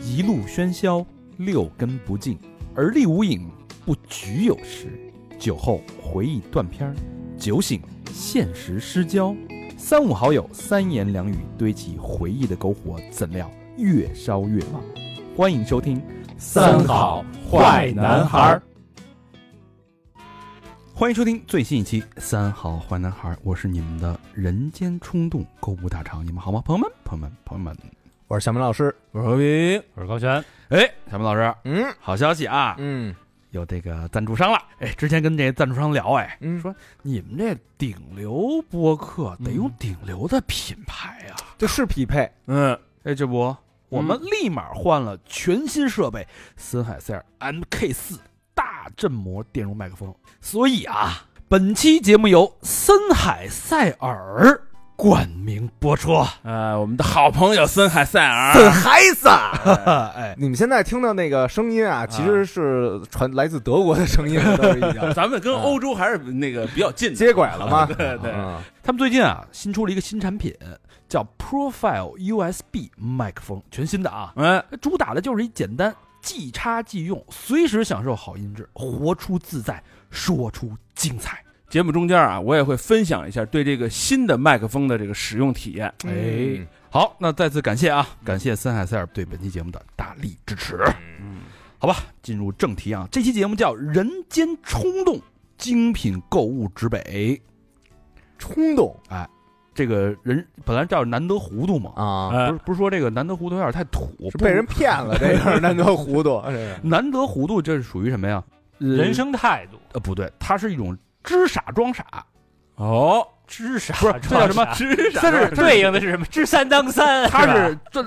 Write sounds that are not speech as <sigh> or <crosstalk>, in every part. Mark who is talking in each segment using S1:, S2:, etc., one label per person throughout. S1: 一路喧嚣，六根不净，而立无影，不局有时。酒后回忆断片儿，酒醒现实失焦。三五好友三言两语堆起回忆的篝火，怎料越烧越旺。欢迎收听《
S2: 三好坏男孩儿》。
S1: 欢迎收听最新一期《三好坏男孩》，我是你们的人间冲动购物大厂，你们好吗？朋友们，朋友们，朋友们。
S2: 我是小明老师。
S1: 我是和平。
S3: 我是高泉，
S1: 哎，小明老师，
S2: 嗯
S1: 好消息啊，
S2: 嗯
S1: 有这个赞助商了。哎，之前跟这赞助商聊，哎，
S2: 嗯，
S1: 说你们这顶流播客得用
S3: 嗯
S1: 顶流的品牌呀、
S2: 这是匹配，嗯
S1: 嗯，哎，这不，我们立马换了全新设备，森海塞尔 MK 四大振膜电容麦克风。所以啊，本期节目由森海塞尔冠名播
S2: <laughs>
S1: 出。
S3: 呃，我们的好朋友森海塞尔，
S1: 森海塞
S2: 啊
S1: 尔，哎，
S2: 你们现在听到那个声音啊，其实是传来自德国的声音了，都是已
S4: <laughs>
S2: 经
S3: 咱们跟欧洲还是那个比较近的。
S2: 接轨了吗？
S3: 对对
S2: 嗯
S1: <laughs> 他们最近啊新出了一个新产品，叫 Profile USB 麦克风，全新的啊，
S3: 哎，
S1: 主打的就是一简单，即插即用，随时享受好音质，活出自在，说出精彩。
S3: 节目中间啊，我也会分享一下对这个新的麦克风的这个使用体验。
S2: 嗯
S1: 哎，好，那再次感谢啊，感谢森海塞尔对本期节目的大力支持。
S3: 嗯，
S1: 好吧，进入正题啊，这期节目叫《人间冲动：精品购物之北》。
S2: 冲动
S1: 这个人本来叫难得糊涂嘛，
S2: 啊，
S1: 不
S4: 呃
S3: 哎
S1: 是不是说这个难得糊涂有点太土，
S2: 是
S1: 不
S2: 被人骗了，这是难得糊涂，这是
S1: 难得糊涂，这是属于什么呀？呃
S5: 人生态度，
S1: 呃不对，它是一种知傻装傻，
S3: 哦，
S5: 知傻
S1: 不是啊这叫什么？
S3: 知
S1: 它是它
S5: 对应的是什么？知三当 <laughs>
S1: <laughs>
S5: 三，
S1: 它
S5: 是
S1: 是这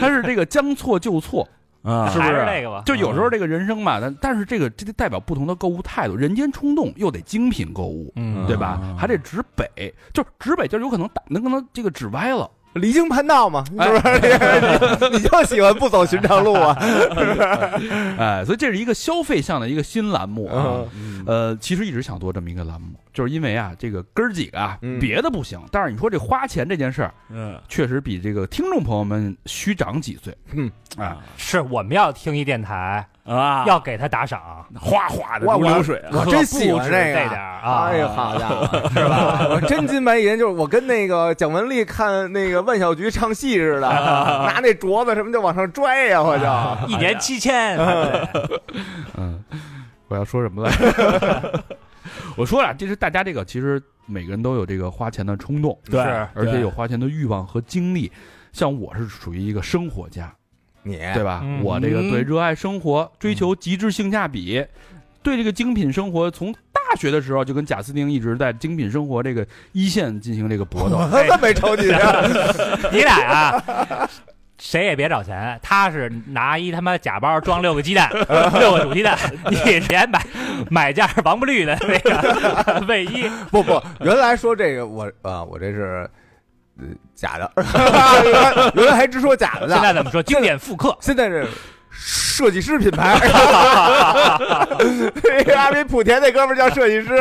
S1: 它是这个将错就错，
S3: 啊
S1: 是不
S5: 吧还
S1: 是
S5: 是那个吧？嗯
S1: 就有时候这个人生嘛，但但是这个这得代表不同的购物态度，人间冲动又得精品购物，
S3: 嗯
S1: 对吧？还得指北，就是指北，就是有可能打能可能这个指歪了，
S2: 离经叛道嘛，是
S1: 哎
S2: 不是？你 <laughs> 就喜欢不走寻常路啊？
S1: 哎，所以这是一个消费向的一个新栏目啊
S2: 嗯。
S1: 呃，其实一直想做这么一个栏目，就是因为啊，这个哥儿几个啊
S2: 嗯，
S1: 别的不行，但是你说这花钱这件事儿，
S3: 嗯
S1: 确实比这个听众朋友们虚长几岁。
S2: 嗯
S1: 啊，
S5: 是我们要听一电台，
S3: 啊，
S5: 要给他打赏，
S3: 哗哗的
S2: 哇
S3: 如流水啊，
S2: 我真喜欢
S5: 可不止
S2: 这
S5: 这
S2: 个
S5: 点儿啊！
S2: 哎呀，好家
S3: <laughs>
S2: 伙，是吧？我真金白银，就是我跟那个蒋雯丽看那个万小菊唱戏似的，
S3: 啊
S2: 拿那镯子什么就往上拽呀，我就
S5: <laughs> 一年七千，
S1: 嗯，我要说什么来？
S2: <laughs>
S1: 我说了，就是大家这个其实每个人都有这个花钱的冲动，
S3: 对
S2: 是，
S1: 而且有花钱的欲望和精力。像我是属于一个生活家，
S2: 你
S1: 对吧？
S5: 嗯
S1: 我这个对热爱生活、追求极致性价比，对这个精品生活，从大学的时候就跟贾斯汀一直在精品生活这个一线进行这个
S2: <laughs>
S1: 搏斗。
S2: 我他妈没瞅你啊！ <laughs>
S5: 你俩啊，谁也别找钱，他是拿一他妈假包装六个鸡 <laughs> 蛋，六个煮鸡蛋，你连买买件王不绿的那个卫衣，
S2: 不不，原来说这个我啊，我这是呃假的， <laughs> 原来原来还直说假的
S5: 现在
S2: 呢。
S5: 怎么说？经典复刻，
S2: 现在是设计师品牌， <laughs> 这个阿比莆田那哥们儿叫设计师，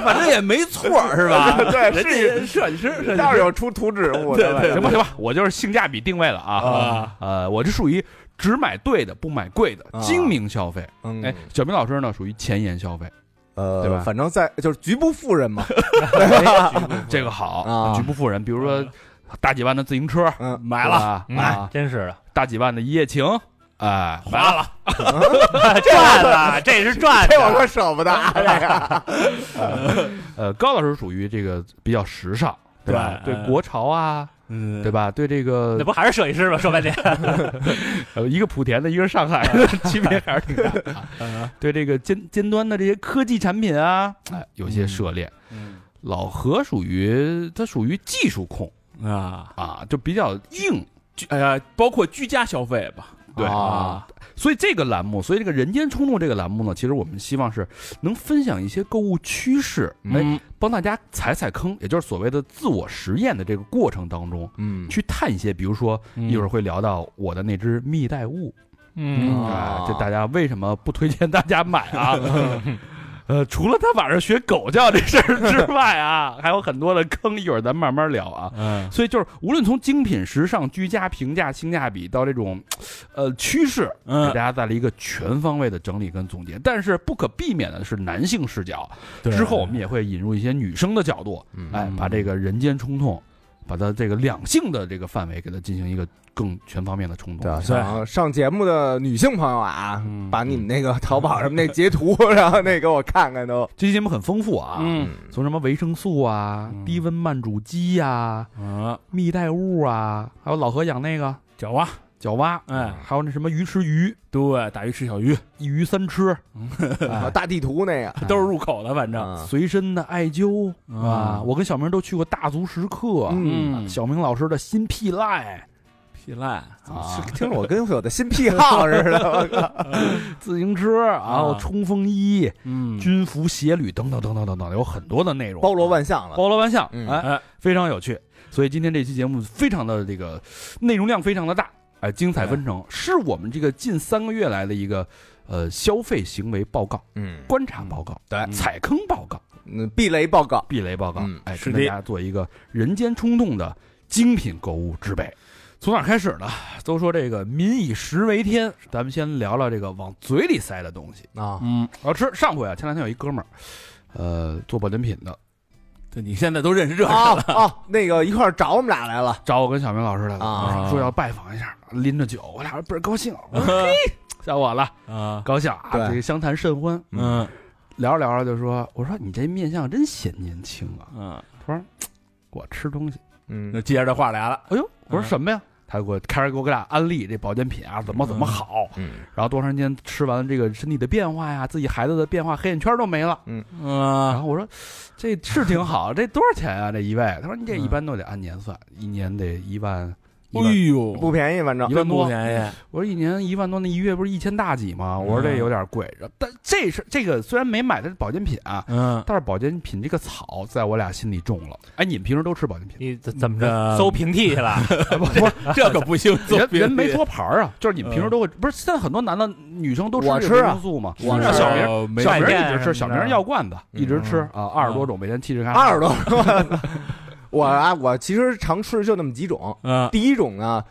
S3: 反正也没错儿是吧？
S2: 对，是
S3: 人家设计师，设计
S2: <laughs> 倒是
S3: 师
S2: 有出图纸物的，
S1: 行吧，行吧，我就是性价比定位了啊。
S3: 啊，
S1: 呃，我是属于只买对的，不买贵的，
S2: 啊
S1: 精明消费。
S2: 嗯
S1: 哎，小明老师呢，属于前沿消费，
S2: 呃，
S1: 对吧
S2: 反正在就是局部富人嘛，
S1: <laughs> 这个好，
S2: 啊
S1: 局部富人，比如说大几万的自行车
S2: 嗯，
S3: 买了，
S1: 啊
S5: 哎
S1: 啊，，
S5: 真是的，
S1: 大几万的一夜情，哎，
S5: 花了，赚了，这是赚
S2: 这我
S5: 的。
S2: 可舍不
S1: <laughs>
S2: 得啊，这个
S1: 呃，高老师属于这个比较时尚，对
S4: 哎
S1: 吧？
S3: 对
S1: 对
S3: 嗯
S1: 国潮啊，
S3: 嗯
S1: 对吧？对这个
S5: 那不还是设计师吗？说半天，
S1: 呃，一个莆田的，一个上海 <laughs> 的，区别还是挺大的啊。对这个尖尖端的这些科技产品啊，哎，有些涉猎。
S3: 嗯
S1: 老何属于他属于技术控
S3: 啊，
S1: 啊，就比较硬，
S3: 居哎呀，包括居家消费吧，
S1: 对
S2: 啊，
S1: 所以这个栏目，所以这个“人间冲动”这个栏目呢，其实我们希望是能分享一些购物趋势，哎，
S3: 嗯
S1: 帮大家踩踩坑，也就是所谓的自我实验的这个过程当中，
S2: 嗯
S1: 去探一些，比如说一会儿会聊到我的那只蜜袋鼯，
S5: 嗯
S1: 哎
S2: 啊，
S1: 这大家为什么不推荐大家买啊？呃，除了他晚上学狗叫这事儿之外啊，还有很多的坑，一会儿咱慢慢聊啊。
S5: 嗯，
S1: 所以就是，无论从精品、时尚、居家、平价、性价比到这种，呃，趋势，给大
S3: 嗯，
S1: 家带来一个全方位的整理跟总结。但是不可避免的是男性视角，
S5: 对
S1: 之后我们也会引入一些女生的角度，
S2: 嗯
S1: 哎，把这个人间冲动，把它这个两性的这个范围给它进行一个更全方面的冲
S2: 对啊，
S1: 动。
S2: 想上节目的女性朋友啊，
S3: 嗯
S2: 把你们那个淘宝什么那截
S1: <laughs>
S2: 图，然后那给我看看都。
S1: 这期节目很丰富啊，
S3: 嗯
S1: 从什么维生素啊、
S3: 嗯
S1: 低温慢煮鸡呀、嗯
S3: 啊，
S1: 蜜袋鼯啊，还有老何养那个
S3: 狡蛙，
S1: 角蛙，
S3: 哎，
S1: 还有那什么鱼吃鱼，
S3: 对，打鱼吃小鱼，
S1: 一鱼三吃，
S2: 啊
S1: 哎
S2: 大地图那个，
S1: <laughs>
S4: 嗯
S3: 都是入口的，反
S1: 嗯
S3: 正，
S2: 啊
S1: 随身的艾灸啊。
S3: 嗯
S1: 我跟小明都去过大足石刻，
S2: 嗯
S1: 小明老师的新屁赖，
S3: 屁烂
S2: 啊，听着我跟我的新癖好似的，我靠
S1: <laughs> 自行车啊，
S3: 啊
S1: 冲锋衣、
S3: 嗯，
S1: 军服、鞋履等等等等等等，有很多的内容，
S2: 包罗万象了。
S1: 包罗万象，
S2: 嗯
S1: 哎
S3: 哎，
S1: 非常有趣。所以今天这期节目非常的这个内容量非常的大，哎，精彩纷呈，是我们这个近三个月来的一个呃消费行为报告、
S2: 嗯，
S1: 观察报告、
S2: 对
S1: 踩坑报告、
S2: 嗯避雷报告，
S1: 避雷报告
S2: 嗯，
S1: 哎，
S3: 是
S1: 跟
S3: 的
S1: 大家做一个人间冲动的精品购物之备。从哪儿开始呢？都说这个民以食为天，咱们先聊聊这个往嘴里塞的东西。 <laughs>
S2: 啊，
S3: 嗯，
S1: 好吃，上回啊，前两天有一哥们儿，呃，做保健品的，
S3: 对，你现在都认识这个
S2: 啊啊，那个一块儿找我们俩来了
S1: 找我跟小明老师来了，
S2: 啊
S1: 说要拜访一下，拎着酒，我俩人倍儿高
S2: <laughs>
S1: 兴，我说嘿，想我了，
S3: 啊，
S1: 高兴啊，
S2: 对
S1: 这个相谈甚欢，
S3: 嗯
S1: 聊着聊着就说，我说你这面相真显年轻啊，
S3: 嗯，
S1: 他说嘖我吃东西，
S2: 嗯
S3: 那接着这话来了，
S1: 哎呦，我说什么呀？他给我开始给我给俩安利这保健品啊，怎么怎么好，
S2: 嗯
S1: 然后多长时间吃完这个身体的变化呀，自己孩子的变化，黑眼圈都没了。然
S3: 嗯，
S1: 后我说这是挺好，这多少钱啊？这一位？他说你这一般都得按年算，一年得一万。一万
S3: 哎呦，
S2: 不便宜，反正
S1: 一万
S3: 真不
S1: 多
S3: 便宜，
S1: 我说一年一万多，那一月不是一千大几吗？我说这有点贵，但这是这个虽然没买的保健品啊，
S3: 嗯，
S1: 但是保健品这个草在我俩心里种了。哎，你们平时都吃保健 <laughs> 品？
S5: 你怎怎
S3: 嗯
S5: 么着搜平替去了？
S1: 哎不不，
S3: <laughs> 这可不 <laughs> 行，
S1: 人
S3: 别嗯
S1: 人没托盘儿啊，就是你们平时都会，不是现在很多男的女生都吃
S2: 我
S1: 这
S2: 吃
S1: 个维
S2: 啊
S1: 生素嘛？
S2: 我
S1: 是啊
S2: 吃
S1: 小明。
S3: 明
S1: 小明
S5: 买
S1: 一
S5: 店
S1: 直
S5: 什么
S1: 吃，小
S2: 嗯
S5: 的
S1: 明药罐子一直吃啊，二十多种，每天七十开。
S3: 啊
S2: 二十多。 <laughs> 我啊，我其实常吃就那么几种。
S3: 啊，
S2: 第一种呢，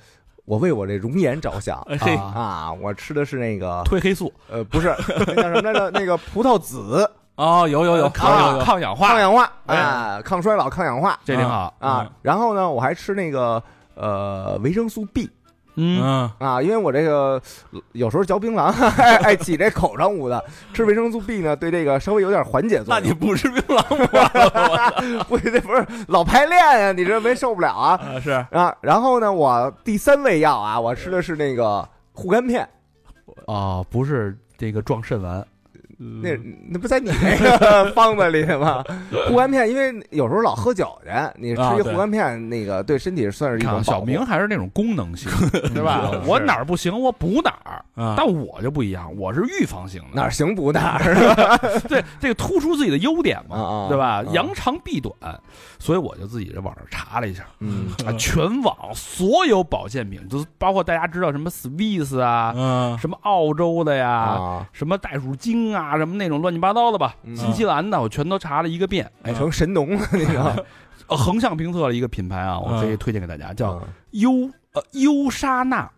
S2: 我为我这容颜着想
S3: 哎嘿
S1: 啊，
S2: 啊，我吃的是那个
S1: 褪黑素
S2: 呃，不是 <laughs> 那叫什么来着？那个葡萄
S3: <laughs>
S2: 籽
S3: 哦，有有有，
S1: 抗
S3: 有有，
S1: 抗氧
S2: 抗
S1: 化，
S2: 氧化啊，抗衰老、抗氧化
S1: 这挺好。
S2: 啊
S3: 哎嗯。
S2: 然后呢，我还吃那个呃维生素 B
S1: 嗯，
S3: 嗯，
S2: 啊，因为我这个呃有时候嚼槟榔 <laughs> 爱爱起这口上捂的，吃维生素 B 呢，对这个稍微有点缓解作
S3: 那
S2: 用
S3: 你。不吃槟榔
S2: <laughs> 不这不是老排练呀、你这没受不了啊
S3: 啊？是
S2: 啊！然后呢，我第三味药啊，我吃的是那个护肝片，
S1: 哦，不是这个壮肾丸，
S2: 呃
S1: 嗯
S2: 那那不在你那个方子里吗？护肝片，因为有时候老喝酒去，你吃
S3: 啊
S2: 一
S3: 对
S2: 护肝片，那个对身体算是一
S1: 看啊
S2: 种
S1: 小
S2: 保护
S1: 明还是那种功能
S2: <laughs>
S1: 性，对吧
S3: 嗯？是
S1: 我哪儿不行，我补哪儿。
S3: 啊
S1: 但我就不一样，我是预防型
S2: 哪
S1: 的，
S2: 儿行补哪儿
S1: <laughs> 对这个突出自己的优点
S2: 啊
S1: 嘛，
S2: 啊，
S1: 对吧？
S2: 啊
S1: 扬长避短，所以我就自己在网上查了一下，
S2: 嗯
S1: 啊，全网所有保健品，就是包括大家知道什么 Swiss 啊，
S3: 嗯
S1: 什么澳洲的呀，
S2: 啊，
S1: 什么袋鼠精啊，什么那种乱七八糟的吧，
S2: 嗯
S1: 新西兰的我全都查了一个遍，哎，
S3: 嗯
S2: 成神农了，你知道吗？
S1: 呃横向评测了一个品牌啊，我可以
S3: 嗯
S1: 推荐给大家，叫优呃优莎娜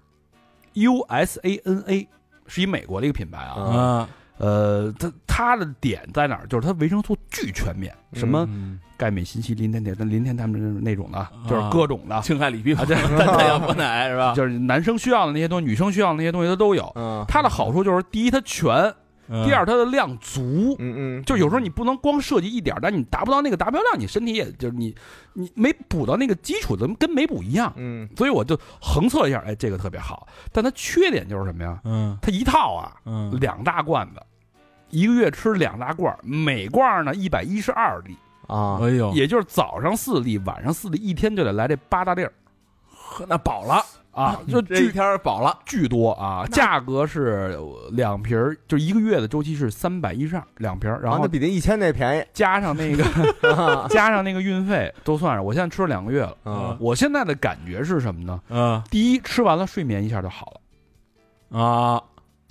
S1: ，U S A N A，是一美国的一个品牌啊。
S2: 啊
S3: 啊，
S1: 呃，它它的点在哪儿？就是它维生素巨全面，什么
S3: 嗯
S1: 钙、镁、锌、硒、磷、铁、铁、氮、磷、铁他们那种的啊，就是
S3: 啊
S1: 各种的，
S3: 青海里皮
S1: 啊
S3: 蛋 <laughs>
S1: 对
S3: 蛋养不奶是吧？
S1: 就是男生需要的那些东西，女生需要的那些东西它都有。
S2: 嗯，
S1: 它的好处就是，第一它全，
S3: 嗯
S1: 第二它的量足。
S2: 嗯嗯，
S1: 就是有时候你不能光涉及一点儿，但你达不到那个达标量，你身体也就是你你没补到那个基础，怎么跟没补一样？
S2: 嗯
S1: 所以我就横测了一下，哎，这个特别好。但它缺点就是什么呀？
S3: 嗯
S1: 它一套啊，
S3: 嗯
S1: 两大罐子，一个月吃两大罐儿，每罐儿呢一百一十二粒，
S2: 啊
S3: 哎呦，
S1: 也就是早上四粒，晚上四粒，一天就得来这八大粒儿
S3: 呵那饱了，
S1: 啊，就
S3: 这一
S1: 巨
S3: 天儿饱了，
S1: 巨多啊！价格是呃两瓶儿，就一个月的周期是三百一十二两瓶儿，然
S2: 啊那
S1: 后
S2: 比那一千那便宜
S1: 加上那个
S2: 啊
S1: 加上那个运费都算上。我现在吃了两个月了，
S2: 啊
S1: 我现在的感觉是什么呢？
S3: 嗯
S1: 第一，吃完了睡眠一下就好了。
S3: 啊，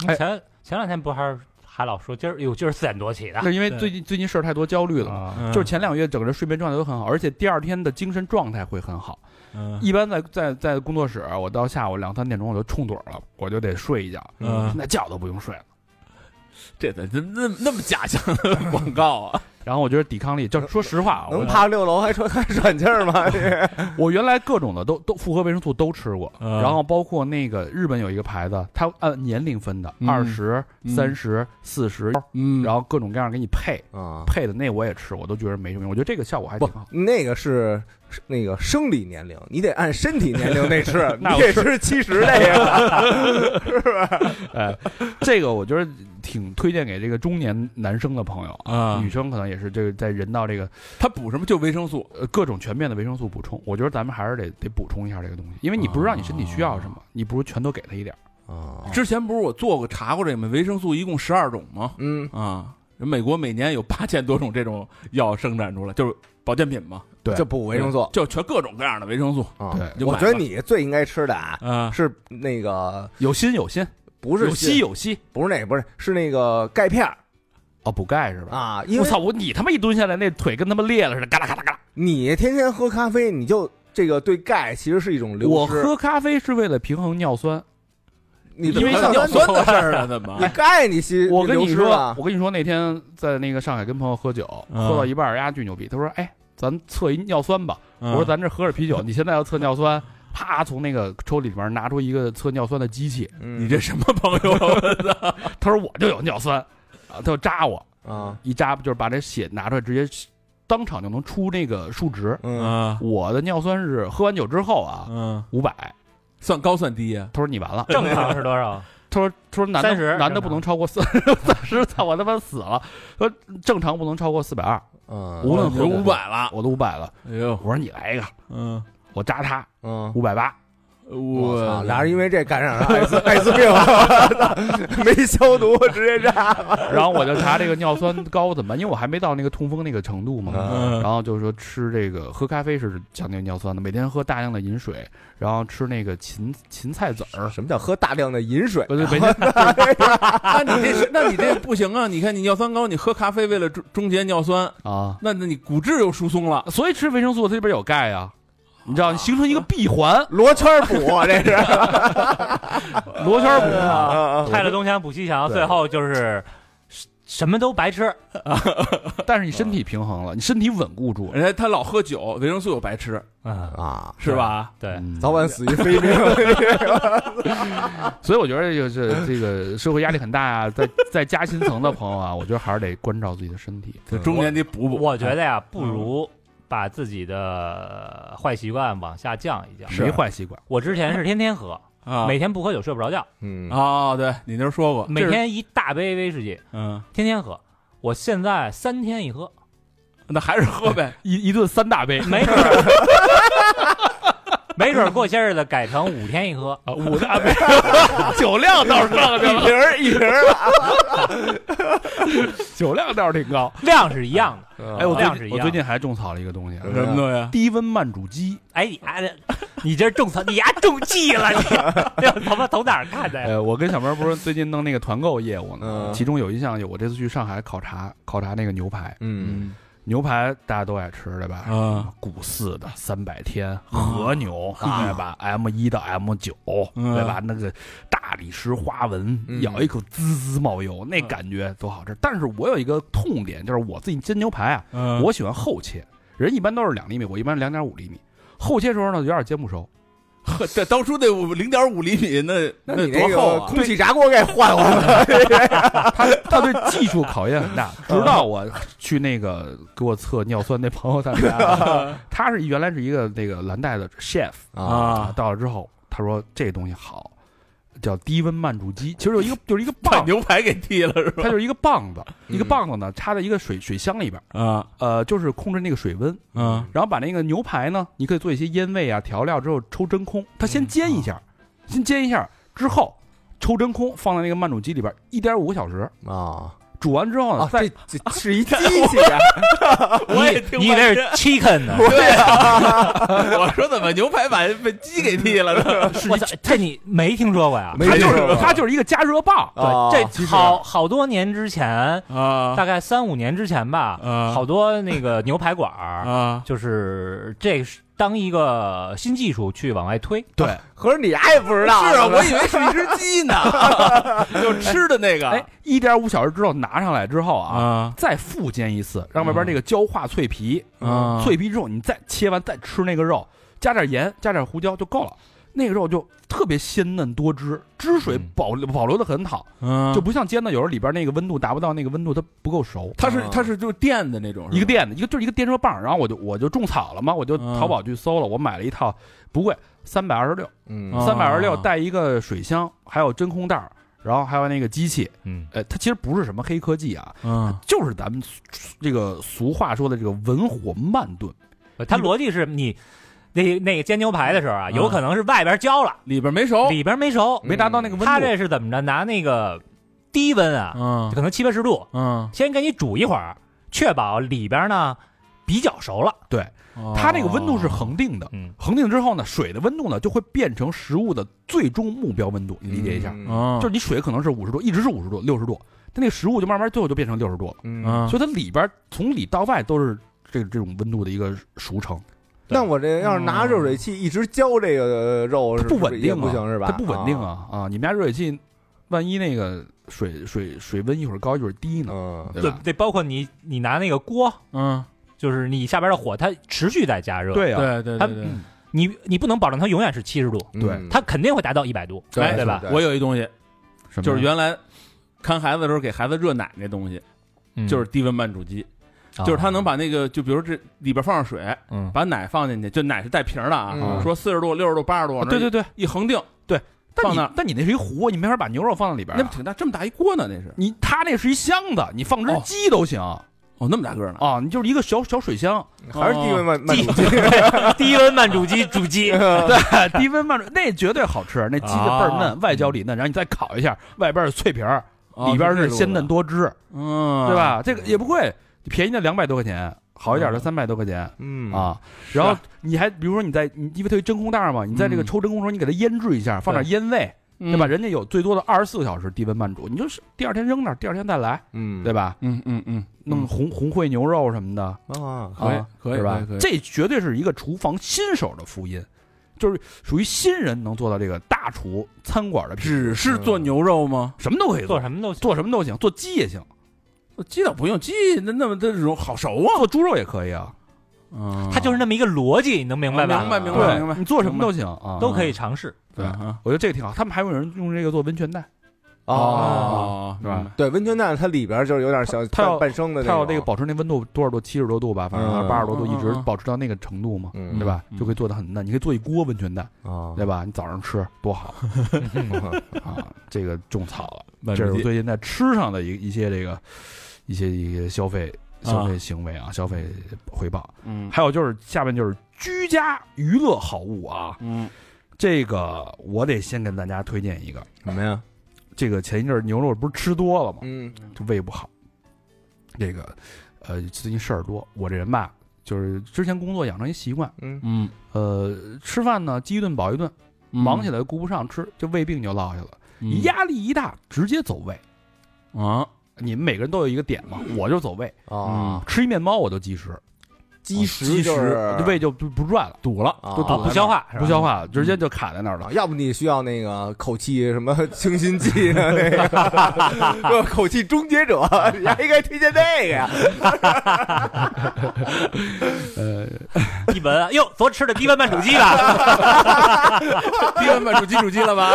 S1: 哎
S5: 前前两天不还是还老说今儿哟今儿四点多起的
S1: 那是因为
S6: 对
S1: 最近最近事儿太多，焦虑了嘛。
S5: 啊，
S6: 嗯
S1: 就是前两个月整个人睡眠状态都很好，而且第二天的精神状态会很好。
S6: 嗯
S1: 一般在在在工作室，我到下午两三点钟我就冲盹了，我就得睡一觉，
S6: 嗯
S1: 现在觉都不用睡了。
S3: 这怎怎那那么假象的 <laughs> 广告啊？
S1: 然后我觉得抵抗力，就说实话啊，
S2: 能
S1: 我
S2: 爬六楼还喘还喘气儿吗？这
S3: <laughs>
S1: 我原来各种的都都复合维生素都吃过，
S6: 嗯
S1: 然后包括那个日本有一个牌子，它按年龄分的，
S3: 嗯
S1: 二十
S3: 嗯、
S1: 三十、四十，
S3: 嗯
S1: 然后各种各样给你配
S2: 啊，
S1: 配的那我也吃，我都觉得没什么用。我觉得这个效果还挺好。
S2: 那个是是那个生理年龄，你得按身体年龄那吃，
S1: <laughs> 那
S2: 你
S1: 我
S2: 得吃七十
S1: <laughs>
S2: 那个。
S1: 哎，这个我觉得挺推荐给这个中年男生的朋友啊，
S3: 啊
S1: 女，生可能也是这个在人到这个
S3: 他补什么就维生素，
S1: 呃各种全面的维生素补充，我觉得咱们还是得得补充一下这个东西，因为你不知道你身体需要什
S3: 啊
S1: 么，你不如全都给他一点儿。哦
S2: 啊
S3: 之前不是我做过查过这个吗？维生素一共十二种吗？
S2: 嗯，
S3: 啊，美国每年有八千多种这种药生产出来，就是保健品嘛，
S1: 对
S2: 就补维生素。
S3: 就全各种各样的维生素
S2: 啊
S1: 对
S3: 你就买
S2: 我
S3: 吧
S2: 觉得你最应该吃的啊，
S3: 啊，
S2: 是那个
S1: 有锌有锌，
S2: 不是
S1: 有硒有硒
S2: 不是那个不是是那个钙片儿
S1: 哦，补钙是吧？
S2: 啊，因
S1: 我
S2: 为
S1: 操！我你他妈一蹲下来，那腿跟他妈裂了似的，嘎啦嘎啦嘎啦。
S2: 你天天喝咖啡，你就这个对钙其实是一种流失。
S1: 我喝咖啡是为了平衡尿酸。
S2: 你
S1: 因为
S2: 怎么
S3: 尿
S2: 尿
S3: 酸
S2: 酸
S3: 的
S2: 的
S3: 事
S2: 事
S3: 儿
S2: 儿
S3: 啊，
S2: 啊，
S3: 怎么
S2: 你？钙你吸
S1: 我跟
S2: 流
S1: 你
S2: 失
S1: 说啊
S2: 了，
S1: 我跟你说，那天在那个上海跟朋友喝酒，
S6: 嗯
S1: 喝到一半儿，丫巨牛逼，他说：“哎，咱测一尿酸吧。”
S3: 嗯
S6: 嗯
S1: 我说：“咱这喝着
S6: <laughs>
S1: 啤酒，你现在要测尿酸。”啪！从那个抽屉里面拿出一个测尿酸的机器，
S2: 你
S3: 你这什么朋友啊？
S1: 他说：“我就有尿酸。”啊，他就扎我，
S2: 啊，
S1: 一扎不就是把这血拿出来，直接当场就能出那个数值。
S2: 嗯，
S6: 啊
S1: 我的尿酸是喝完酒之后啊，
S6: 嗯
S1: 五百。
S3: 算高算低啊？
S1: 他说：“你完了。”
S5: 正常是多少？
S1: 他说：“他说男的
S5: 30
S1: 男的不能超过四 <laughs> 三十，操我他妈死了。说正常不能超过四百二，
S2: 嗯
S1: 无论
S3: 有
S1: 何
S3: 哎五，百了，
S1: 我都五百了。
S3: 哎呦
S1: 我，说你来一个，
S6: 嗯
S1: 我扎他
S2: 嗯，
S1: 五百八。
S2: 我操，
S3: 我
S2: 俩人因为这感染了艾滋艾滋病了， <laughs> 没消毒直接炸了。
S1: 然后我就查这个尿酸高怎么办，因为我还没到那个痛风那个程度嘛。 <laughs>
S6: 嗯
S1: 然后就是说吃这个喝咖啡是降低尿酸的，每天喝大量的饮水，然后吃那个芹芹菜籽儿，
S2: 啊什么叫喝大量的饮水？
S1: 不对， <laughs> 每天
S3: 那你这是那你这不行啊！你看你尿酸高，你喝咖啡为了终终结尿酸，
S1: 啊，
S3: 那那你骨质又疏松了。
S1: 所以吃维生素它里边有钙啊，你知道，你形成一个闭环，
S2: 罗圈儿补啊这是
S1: 罗圈补
S2: 啊
S1: 嘛。
S2: 啊
S5: 拆了东墙补西墙，
S1: 对
S5: 最后就是什什么都白吃。
S1: 但是你身体平衡了，你身体稳固住了，
S3: 人家他老喝酒，维生素又白吃，
S5: 嗯，
S2: 啊！
S3: 是吧？
S5: 对，
S1: 嗯
S2: 早晚死于非命。 <laughs>
S1: 所以我觉得就是这个社会压力很大啊，在在加薪层的朋友啊，我 <laughs> 觉得还是得关照自己的身体。
S3: 这中间得补补。
S5: 我觉得呀，不如把自己的坏习惯往下降一降。
S1: 没坏习惯，
S5: 我之前是天天喝，
S3: 啊，
S5: 每天不喝酒睡不着觉，
S2: 嗯
S3: 啊，对你那时候说过，
S5: 每天一大杯威士忌，
S3: 嗯，
S5: 天天喝。我现在三天一喝，
S3: 那还是喝呗。
S1: <laughs> 一一顿三大 <laughs> 杯
S5: <laughs> 没准儿，没准儿过些日子改成五天一喝。
S1: 啊，五大 <laughs> 杯，酒量倒是上去
S2: 一
S1: 了，
S2: 瓶儿一瓶儿
S1: <laughs> 酒量倒是挺高。
S5: 量是一样的。
S2: 啊。
S1: 哎，我
S5: 量
S1: 最
S5: 是一
S1: 近
S5: 样
S1: 我最近还种草了一个东西啊，
S2: 嗯
S3: 什么东西？
S1: 低温慢煮鸡。
S5: 哎，你丫的，你这种草，你丫中计了，你 <laughs> 这他妈从哪儿看的呀？
S1: 呃，我跟小明不是最近弄那个团购业务呢，
S2: 嗯
S1: 其中有一项有我这次去上海考察考察那个牛排，
S2: 嗯，
S1: 牛排大家都爱吃对吧？
S3: 啊，
S1: 古四的三百天和牛，对吧？M 一到 M 九，
S3: 嗯
S1: 对吧？那个大理石花纹，
S2: 嗯
S1: 咬一口滋滋冒油，
S3: 嗯
S1: 那感觉多好吃！但是我有一个痛点，就是我自己煎牛排啊，
S3: 嗯
S1: 我喜欢厚切，人一般都是两厘米，我一般两点五厘米。厚切时候呢，有点煎
S3: <laughs>
S1: 不熟，
S3: 呵这当初那五零点五厘米，那
S2: 那你
S3: 多
S2: 那个
S3: 厚啊！
S2: 空气炸锅给换换吧。
S1: 它它对技术考验很大。
S3: 嗯
S1: 直到我去那个给我测尿酸那朋友他
S3: <laughs>
S1: 们家，他是原来是一个那个蓝带的 chef，啊，，到了之后他说这东西好，叫低温慢煮鸡，其实有
S2: <laughs>
S1: 一个就是一个
S3: 把
S1: 棒，
S3: 牛排给剃了是吧？
S1: 它就是一个棒子，一个
S2: 嗯
S1: 棒子呢插在一个水水箱里边，
S3: 啊
S1: 呃，就是控制那个水温，
S2: 嗯
S3: 啊
S1: 然后把那个牛排呢，你可以做一些腌味啊、调料之后抽真空，它
S2: 嗯
S1: 先煎
S2: 啊
S1: 一下，先煎一下之后抽真空放在那个慢煮机里边，一点五个小时
S2: 啊，
S1: 煮完之后呢
S2: 啊，，
S1: 再
S2: 这这是一机器啊！
S5: 你
S3: 我也听
S5: 你以
S3: 半
S5: 为是
S3: 天
S5: chicken 呢？
S3: 对啊， <laughs> 我说怎么牛排把被鸡给剃了呢？
S5: 我操，这你没听说过呀？
S2: 没
S1: 它就
S2: 听说
S1: 是
S2: 过
S1: 它就是一个加热棒，
S2: 啊
S5: 对，
S2: 其
S5: 这
S2: 实
S5: 好好多年之前，
S3: 啊
S5: <laughs> 大概三五年之前吧，
S3: 啊
S5: 好多那个牛排馆儿，
S3: 啊！
S5: 就是这是当一个新技术去往外推。
S3: 对，
S2: 合着你丫也不知
S3: 是
S2: 道，
S3: 啊，我以为是一只鸡呢，就吃的那个
S1: 哎，一点五小时之后拿上来之后啊，
S3: 啊
S1: 再复煎一次，让外边那个焦化脆皮，
S3: 啊
S1: 脆皮之后你再切完再吃那个肉，加点盐，加点胡椒就够了。那个肉就特别鲜嫩多汁，汁水
S5: 嗯
S1: 保留保留的很好，
S3: 嗯
S1: 就不像煎的，有时候里边那个温度达不到那个温度，它不够熟。
S3: 它是它是就是啊电的那
S4: 嗯
S3: 种，
S1: 一个电的，一个就是一个电热棒，然后我就我就种草了嘛，我就
S3: 嗯
S1: 淘宝去搜了，我买了一套，不贵，三百二十六，
S2: 嗯
S3: 啊
S1: 三百二十六带一个水箱，还有真空袋儿，然后还有那个机器，
S5: 嗯，
S1: 呃，它其实不是什么黑科技啊，
S3: 嗯
S1: 就是咱们俗这个俗话说的这个文火慢炖，
S5: 它逻辑是你那那个煎牛排的时候啊，
S3: 嗯
S5: 有可能是外边焦了，
S3: 里边没
S4: 哦
S3: 熟，
S5: 里边没熟。
S1: 没达到嗯那个温
S5: 它
S1: 度。
S5: 这是怎么着？拿那个低温啊，
S3: 嗯
S5: 可能七八十度，
S3: 嗯，
S5: 先给你煮一会儿，确保里边呢比较熟了。
S3: 啊
S1: 它这个温
S3: 哦
S1: 度是恒定的，
S5: 嗯，
S1: 恒定之后呢，水的温度呢就会变成食物的最终目标温度，你理解一下，
S2: 嗯
S3: 哦，
S1: 就是你水可能是五十度，一直是五十度、六十度，但那个食物就慢慢最后就变成六十度了。
S2: 嗯，
S3: 嗯
S1: 所以它里边儿从里到外都是这这种温度的一个熟成，
S2: 那我这要是拿热水器一直浇这个呃肉，
S1: 它
S2: 是
S1: 不稳
S2: 是
S1: 定
S2: 也
S1: 啊
S2: 不行是吧？
S1: 它不稳定，啊啊！你们家热水器，万一那个水水水温一会儿高一会儿低呢，
S2: 嗯，
S1: 对
S5: 对
S1: 吧？
S5: 对，包括你你拿那个锅，
S3: 嗯，
S5: 就是你下边的火它持续在加热，，
S1: 对啊，
S3: 对对
S5: 它
S3: 对对。
S5: 你你不能保证它永远是七十度，
S1: 对
S2: 嗯
S5: 它肯定会达到一百度，哎
S2: 对
S5: 对吧？
S2: 对
S3: 哎我有一东西，
S1: 什么
S3: 就是原来看孩子的时候给孩子热奶那东西，
S5: 嗯
S3: 就是低温慢煮机，就是它能把那个就比如这里边放上水，
S5: 嗯
S3: 把奶放进去，就奶是带瓶儿的啊，
S2: 嗯
S3: 说四十度、六十度、八十度，
S1: 啊对对对，
S3: 一恒定，
S1: 但
S3: 放
S1: 你
S3: 那儿
S1: 但你那是一壶，你没法把牛肉放在里边儿
S3: 那
S1: 啊。
S3: 么挺大，这么大一锅呢，那是
S1: 你它那是一箱子，你放只
S3: 哦
S1: 鸡都行啊！
S3: 哦，那么大个呢，
S1: 你就是一个小小水箱，
S2: 还是低温慢慢
S5: 低
S2: 煮机，
S5: 低温慢煮机煮鸡，
S2: 啊
S1: 对，低温慢煮，那绝对好吃，那鸡就倍儿
S3: 啊
S1: 嫩，外焦里嫩，然后你再烤一下，外边儿是脆皮儿，
S4: 啊
S3: 哦
S1: 里边儿
S3: 这
S1: 是
S3: 个
S1: 鲜嫩
S3: 味
S1: 多汁，
S3: 道，嗯，
S1: 对？吧？这个也不贵，便宜的两百多块钱，好一点的三百多块钱
S2: <laughs> 嗯，
S1: <laughs> 啊。然后你还比如说你在你因为它有真空袋儿嘛，你在这个
S3: 嗯
S1: 抽真空的时候，你给它腌制一下，放点烟味，对
S3: 对
S4: 嗯
S1: 吧？？人家有最多的二十四个小时低温慢煮，你就是第二天扔那儿，第二天再来，
S2: 嗯，
S1: 对吧？
S3: 嗯嗯嗯，
S1: 弄红红烩牛肉什么的，
S2: 啊，
S3: 可以
S1: 啊
S3: 可以
S1: 是吧
S3: 可以可？以
S1: 这绝对是一个厨房新手的福音，就是属于新人能做到这个大厨餐馆的品质，
S3: 只是做牛肉吗？
S1: 什么都可以
S5: <laughs>
S1: 做，
S5: 做什么都行。
S1: 做什么都行，做鸡也行，
S3: 鸡倒不用，鸡那那么这种好熟啊，
S1: 做猪肉也可以啊，
S3: 嗯
S5: 它就是那么一个逻辑，你能明
S4: 啊
S5: 白吧？
S3: 明白明白
S1: 对
S3: 明白，
S1: 你做什么都行啊，
S5: 都可以尝试。
S3: 对啊
S1: 我觉得这个挺好。他们还有人用这个做温泉蛋，啊
S2: 哦，
S3: 哦
S1: 是吧？
S2: 对，温泉蛋它里边就是有点小
S1: 它要
S2: 半半生的
S1: 它要
S2: 那
S1: 这个
S2: 种，
S1: 保持那温度多少度，七十多度吧，反正
S2: 嗯
S1: 八十多度
S3: 嗯
S1: 一直
S3: 嗯嗯
S1: 保持到那个程度嘛，
S2: 嗯
S1: 对吧？
S3: 嗯
S1: 就可以做的很嫩。你可以做一锅温泉蛋，
S2: 啊
S1: 对吧？你早上吃
S3: <laughs>
S1: 多好啊！这个种草了，
S3: 明白
S1: 这是我最近在吃上的一一些这个一些一些消费消费行为啊，消费回报。
S3: 嗯
S1: 还有就是下面就是居家娱乐好物啊，
S3: 嗯
S1: 这个我得先跟大家推荐一个。
S2: 什么呀？
S1: 这个前一阵儿牛肉不是吃多了吗？
S2: 嗯
S1: 就胃不好。这个，呃，最近事儿多，我这人吧，就是之前工作养成一习惯，
S2: 嗯
S3: 嗯，
S1: 呃，吃饭呢饥一顿饱一顿，忙起来顾不上吃，就胃病就落下了。
S3: 嗯
S1: 压力一大，直接走胃。
S3: 啊
S1: 你们每个人都有一个点嘛，我就走胃，
S2: 啊，
S1: 吃一面包我就积食，
S2: 基
S1: 哦
S2: 石就
S1: 我
S2: 是
S1: 就啊胃就不不转了，堵了，
S2: 啊
S1: 就
S5: 啊，
S1: 堵
S5: 不
S1: 了，
S5: 消化，是吧嗯
S1: 不消化，直接就卡在那儿了。
S2: 啊，要不你需要那个口气什么清新剂的那 <laughs> 个，就口气终结
S1: <laughs>
S2: 者，你还应该推荐那个呀。
S1: 呃，
S5: 一闻，啊哟，昨吃的低温慢煮鸡
S1: <laughs>
S5: 吧？哎
S3: 低温慢煮鸡煮鸡了吧？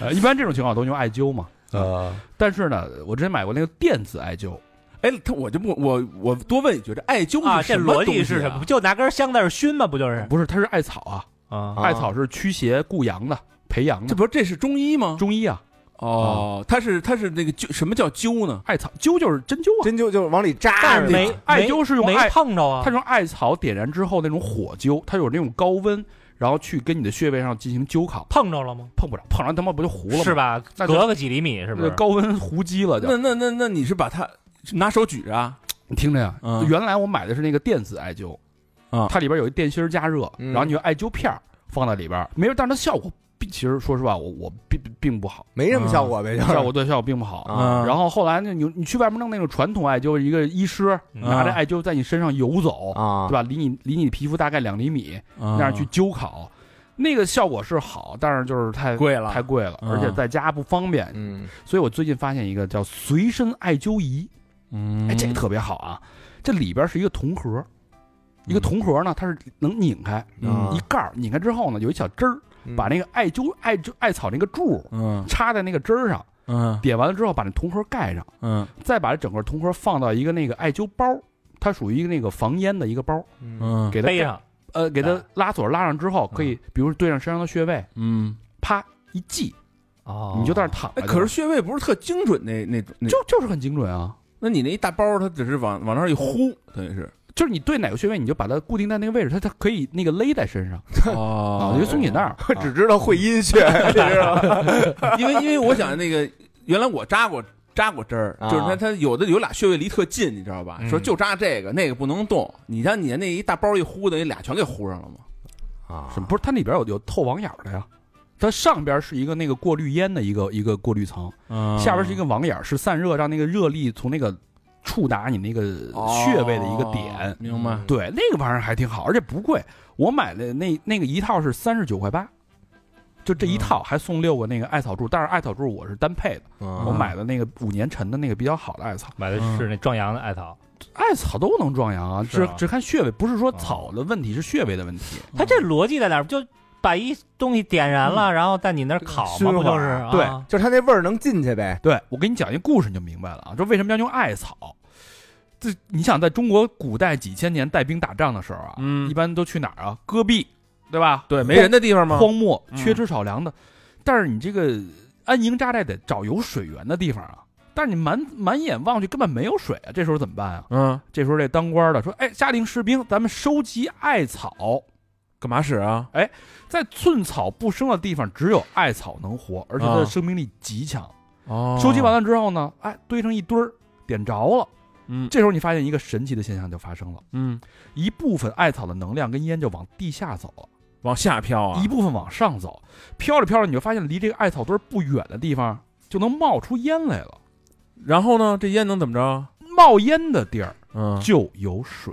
S1: 呃一般这种情况都用艾灸嘛，
S2: 呃，
S1: 但是呢，我之前买过那个电子艾灸，
S3: 哎，他我就不我我多问一句，这艾灸
S5: 啊，
S3: 是
S5: 这
S3: 什么
S5: 逻辑
S3: 东西
S5: 是
S3: 啊
S5: 什么？不就拿根香在那儿熏吗？不就是
S1: 不是，它是艾草啊，
S5: 啊？
S1: 艾草是驱邪固阳的，培阳
S3: 这
S1: 的，
S3: 不是这是中医吗？
S1: 中医啊，
S3: 哦，它是它是那个灸，什么叫灸呢？
S1: 艾草灸就是针灸啊，
S2: 针灸就是往里扎
S5: 但
S2: 着
S5: 是没
S2: 那个，
S1: 艾灸是用
S5: 没
S1: 艾
S5: 碰着啊
S1: 它是，用艾草点燃之后那种火灸，它有那种高温，然后去跟你的穴位上进行灸烤，
S5: 碰着了吗？
S1: 碰不着，碰着他妈不就糊了吗？
S5: 是？吧？
S1: 那就
S5: 隔个几厘米是不是？
S1: 高温糊鸡了就。
S3: 那那那那你是把它拿手举着啊？
S1: 你听着呀，
S3: 嗯
S1: 原来我买的是那个电子艾灸，
S3: 啊
S1: 它里边有一电芯儿加热，
S2: 嗯
S1: 然后你用艾灸片儿放在里边儿，没有，但是它效果并其实说实话，我我并并不好，
S2: 没什么效果呗，就是
S1: 效果对效果并不好。
S2: 啊
S1: 然后后来呢，你你去外面弄那种传统艾灸，一个医师拿着艾灸在你身上游走，
S2: 啊
S1: 对，吧？离你离你皮肤大概两厘米，
S3: 那
S4: 啊
S1: 那样去灸烤，那个效果是好，但是就是太
S3: 贵了
S1: 太贵了，
S3: 嗯
S1: 而且在家不方便。
S2: 嗯
S1: 所以我最近发现一个叫随身艾灸仪，
S3: 嗯
S1: 哎，这个特别好啊！这里边是一个铜盒，一个
S3: 嗯
S1: 铜盒呢，它是能拧开
S3: 嗯
S1: 一盖儿，拧开之后呢，有一小针儿，
S2: 嗯
S1: 把那个艾灸艾灸艾草那个柱
S3: 嗯
S1: 插在那个针儿上，
S3: 嗯
S1: 点完了之后把那铜盒盖上，
S3: 嗯
S1: 再把整个铜盒放到一个那个艾灸包，它属于一个那个防烟的一个包，
S2: 嗯
S3: 嗯
S1: 给它
S5: 背上，
S1: 呃给它
S5: 啊
S1: 拉锁拉上之后，可以比如对上身上的穴位，
S3: 嗯。
S1: 啪一系，
S5: 哦
S1: 你就在那儿躺着
S3: 哎，
S1: 就。
S3: 可是穴位不是特精准那那那，
S1: 就就是很精准啊，
S3: 那你那一大包，它只是往往那儿一呼，等于是
S1: 就是你对哪个穴位，你就把它固定在那个位置，它它可以那个勒在身上啊，
S3: 哦
S1: 有一个松紧带儿，
S2: 我只知道会 <laughs> 阴穴，你知道吗？
S3: 因为因为我想那个，原来我扎过扎过针儿，
S2: 啊
S3: 就是它它有的有俩穴位离特近，你知道吧？
S5: 嗯
S3: 说就扎这个，那个不能动。你像你那一大包一呼的，那俩全给呼上了嘛。
S2: 啊
S1: 什么 <laughs> 不是？它里边有有透网眼儿的呀，它上边是一个那个过滤烟的一个一个过滤层，
S4: 嗯
S1: 下边是一个网眼儿，是散热，让那个热力从那个触达你那个穴位的一个点。
S3: 哦明白？
S1: 对，那个玩意儿还挺好，而且不贵。我买的那那个一套是三十九块八，就这一套还送六个那个艾草柱，但是艾草柱我是单配的，
S2: 嗯
S1: 我买的那个五年陈的那个比较好的艾草，
S5: 买的是那壮阳的艾草，
S1: 艾草都能壮阳啊，
S5: 是
S1: 只
S5: 啊
S1: 只看穴位，不是说草的问题，是穴位的问题。
S5: 它这逻辑在哪儿？就把一东西点燃了，
S1: 嗯
S5: 然后在你那儿烤
S2: 熏
S5: 嘛，
S2: 火
S5: 不就是？啊
S1: 对嗯
S2: 就是它那味儿能进去呗。
S1: 对我给你讲一故事，你就明白了啊，这为什么要用艾草？这你想，在中国古代几千年带兵打仗的时候啊，
S3: 嗯
S1: 一般都去哪儿啊？戈壁，对吧？
S3: 对，没人的地方吗？
S1: 荒漠，
S3: 嗯
S1: 缺吃少粮的。但是你这个安营扎寨得找有水源的地方啊。但是你满满眼望去根本没有水啊，这时候怎么办啊？
S3: 嗯，
S1: 这时候这当官的说：“哎，下令士兵，咱们收集艾草，
S3: 干嘛使啊？
S1: 在寸草不生的地方，只有艾草能活，而且它
S3: 啊
S1: 的生命力极强。
S3: 哦
S1: 收集完了之后呢，哎，堆成一堆儿，点着了。
S3: 嗯
S1: 这时候你发现一个神奇的现象就发生了，
S3: 嗯，
S1: 一部分艾草的能量跟烟就往地下走了，
S3: 往下飘啊
S1: 一。部分往上走，飘着飘着你就发现离这个艾草堆儿不远的地方就能冒出烟来了，
S3: 然后呢，这烟能怎么着？
S1: 冒烟的地儿
S3: 嗯，
S1: 就有水，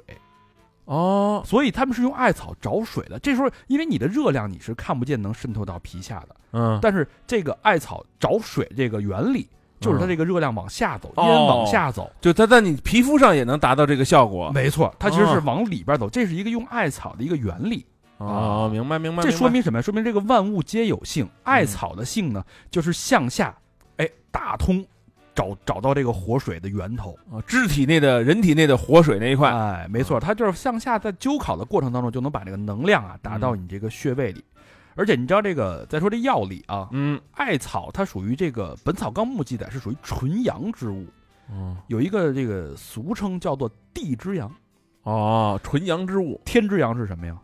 S3: 哦，
S1: 所以他们是用艾草找水的。这时候因为你的热量你是看不见能渗透到皮下的，
S3: 嗯，
S1: 但是这个艾草找水这个原理就是它这个热量往下走，
S3: 嗯
S1: 烟往下走。
S3: 就它在你皮肤上也能达到这个效果。
S1: 没错，它其实是
S3: 哦
S1: 往里边走，这是一个用艾草的一个原理。
S3: 哦，明白明白。嗯
S1: 这
S3: 明白
S1: 说明什么呀？说明这个万物皆有性，艾草的性呢，就是向下，哎，打通，找找到这个活水的源头。
S3: 啊肢体内的、人体内的活水那一块。
S1: 哎，没
S3: 嗯
S1: 错，它就是向下，在灸烤的过程当中，就能把这个能量啊打到你这个穴位里。而且你知道这个，再说这药理啊，
S3: 嗯
S1: 艾草它属于这个《本草纲目》记载是属于纯阳之物，
S3: 嗯。
S1: 有一个这个俗称叫做地之阳。
S3: 哦，纯阳之物
S1: 天之阳是什么呀？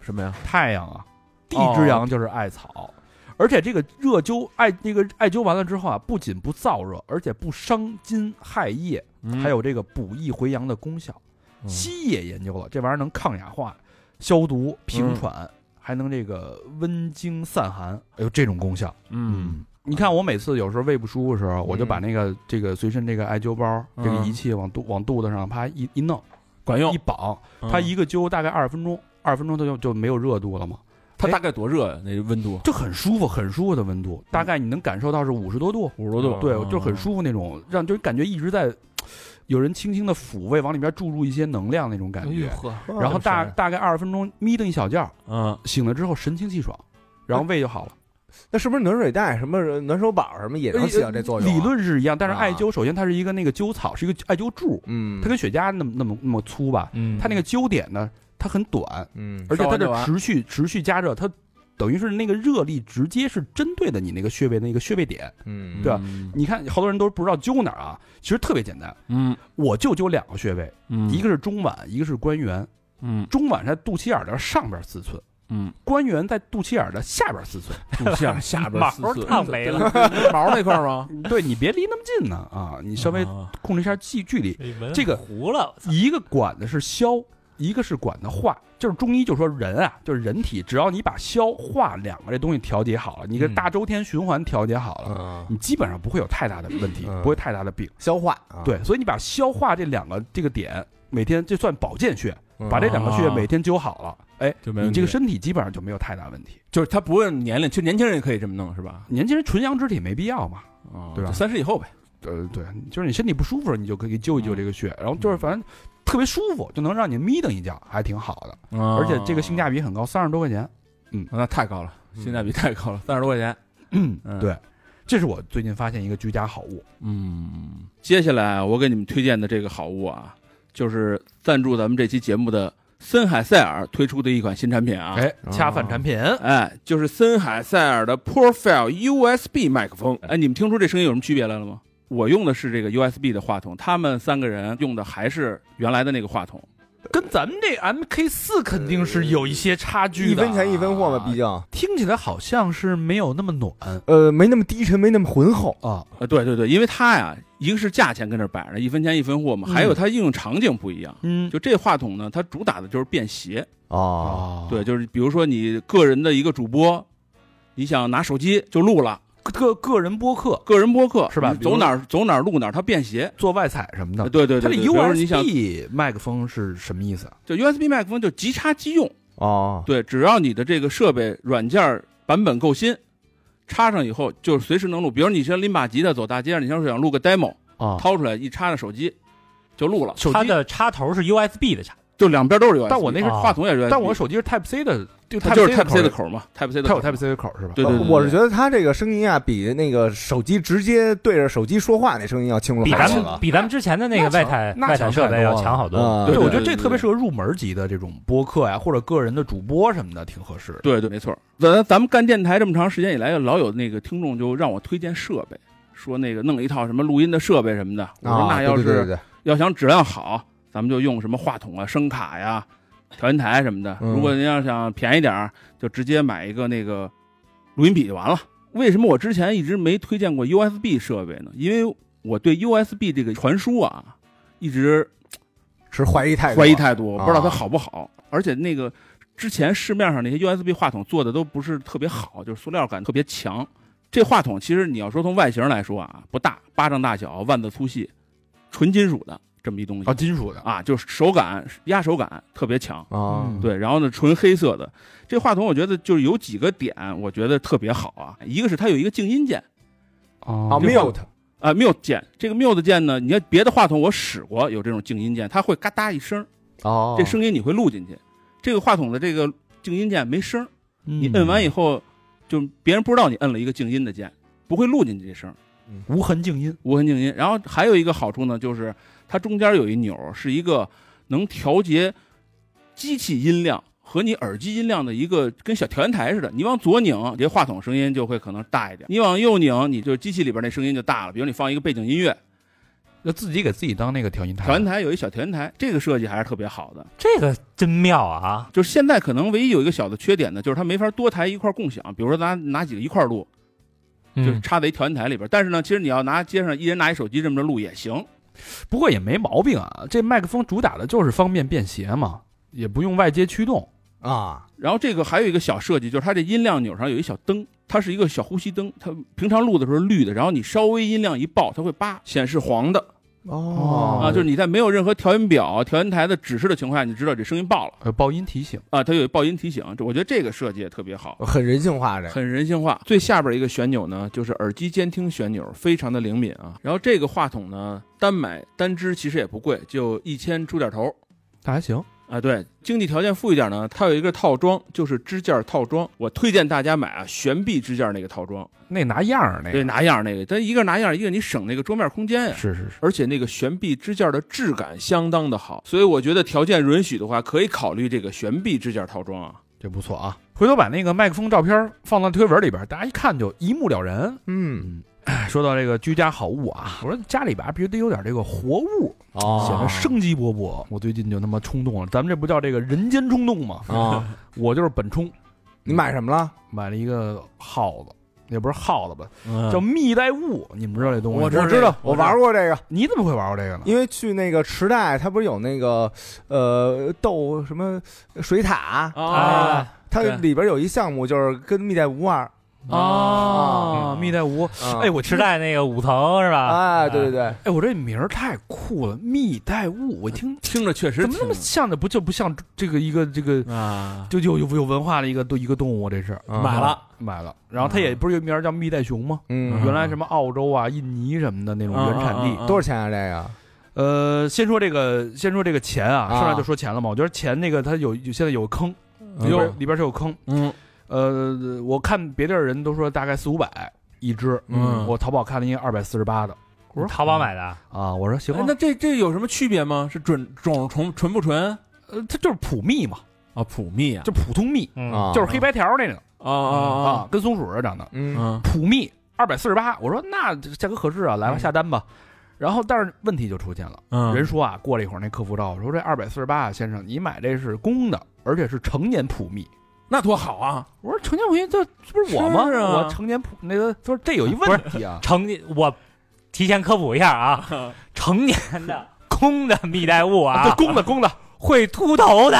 S3: 什么呀？
S1: 太阳啊，地之阳就是艾草。而且这个热灸艾那个艾灸完了之后啊，不仅不燥热，而且不伤筋害液，还有这个补益回阳的功效。
S3: 嗯
S1: 西医也研究了，这玩意儿能抗氧化、消毒、平喘，还能这个温经散寒，有嗯哎这种功效。嗯
S3: 嗯，
S1: 你看我每次有时候胃不舒服的时候，我就把那个这个随身这个艾灸包这个
S3: 嗯
S1: 仪器往肚往肚子上啪一一弄
S3: 管用
S1: 一。绑，
S3: 嗯
S1: 它一个灸大概二十分钟，二十分钟它就就没有热度了嘛，
S3: 它
S7: 哎
S3: 大概多热呀？那温度
S1: 就很舒服，很舒服的温度，大概你能感受到是五十多度，
S3: 嗯五十多
S7: 哦
S3: 度，嗯
S1: 对，就很舒服那种，让就是感觉一直在有人轻轻的抚慰，往里边注入一些能量那种
S3: 哎
S1: 感觉。
S2: 呵
S1: 然后大
S3: 这么神
S1: 大概二十分钟，眯瞪一小觉，
S3: 嗯，
S1: 醒了之后神清气爽，然后胃就好了。
S2: 那是不是暖水袋、什么暖手宝什么也能起到这作用啊？
S1: 呃理论是一样，但是
S2: 啊
S1: 艾灸首先它是一个那个灸草，是一个艾灸柱，
S2: 嗯，
S1: 它跟雪茄那么那么那么粗吧，
S5: 嗯，
S1: 它那个灸点呢，它很短，
S2: 嗯
S1: 而且它
S3: 烧完就完
S1: 的持续持续加热，它等于是那个热力直接是针对的你那个穴位那个穴位点。
S2: 嗯
S3: 啊
S4: 啊
S1: 对吧你看，好多人都不知道灸哪儿啊，其实特别简单，
S3: 嗯
S1: 我就灸两个穴位，
S3: 嗯
S1: 一个是中脘，一个是关元。
S3: 嗯
S1: 中脘在肚脐眼儿的上边四寸，
S7: 嗯，
S1: 官员在肚脐眼儿的下边四寸。
S7: 肚脐 <laughs> 眼下边
S5: 毛
S7: 四寸
S5: 烫没
S1: <laughs>
S5: 了，
S3: <laughs>
S7: 毛那块儿吗？
S4: 嗯
S1: 对你别离那么近呢啊，你稍微
S7: 啊
S1: 控制一下距距离。这个
S5: 糊了，我操
S1: 一个管的是消，一个是管的化，就是中医就说人啊，就是人体，只要你把消化两个这东西调节好了，你跟
S5: 嗯
S1: 大周天循环调节好了，
S2: 嗯，
S1: 你基本上不会有太大的问题，
S2: 嗯
S1: 不会太大的病。
S2: 消化啊，
S1: 对，所以你把消化这两个这个点，每天这算保健穴，
S2: 嗯
S1: 把这两个穴
S7: 啊
S1: 每天灸好了，哎，
S7: 就没问
S1: 你
S7: 题
S1: 这个身体基本上就没有太大问题。
S7: 就是他不问年龄，其实年轻人也可以这么弄，是吧？
S1: 年轻人纯阳之体没必要嘛，
S7: 啊
S1: 对吧
S7: 三十以后呗。
S1: 呃，对，就是你身体不舒服，你就可以灸一灸这个
S2: 嗯
S1: 穴，然后就是反正特别舒服，就能让你眯瞪一觉，还挺好的。
S2: 啊
S3: 啊
S1: 而且这个性价比很高，三十多块钱。
S7: 啊那太高了，性价比太高了，三十多块钱。
S1: 嗯
S7: 嗯
S1: 对，这是我最近发现一个居家好物。
S7: 嗯，
S4: 接下来我给你们推荐的这个好物啊，就是赞助咱们这期节目的森海塞尔推出的一款新产品啊。
S1: 哎，
S2: 哦
S1: 恰饭产品，
S4: 哎，就是森海塞尔的 Profile USB 麦克风。哎，你们听出这声音有什么区别来了吗？我用的是这个 USB 的话筒，他们三个人用的还是原来的那个话筒。
S1: 跟咱们这 MK 四肯定是有一些差距
S2: 一
S1: 的啊。
S2: 分钱一分货嘛，毕竟
S1: 听起来好像是没有那么暖
S2: 呃没那么低沉，没那么浑厚。
S1: 啊。
S4: 呃，对对对，因为它呀，一个是价钱跟这摆着，一分钱一分货嘛，
S1: 嗯
S4: 还有它应用场景不一样。
S1: 嗯，
S4: 就这话筒呢，它主打的就是便携，
S2: 哦，
S1: 啊，
S4: 对，就是比如说你个人的一个主播，你想拿手机就录了，
S1: 个个人播客、
S4: 个人播客
S1: 是吧
S4: 你
S1: 比如
S4: 走哪儿走哪儿录哪儿，它便携。
S1: 做外采什么的
S4: 呃，对对
S1: 它
S4: 对
S1: 这
S4: 对，比如说你想
S1: USB 麦克风是什么意思啊？
S4: 就 USB 麦克风就即插即用，
S2: 哦，
S4: 对，只要你的这个设备软件儿版本够新，插上以后就随时能录。比如你先拎把吉他走大街上，你要是想录个 demo，
S1: 啊，
S4: 掏出来一插上手机就录了，
S1: 手
S5: 它
S1: 机，
S5: 的插头是 USB 的插，
S4: 就两边都是 USB。
S1: 但我那是
S4: 话筒也是 USB，
S1: 但我手机是 Type C 的，就
S4: 它就是 Type C 的
S1: 口，
S4: 口嘛，Type C 的
S1: 它有
S4: 口。
S1: Type C 的口是吧？
S4: 对对对对
S2: 我是觉得他这个声音啊，比那个手机直接对着手机说话那声音要轻了
S5: 比
S2: 好
S5: 咱
S2: 多
S5: 们
S2: 了。
S5: 比咱们之前的那个外采
S1: 啊那强
S5: 外采设备要强好多。
S2: 嗯，
S1: 对，
S4: 对
S1: 我觉得这
S4: 对
S1: 特别适合入门级的这种播客呀，或者个人的主播什么的，挺合适的。
S4: 对对，没错。咱咱们干电台这么长时间以来，老有那个听众就让我推荐设备，说那个弄了一套什么录音的设备什么的。我说
S2: 啊，
S4: 那要
S2: 对对对
S4: 是
S2: 对对
S4: 要想质量好，咱们就用什么话筒啊、声卡呀、调音台什么的。
S2: 嗯
S4: 如果您要想便宜点儿，就直接买一个那个录音笔就完了。为什么我之前一直没推荐过 USB 设备呢？因为我对 USB 这个传输啊，一直
S2: 持怀疑态度，
S4: 怀疑态度，我
S2: 啊
S4: 不知道它好不好。而且那个之前市面上那些 USB 话筒做的都不是特别好，就是塑料感特别强。这话筒其实你要说从外形来说啊，不大，巴掌大小，腕子粗细，纯金属的这么一东西
S1: 啊，金属的，
S4: 啊，就是手感压手感特别强。
S2: 啊
S1: 嗯，
S4: 对，然后呢，纯黑色的这话筒，我觉得就是有几个点，我觉得特别好啊。一个是它有一个静音键
S2: 啊
S1: 啊
S2: ，mute
S4: 啊、m u t e 键。这个 mute 键呢，你看别的话筒我使过有这种静音键，它会嘎哒一声，
S2: 哦，
S4: 这声音你会录进去。这个话筒的这个静音键没声儿，你
S1: 你
S4: 摁完以后，就别人不知道你摁了一个静音的键，不会录进去这声儿，
S1: 无痕静音，
S4: 无痕静音。然后还有一个好处呢，就是它中间有一钮儿，是一个能调节机器音量和你耳机音量的一个跟小调音台似的。你往左拧，这话筒声音就会可能大一点；你往右拧，你就机器里边那声音就大了。比如你放一个背景音乐，
S1: 要自己给自己当那个调音台。
S4: 调音台有一小调音台，这个设计还是特别好的。
S5: 这个真妙啊！
S4: 就是现在可能唯一有一个小的缺点呢，就是它没法多台一块儿共享。比如说咱拿几个一块儿录，就是
S5: 嗯，
S4: 插在一调音台里边儿。但是呢，其实你要拿街上一人拿一手机这么着录也行。
S1: 不过也没毛病啊，这麦克风主打的就是方便便携嘛，也不用外接驱动。
S2: 啊，
S4: 然后这个还有一个小设计，就是它这音量钮上有一小灯，它是一个小呼吸灯。它平常录的时候绿的，然后你稍微音量一爆，它会叭显示黄的
S1: 哦
S4: 啊。就是你在没有任何调音表、调音台的指示的情况下，你知道这声音爆了
S1: 呃，爆音提醒，
S4: 啊，它有爆音提醒。这我觉得这个设计也特别好。
S2: 很人性化这，
S4: 很人性化。最下边一个旋钮呢，就是耳机监听旋钮，非常的灵敏啊。然后这个话筒呢，单买单支其实也不贵，就一千出点头。
S1: 那还行。
S4: 啊，对，经济条件富裕点呢，它有一个套装，就是支架套装。我推荐大家买啊，悬臂支架那个套装，
S1: 那拿样儿那
S4: 对，
S1: 个，
S4: 拿样儿那个，但一个拿样儿，一个你省那个桌面空间呀、
S1: 哎是是是，
S4: 而且那个悬臂支架的质感相当的好，所以我觉得条件允许的话，可以考虑这个悬臂支架套装啊。
S1: 这不错啊。回头把那个麦克风照片放到推文里边，大家一看就一目了然。
S2: 嗯
S1: 哎说到这个居家好物啊，我说家里边必须得有点这个活物，
S4: 哦
S1: 显得生机勃勃。我最近就他妈冲动了，咱们这不叫这个人间冲动吗？
S4: 啊，
S1: 我就是本冲，
S2: 哦你买什么了？
S1: 买了一个耗子，也不是耗子吧，
S4: 嗯
S1: 叫蜜袋鼯，你们知道这东西吗？
S3: 我知道
S1: 我知道，
S2: 我玩过这个，
S1: 你怎么会玩过这个呢？
S2: 因为去那个池袋，它不是有那个呃斗什么水塔，
S6: 啊，
S2: 它
S6: 对
S2: 里边有一项目就是跟蜜袋鼯玩儿
S1: 啊，
S5: 嗯
S1: 蜜袋鼯，
S2: 啊
S1: 哎，我
S5: 池
S1: 知道，
S5: 袋那个五层是吧？啊
S2: 哎，对对对，
S1: 哎，我这名儿太酷了，蜜袋鼯，我一听
S6: 听着确实
S1: 怎么那么像的，不就不像这个一个这个
S4: 啊，
S1: 就有有有文化的一个一个动物，这是
S2: 啊
S4: 买了，
S1: 买了，然后它也不是有名儿叫蜜袋熊吗？
S2: 嗯，
S1: 原来什么澳洲啊、印尼什么的那种原产地，
S2: 多少钱啊？这
S1: 呃，先说这个，先说这个钱啊，
S2: 啊
S1: 上来就说钱了嘛。我觉得钱那个它有有现在有坑，
S4: 嗯
S1: 里边里边是有坑。
S4: 嗯
S1: 呃，我看别地儿人都说大概四五百一只，
S4: 嗯
S1: 我淘宝看了一个二百四十八的
S5: 你淘宝买的，
S1: 啊，我说行
S4: 哎
S1: 啊，
S4: 那这这有什么区别吗？是准种纯纯不纯
S1: 呃，它就是普蜜嘛，
S4: 啊？普蜜啊
S1: 就普通蜜，
S2: 个
S5: 嗯，
S2: 啊，
S1: 就是黑白条那个
S4: 啊啊
S1: 啊，跟松鼠似的长得。
S4: 啊
S2: 嗯
S4: 啊！
S1: 普蜜二百四十八，我说那这价格合适啊，来吧，下单吧。然后，但是问题就出现了，
S4: 嗯
S1: 人说啊，过了一会儿那客服找我说这二百四十八，先生，你买这是公的，而且是成年普蜜。
S4: 那多好啊！
S1: 我说成年普及这这不是我吗？
S4: 是啊
S1: 我成年普那个，他说这有一问
S2: 哎
S1: 题
S5: <laughs>
S1: 啊，
S5: 成年我提前科普一下 <laughs> 啊，成年的公的蜜袋鼯
S1: 这
S5: 嗯啊，
S1: <laughs> 公的公的，
S5: 会秃头的，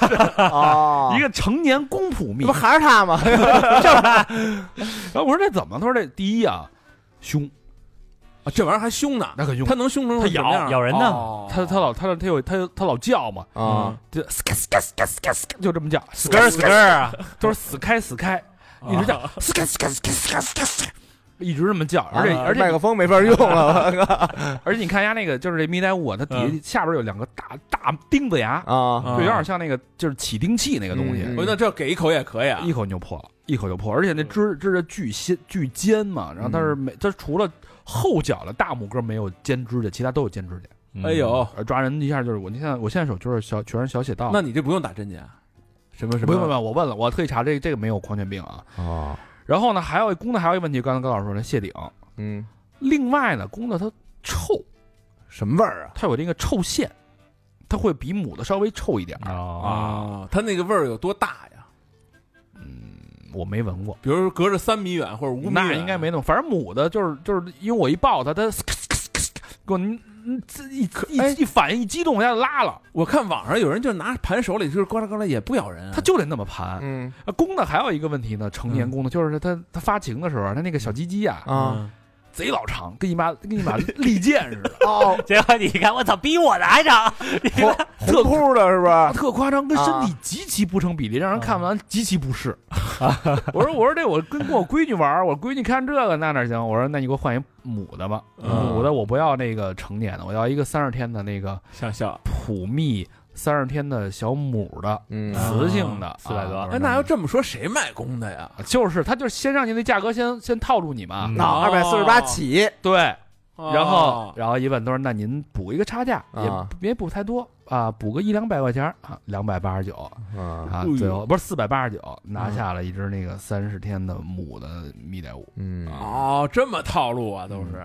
S5: <laughs>
S2: 哦，
S1: 一个成年公普蜜
S2: 这不。还是他吗？
S1: 然后我说这怎么？他说这第一啊，凶，
S4: 啊这玩意儿还凶呢，
S1: 那可凶
S4: 它，能凶成
S1: 它
S4: 什么样
S1: 咬
S5: 咬人呢。
S4: 哦
S1: 他他老他他有他有他老叫嘛，
S2: 啊，
S1: 就死开死开死开死
S5: <laughs>
S1: 开死开，就这么叫，死
S5: 咯儿死咯儿啊！
S1: 都是死开死开，一直叫死开死开死开死开死开死开，一直这么叫，而且
S2: 啊
S1: 而且
S2: 麦克风没法用了我靠
S1: 而且你看一下那个，就是这蜜袋鼯啊，它底下下边有两个大大钉子牙，
S2: 啊
S4: 啊哎
S1: 就有点像那个就是起钉器那个东西，
S2: 嗯
S4: 我那这给一口也可以啊
S1: 一口你就破了，一口就破，而且那枝枝的巨尖巨尖嘛，然后但是每它除了后脚的大拇哥没有尖指甲，其他都有尖指甲。
S5: 嗯
S4: 哎
S2: 啊
S4: 呦，
S1: 呃抓人一下就是我，你现在我现在手就是小全是小血道。
S4: 那你这不用打针去啊？什么什么？
S1: 不用不用不用，我问了，我特意查这这个没有狂犬病啊。
S2: 啊，
S1: 然后呢，还有公的还有一个问题，刚才高老师说的谢顶，
S2: 嗯，
S1: 另外呢，公的它臭，
S2: 什么味儿啊？
S1: 它有那个臭腺，它会比母的稍微臭一点儿。
S5: 啊，
S4: 啊！它那个味儿有多大呀？
S1: 我没闻过。
S4: 比如说隔着三米远或者五米
S1: 那
S4: 远
S1: 应该没那么，反正母的就是就是因为我一抱它，它给我嗯自一
S4: 哎
S1: 一一反应一激动，我一下就拉了，
S4: 我看网上有人就拿盘手里就是呱啦呱啦也不咬人啊，
S1: 它就得那么盘。
S2: 嗯
S1: 啊公的还有一个问题呢，成年公的就是它它发情的时候，它那个小鸡鸡啊
S2: 啊，
S5: 嗯
S1: 贼老长，跟一把跟一把利剑似的，
S2: 哦，
S5: 结果你看，我操，比我的还长，
S2: 红红扑的是不
S1: 啊
S2: 是？
S1: 特夸张，跟身体极其不成比例，让人看完极其不适。 <laughs> 我说我说这我跟跟我闺女玩儿，我闺女看这个那哪行？我说那你给我换一母的吧，
S4: 嗯
S1: 母的我不要那个成年的，我要一个三十天的那个。
S4: 想笑。
S1: 普密三十天的小母的
S2: 嗯
S1: 雌性的，
S5: 400多
S1: 啊
S4: 哎，那要这么说，谁卖公的呀？
S1: 就是他就是先让你那价格先先套住你嘛，
S5: 嗯
S2: 那二百四十八起
S1: 对，然后
S4: 哦
S1: 然后一问，他说那您补一个差价，也
S2: 啊
S1: 别补太多啊，补个一两百块钱啊，两百八十九
S2: 啊，
S1: 啊
S4: 哎呦，
S1: 最后不是四百八十九，拿下了一只那个三十天的母的蜜袋鼯。
S2: 嗯
S4: 哦，这么套路啊，都是。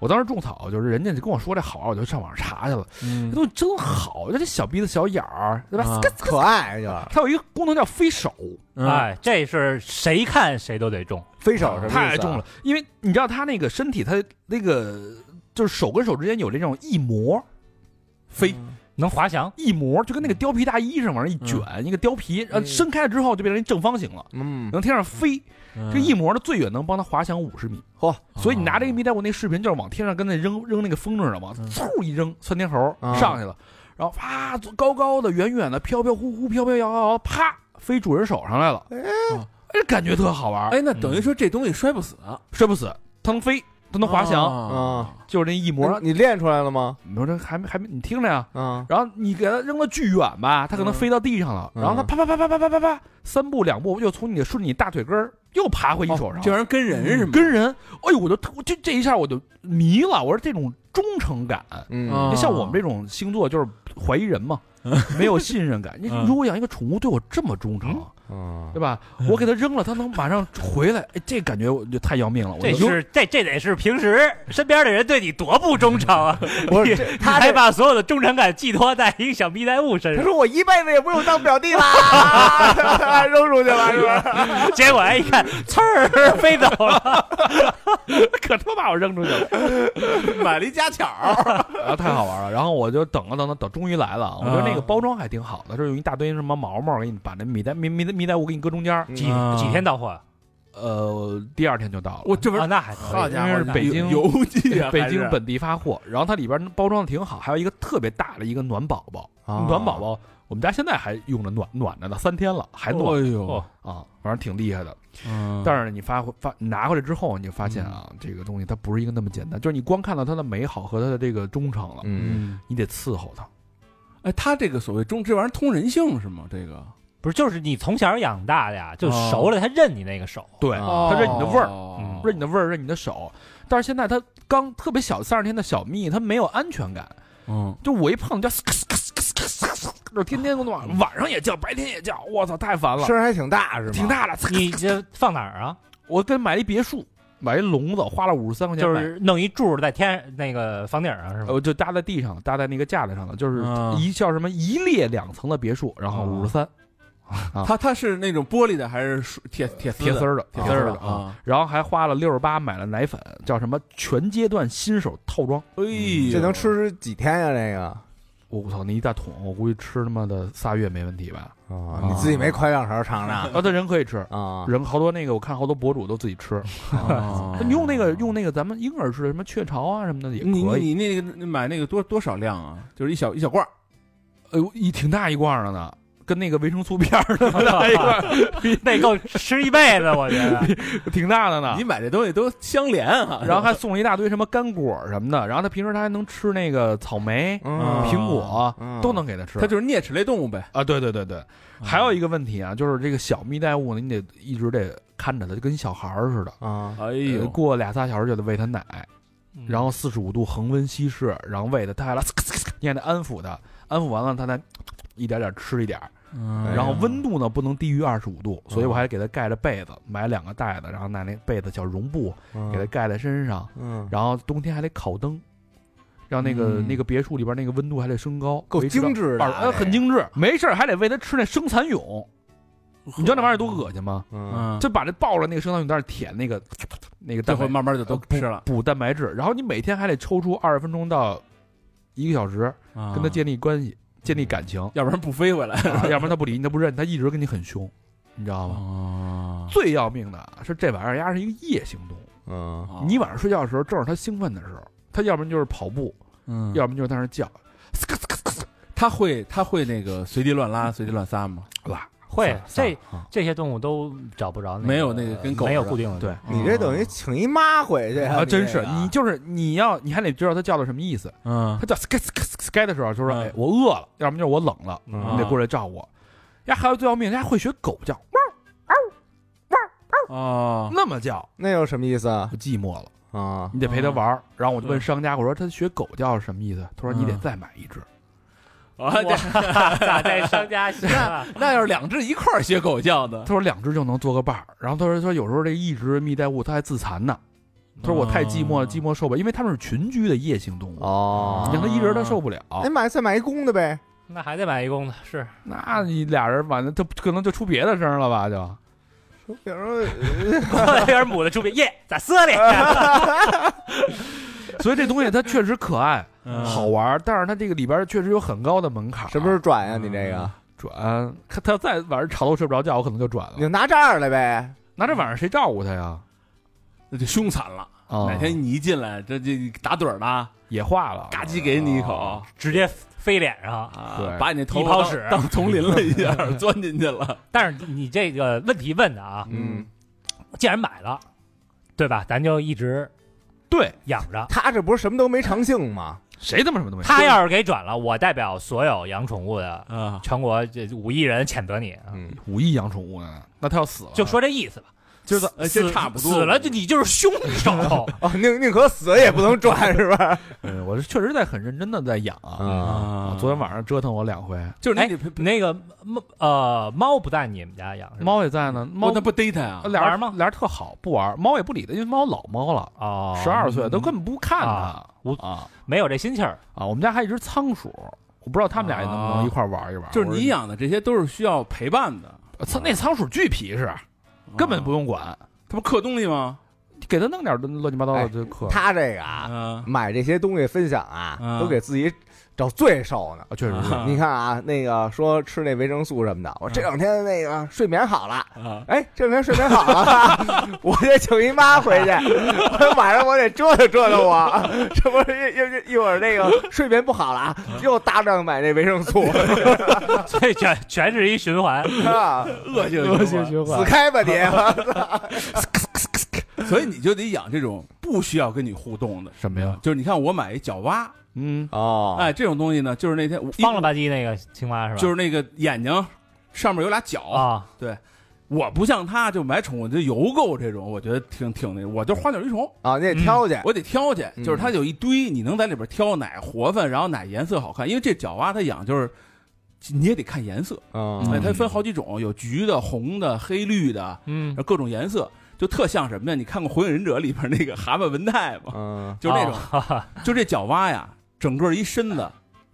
S1: 我当时种草就是人家就跟我说这好，我就上网上查去了，这东西真好，这小鼻子小眼儿，对吧？
S4: 啊
S2: 可爱就是
S1: 它有一个功能叫飞手，
S4: 哎，
S5: 哎，这是谁看谁都得中，
S2: 飞手什么意思啊
S1: 太重了，因为你知道他那个身体，他那个就是手跟手之间有这种一膜
S4: 飞
S5: 能滑翔。
S1: 一膜，就跟那个貂皮大衣上往上一卷，一个貂皮，然后伸开了之后就变成一正方形了，
S2: 嗯，
S1: 能天上飞。
S4: 嗯
S1: 这一膜呢，最远能帮他滑翔五十米。
S2: 嚯！
S1: 所以你
S4: 哦
S1: 拿这个蜜袋鼯那视频，就是往天上跟那扔扔那个风筝似的，
S4: 嗯
S1: 往嗖一扔，窜天猴
S2: 啊
S1: 上去了，然后啪，高高的、远远的、飘飘忽忽、飘飘摇摇摇，啪，飞主人手上来了，哎，感觉特好玩，
S4: 哎，那等于说这东西摔不死，
S1: 摔不死，它能飞，它能滑翔，
S4: 啊嗯
S2: 啊！
S1: 就是那一膜
S2: 哎。你练出来了吗？
S1: 你说这还没还没，你听着呀。
S2: 啊，
S1: 然后你给它扔的巨远吧，它可能
S4: 嗯
S1: 飞到地上了，
S2: 嗯
S1: 然后它啪啪啪啪啪啪啪啪，三步两步又从你的顺着你大腿根儿又爬
S2: 哦
S1: 回你手上，
S4: 这玩意儿跟人是吗？
S1: 跟人，哎呦，我就特我这这一下我就迷了，我说这种忠诚感。
S2: 嗯
S4: 啊
S1: 像我们这种星座就是怀疑人嘛，没有信任感。你
S4: 嗯
S1: 如果养一个宠物对我这么忠诚，
S2: 嗯
S1: 对吧？我给它扔了，它能马上回来，哎，这感觉我就太要命了。我
S5: 这
S1: 就是
S5: 这这得是平时身边的人对你多不忠诚啊！
S2: 不是
S5: 你
S2: 这
S5: 你
S2: 他
S5: 还
S2: 这
S5: 把所有的忠诚感寄托在一个小逼呆物身
S2: 他 <laughs>
S5: 上，
S2: 说我一辈子也不用当表弟啦， <laughs> 扔出去了是吧？
S5: 结果哎一看，刺儿 <laughs> 飞走了，
S1: 可他妈把我扔出去了，
S6: 买了一家巧儿，
S1: 然后啊太好玩了。然后我就等了啊等了等，终于来了。我觉得那个包装还挺好的，就是有一大堆什么毛毛，给你把那米袋米米米袋鼯给你搁中间儿。
S2: 嗯
S5: 几
S4: 啊
S5: 几天到货啊？
S1: 呃，第二天就到了。
S4: <laughs> 我这不
S5: 啊
S4: 是
S5: 那还可以
S1: 因为是北京
S6: 邮寄啊，
S1: 北
S6: 还是
S1: 京本地发货，然后它里边包装的挺好，还有一个特别大的一个暖宝宝，
S2: 啊
S1: 暖宝宝我们家现在还用着暖暖着呢，三天了还暖、
S4: 哎呦，
S1: 啊，反正挺厉害的。
S4: 嗯
S1: 但是你发回发你拿回来之后，你就发现啊，这个东西它不是一个那么简单，就是你光看到它的美好和它的这个忠诚了，
S2: 嗯，
S4: 嗯，
S1: 你得伺候它。
S4: 哎，他这个所谓中这玩意儿通人性是吗？这个
S5: 不是就是你从小养大的呀，就熟了，他认你那个手。
S1: 对，
S4: 哦
S1: 啊它认你的味儿，
S5: 嗯
S1: 认你的味儿，认你的手。但是现在它刚特别小，三十天的小蜜，它没有安全感。
S4: 嗯，
S1: 就我一碰就，就天天跟我晚晚上也叫，白天也叫，我操，太烦了。
S2: 声儿还挺大是吗？
S1: 嗯挺大的，
S5: 你这放哪儿啊？
S1: 我跟买了一别墅，买一笼子，花了五十三块钱
S5: 就
S1: 买，
S5: 是弄一柱在天那个房顶上是吗？
S1: 呃，就搭在地上了，搭在那个架子上了，就是
S4: 嗯
S1: 一叫什么一列两层的别墅，然后五十三啊
S4: 他他是那种玻璃的还是水铁
S1: <laughs>
S4: 铁
S1: 铁丝
S4: 丝
S1: 儿的，
S4: 铁
S1: 丝
S4: 儿
S1: 的
S4: 的
S1: 啊。
S4: 啊？
S1: 然后还花了六十八买了奶粉，叫什么全阶段新手套装。
S4: 哎呦，
S2: 嗯这能吃几天呀？这个。
S1: 我操，那一大桶，我估计吃他妈的仨月没问题吧？
S2: 啊，你自己没快让勺尝尝
S1: 啊，这人可以吃，
S2: 啊？
S1: 人好多那个我看好多博主都自己吃。 <laughs>
S4: 啊？
S1: 你用那个用那个咱们婴儿吃的什么雀巢啊什么的也
S4: 你
S1: 可以。
S4: 你你那个买那个多多少量啊？就是一小一小罐儿
S1: 哎呦，一挺大一罐儿的呢，跟那个维生素片儿似
S5: <laughs>
S1: <laughs>
S5: 那够吃一辈子，我觉得。
S1: 的，挺大的呢。
S4: 你买这东西都相连啊，
S1: 啊然后还送了一大堆什么干果什么的。然后他平时他还能吃那个草莓、啊
S2: 嗯
S1: 苹果，
S2: 嗯
S1: 都能给他吃。
S4: 它就是啮齿类动物呗。
S1: 啊，对对对对。还有一个问题啊，就是这个小蜜袋鼯呢，你得一直得看着它，就跟小孩儿似的。
S2: 啊，
S4: 哎
S1: 呃
S4: 呦，
S1: 过俩仨小时就得喂它奶，
S5: 嗯
S1: 然后四十五度恒温稀释，然后喂它，它还来，你还得安抚它，安抚完了它才一点点吃一点儿，
S4: 嗯
S1: 然后温度呢不能低于二十五度，所以我还给它盖着被子，买两个袋子，然后拿那被子小绒布
S2: 嗯
S1: 给它盖在身上，
S2: 嗯，
S1: 然后冬天还得烤灯，让那个、
S4: 嗯
S1: 那个别墅里边那个温度还得升高，
S2: 够
S1: 维持到
S2: 精致的
S1: 二呃
S2: 这
S1: 很精致。没事儿还得喂它吃那生蚕蛹，你知道那玩意儿多恶心吗？
S2: 嗯
S4: 嗯，
S1: 就把这抱着那个生蚕蛹在那儿舔那个那个
S4: 这
S1: 蛋
S4: 会
S1: 白
S4: 慢慢就都吃了，
S1: 补蛋白质，然后你每天还得抽出二十分钟到一个小时跟
S4: 跟
S1: 它，建立关系，建立感情，
S4: 要不然不飞回来。
S1: 啊要不然它不理你，它不认，它一直跟你很凶，你知道吗？
S4: <laughs> 哦，
S1: 最要命的是这玩意儿，它是一个夜行动物，
S2: 嗯
S4: 啊
S1: 你晚上睡觉的时候正是它兴奋的时候，它要不然就是跑步，
S4: 嗯
S1: 要不然就是在那儿叫。
S4: 他会他会那个随地乱拉、随地乱撒吗？
S1: 啦，
S5: 会
S1: 算
S5: 这这些动物都找不着那个，
S4: 没有那个跟狗
S5: 没有
S4: 似的
S5: 固定的
S1: 对
S2: 你这
S4: 哦
S2: 等于请一妈回去
S1: 啊，真是你
S2: 你
S1: 就是你要你还得知道它叫的什么意思。
S4: 嗯
S1: 它叫 sky sky sky 的时候，就说
S4: 嗯
S1: 哎我饿了，要么就是我冷了，
S2: 嗯
S1: 你得过来照顾我。呀，还有最要命，人家会学狗叫，
S4: 哦，
S1: 那么叫
S2: 那有什么意思啊
S1: 我？寂寞了，
S2: 啊
S1: 你得陪它玩儿。然后我就问
S4: 嗯
S1: 商家，我说它学狗叫是什么意思？他说你得再买一只。
S4: 啊 <laughs>
S5: 哇， <laughs> 咋在商家啊学了？
S4: 那要是两只一块儿学狗叫呢
S1: 他？说两只就能做个伴儿。然后他说说有时候这一只蜜袋鼯它还自残呢。他说我太寂寞了，
S4: 嗯
S1: 寂寞受不了，因为它们是群居的夜行动物，
S2: 哦
S1: 你让它一人它受不了。
S2: 哎，买再买一公的呗，
S5: 那还得买一公的，是
S1: 那你俩人完了，它可能就出别的声儿了吧？就。
S2: 比如说
S5: <laughs> 有点母的出品，耶，咋撕 <laughs> 哩？
S1: 所以这东西它确实可爱、
S4: 嗯
S1: 好玩儿，但是它这个里边儿确实有很高的门槛儿。
S2: 什么时候转呀？你这个
S1: 转？它它再晚上吵得我睡不着觉，我可能就转
S2: 你就
S1: 了。
S2: 拿这儿来呗。
S1: 那这晚上谁照顾它呀？
S4: 那就凶残了。
S1: 啊
S4: 哪天你一进来，这这打盹儿呢，
S1: 也化了？
S4: 嘎叽给你一口，
S5: 直接飞脸上。
S4: 啊
S1: 对，
S4: 把你那头
S5: 一
S4: 发
S5: 泡
S4: 当
S5: 屎
S4: 当 <laughs> 丛林了一下，钻进去了。
S5: 但是你这个问题问的啊，
S2: 嗯，
S5: 既然买了，对吧？咱就一直
S1: 对，
S5: 养着。
S2: 他这不是什么都没长性吗？
S1: 谁他妈什
S4: 嗯
S1: 么东西？
S5: 他要是给转了，我代表所有养宠物的
S4: 啊，
S5: 全国这五亿人谴责你，
S2: 嗯
S1: 五亿养宠物呢？那它要死了，
S5: 就说这意思吧。
S1: 就是
S4: <laughs> 呃这
S5: 死
S4: 差不多
S5: 死了就你就是凶
S4: <laughs>
S5: 手，
S2: 哦，宁宁可死也不能转，是吧？
S1: 嗯，我是确实在很认真的在养啊。
S2: 啊，
S1: 啊
S4: 啊
S1: 昨天晚上折腾我两回，
S4: 就是
S5: 哎
S4: 你得
S5: 那个猫呃猫不在你们家养是吧
S1: 猫也在呢，猫
S4: 猫那不啊逮它呀？
S1: 俩人
S5: 玩吗
S1: 俩人特好，不玩，猫也不理它，因为猫老猫了，
S5: 哦，
S1: 十二岁都根本不看它
S5: 啊我
S1: 啊
S5: 没有这心气儿， <laughs>
S1: 啊！我们家还有一只仓鼠，我不知道他们俩能不能一块玩一玩。
S4: 啊就是你
S1: 养
S4: 养的这些都是需要陪伴的，
S1: 仓那仓鼠巨皮实，根本不用管，
S4: 它不刻东西吗？
S1: 给它弄点乱七八糟
S4: 哎
S1: 的就可。
S2: 他这个啊，
S4: 啊，
S2: 买这些东西分享啊，
S4: 嗯
S2: 都给自己找罪受呢。
S1: 啊确实是 <laughs>
S4: 啊
S2: 你看啊，那个说吃那维生素什么的，
S1: 嗯
S2: 我这两天那个睡眠好了，
S4: 啊
S2: 哎，这两天睡眠好了， <laughs> 我得请姨妈回去，我晚上我得折腾折腾我， <laughs> 这不是一一一会儿那个睡眠不好了，啊
S4: 嗯
S2: 又搭档买那维生
S4: <laughs>
S2: 素，
S5: 所以全全是一循环。
S2: 啊
S4: <laughs> 恶性
S1: 恶性循
S2: 死
S1: 环。
S2: 开
S4: <laughs>
S2: 吧你！
S4: 所以你就得养这种不需要跟你互动的。
S1: 什么呀？
S4: 就是你看，我买一角蛙，
S1: 嗯，
S2: 哦
S4: 哎，这种东西呢，就是那天我
S5: 方了吧唧那个青蛙是吧？
S4: 就是那个眼睛上面有俩角。
S5: 啊，
S4: 我不像他，就买宠物就邮购这种，我觉得挺挺那，我就花鸟鱼虫，
S2: 啊，你得挑去，
S4: 我得挑去，
S2: 嗯
S4: 就是它有一堆，你能在里边挑哪活泛，然后哪颜色好看，因为这角蛙它养就是。你也得看颜色，
S2: 嗯
S4: 哎，它分好几种，有橘的、红的、黑绿的，
S5: 嗯
S4: 然后各种颜色，就特像什么呀？你看过《火影忍者》里边那个蛤蟆文太吗？
S2: 嗯
S4: 就是那种，
S5: 种，
S4: <laughs> 就这角蛙呀，整个一身子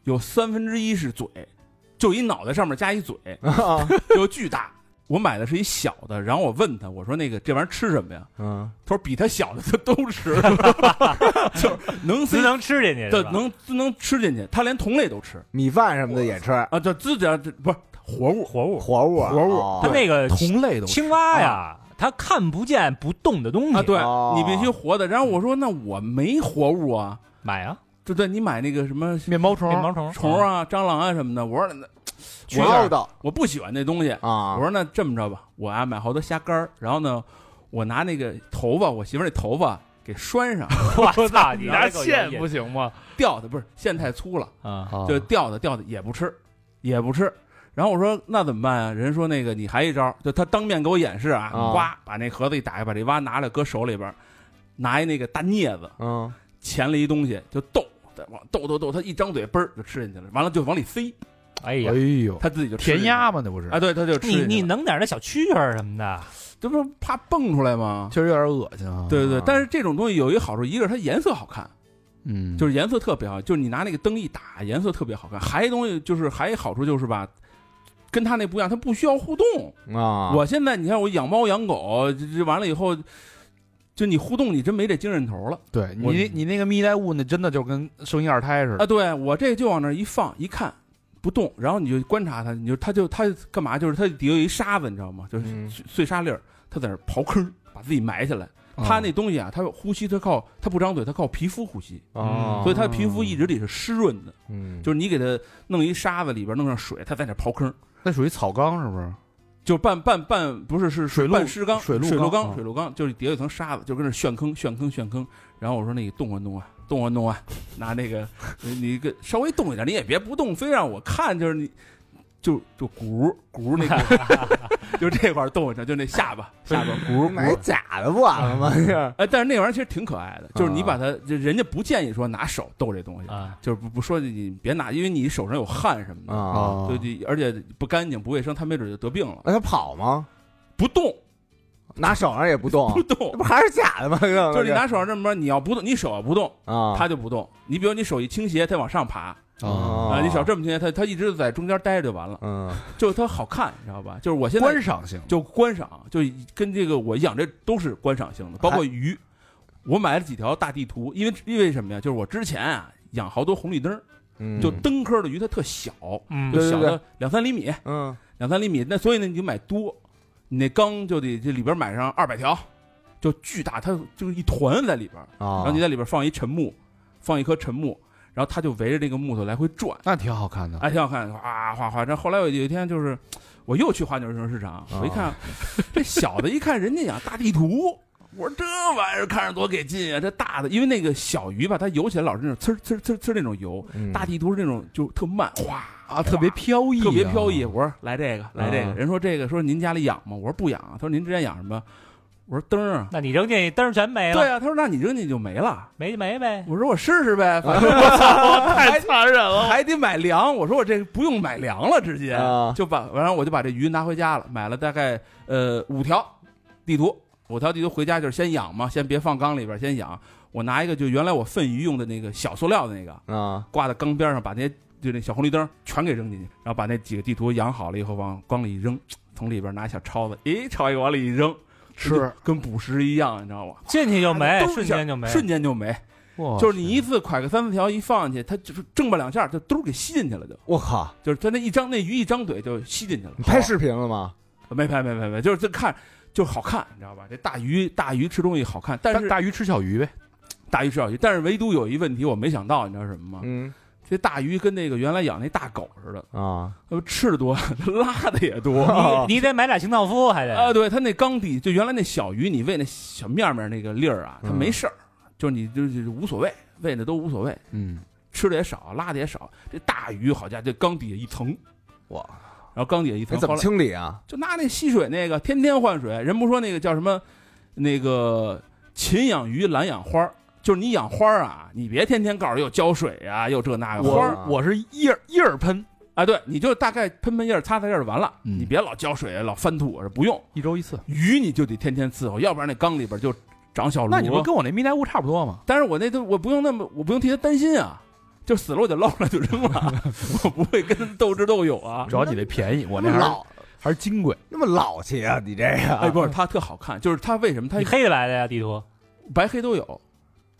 S4: 有三分之一是嘴，就一脑袋上面加一嘴，
S2: 啊
S4: 就巨大。我买的是一小的，然后我问他，我说那个这玩意儿吃什么呀？
S2: 嗯，
S4: 他说比他小的他都
S5: <laughs>
S4: 吃，就是能塞
S5: 只能吃进
S4: 的
S5: 去是吧
S4: 能自能吃进去，他连同类都吃
S2: <laughs> 米饭什么的也吃，
S4: 啊，就自己这不是活物，
S5: 活物，
S2: 活物啊
S4: 活物
S2: 哦
S5: 它那个
S1: 嗯同类都
S5: 青蛙呀，它看不见不动的东
S4: 啊，
S5: 西，
S4: 对
S2: 哦
S4: 你必须活的。然后我说那我没活物啊，
S5: 买啊，
S4: 对对，你买那个什么
S1: 面包虫
S5: 面包
S2: 哦
S5: 虫
S4: 哦
S5: 哦
S4: 虫，啊、蟑螂啊什么的，我说那
S2: 去唠叨
S4: 我不喜欢那东西，
S2: 啊
S4: 我，说那这么着吧，我啊买好多虾干儿，然后呢，我拿那个头发，我媳妇儿那头发给拴上，
S5: 我操，你
S1: 拿
S5: 这够有
S1: 线
S5: 意思
S1: 不行吗？
S4: 吊的不是线太粗了，
S5: 啊，
S2: 哦
S1: 啊
S4: 就吊的吊的也不吃，也不吃。然后我说那怎么办啊？人说那个你还一招，就他当面给我演示啊，
S2: 啊
S4: 呱、把那盒子一打开，把这蛙拿来搁手里边儿，拿一那个大镊子
S2: 嗯
S4: 钳了一东西就逗，再往逗逗逗，他一张嘴嘣儿就吃进去了，完了就往里塞，
S5: 哎
S1: 哎
S5: 呀，
S1: 呦，
S4: 他自己就吃进
S1: 填
S4: 去
S1: 鸭嘛，那不是
S4: 啊，？对，他就吃进去
S5: 你
S4: 了
S5: 你弄点那小蛐蛐儿什么的，
S4: 这不是怕蹦出来吗？
S1: 确实有点恶心啊。
S4: 对对
S2: 啊
S4: 对，但是这种东西有一个好处，一个是它颜色好看，
S1: 嗯，
S4: 就是是颜色特别好，就是你拿那个灯一打，颜色特别好看。还一东西就是还一好处就是吧，跟它那不一样，它不需要互动。
S2: 啊，
S4: 我现在你看我养猫养狗，这这完了以后，就你互动你真没这精神头了
S1: 对
S4: 我
S1: 你你那个蜜袋鼯，那真的就跟生一二胎似的。
S4: 啊！对我这就往那儿一放一看。不动，然后你就观察它，你就它就它干嘛？就是它底下有一沙子，你知道吗？就是
S2: 嗯
S4: 碎碎沙粒儿，它在那儿刨坑，把自己埋起来。
S1: 啊
S4: 它那东西啊，它呼吸，它靠它不张嘴，它靠皮肤呼吸。
S2: 哦
S4: 所以它的皮肤一直得是湿润的，
S2: 嗯
S4: 就是你给它弄一沙子里边弄上水，它在那刨坑，
S1: 那属于草缸是不是？
S4: 就半半半不是是
S1: 水路
S4: 半湿缸，
S1: 水
S4: 水
S1: 路
S4: 路
S1: 缸啊
S4: 水路缸就是底下有层沙子，就跟那旋坑旋坑旋坑。然后我说那个动啊动啊动啊动啊，拿那个你你个稍微动一点，你也别不动，非让我看就是你。就就鼓鼓那个，
S1: <laughs>
S4: 就这块儿动一下，就那下巴下
S1: 嗯
S4: 巴鼓鼓。
S2: 买假的不完了吗？这
S4: 哎，但是那玩意儿其实挺可爱的，就是你
S1: 啊
S4: 把它，就人家不建议说拿手逗这东西，
S5: 啊，
S4: 就是不不说你别拿，因为你手上有汗什么的，
S2: <laughs> 啊，
S4: 对对，而且不干净不卫生，它没准就得病了。
S2: 那他跑吗？
S4: 不动
S2: 拿手上也不动
S4: <laughs>
S1: 啊
S4: 不，
S2: 那
S4: 动，
S2: <laughs> 不还是假的吗？
S4: 就
S2: 就是
S4: 你拿手上这么着，你要不动，你手要不动，
S2: 啊，哦
S4: 它就不动。你比如你手一倾斜，它往上爬
S1: 啊，
S4: 啊，你手这么倾斜，它它一直在中间待着就完了，
S2: 嗯
S4: 就它好看，你知道吧？就是我现在
S1: 观赏性
S4: 就观赏，就跟这个我养这都是观赏性的，包括鱼。我买了几条大地图，因为因为什么呀？就是我之前啊养好多红绿灯儿，
S2: 嗯，
S4: 就灯科的鱼它特小，
S5: 嗯
S4: 就
S2: 对
S4: 小到两三厘米，
S2: 嗯
S4: 两三厘米，那所以呢，你就买多，你那缸就得这里边买上二百条，就巨大，它就是一团在里边，然
S2: 啊
S4: 后你在里边放一沉木，放一棵沉木，然后它就围着这个木头来回转，
S1: 那挺好看的。
S4: 哎，挺好看，哗哗哗。这后来我有一天就是，我又去花鸟鱼虫市场，我一看，
S1: 啊
S4: <laughs> 这小的一看人家养大地图。我说这玩意儿看着多给劲啊！这大的，因为那个小鱼吧，它游起来老是那种呲儿呲儿呲儿呲儿那种游，
S2: 嗯
S4: 大地图是那种就特慢，哗
S1: 啊，特别飘逸啊，啊
S4: 特别飘逸。我说来这个，来这
S2: 嗯
S4: 个。啊人说这个，说您家里养吗？我说不养。他说您之前养什么？我说灯儿啊，
S5: 那你扔进去灯儿全没
S4: 对
S5: 了，
S4: 啊，他说那你扔进去就没了。
S5: 没没呗。
S4: 我说我试试呗， <laughs> 反正我操，太残忍了，还得买粮。我说我这不用买粮了，直接
S2: 啊
S4: 就把，然后我就把这鱼拿回家了，买了大概呃五条地图，五条地图回家就是先养嘛，先别放缸里边，先养。我拿一个就原来我粪鱼用的那个小塑料的那个，
S2: 啊
S4: 挂在缸边上，把那些就那小红绿灯全给扔进去，然后把那几个地图养好了以后，往缸里一扔，从里边拿小抄子，咦，抄一个往里一扔，
S2: 吃
S4: 跟捕食一样，你知道吗？
S5: 进去就没，
S4: 都是
S5: 瞬间就没，
S4: 哎瞬间就没，
S1: 哇
S4: 就是你一次蒯个三四条，一放进去，它就是正吧两下，就都给吸进去了，就
S2: 我靠，
S4: 就是它那一张那鱼一张嘴就吸进去了。
S2: 你拍视频了吗？
S4: 没拍没拍没，就是这看就好看，你知道吧？这大鱼大鱼吃东西好看，但
S1: 大
S4: 是
S1: 大鱼吃小鱼呗，
S4: 大鱼吃小鱼，但是唯独有一问题我没想到，你知道什么吗？
S2: 嗯
S4: 这大鱼跟那个原来养那大狗似的，
S2: 啊，
S4: 它吃的多，它拉的
S2: <laughs>
S4: 也多。
S2: 哦
S5: 你得买俩清道夫，还
S4: 啊，
S5: 得
S4: 对，它那缸底就原来那小鱼，你喂那小面面那个粒儿啊，它
S2: 嗯
S4: 没事儿，就是你就是无所谓，喂的都无所谓，
S1: 嗯，
S4: 吃的也少，拉的也少。这大鱼好家伙，这缸底下一层，
S2: 哇，
S4: 然后缸底下一
S2: 那
S4: 层，
S2: 怎
S4: 后
S2: 么
S4: 来
S2: 清理啊？
S4: 就拿那吸水那个，天天换水。人不说那个叫什么，那个勤养鱼，懒养花儿。就是你养花儿啊，你别天天告诉又浇水啊，又这那个花儿
S1: 我我是一哎儿一儿喷，
S4: 啊，对，你就大概喷喷叶儿、擦擦叶儿就完了，
S1: 嗯
S4: 你别老浇水、老翻土，不用。
S1: 一周一次。
S4: 鱼你就得天天伺候，要不然那缸里边就长小啊
S1: 那你不
S4: 螺。
S1: 跟我那蜜袋鼯差不多吗？
S4: 但是我那都我不用那么，我不用替它担心啊，就死了我就捞出来就扔了， <laughs> 我不会跟它斗智斗勇啊。
S1: 主要你那便宜，我那
S2: 那么
S1: 还是
S2: 老
S1: 还是金贵。
S2: 那么老气啊！你这
S4: 哎，
S2: 个
S4: 不是，它特好看，就是它为什么它
S5: 你黑的来的呀，地图。
S4: 白黑都有，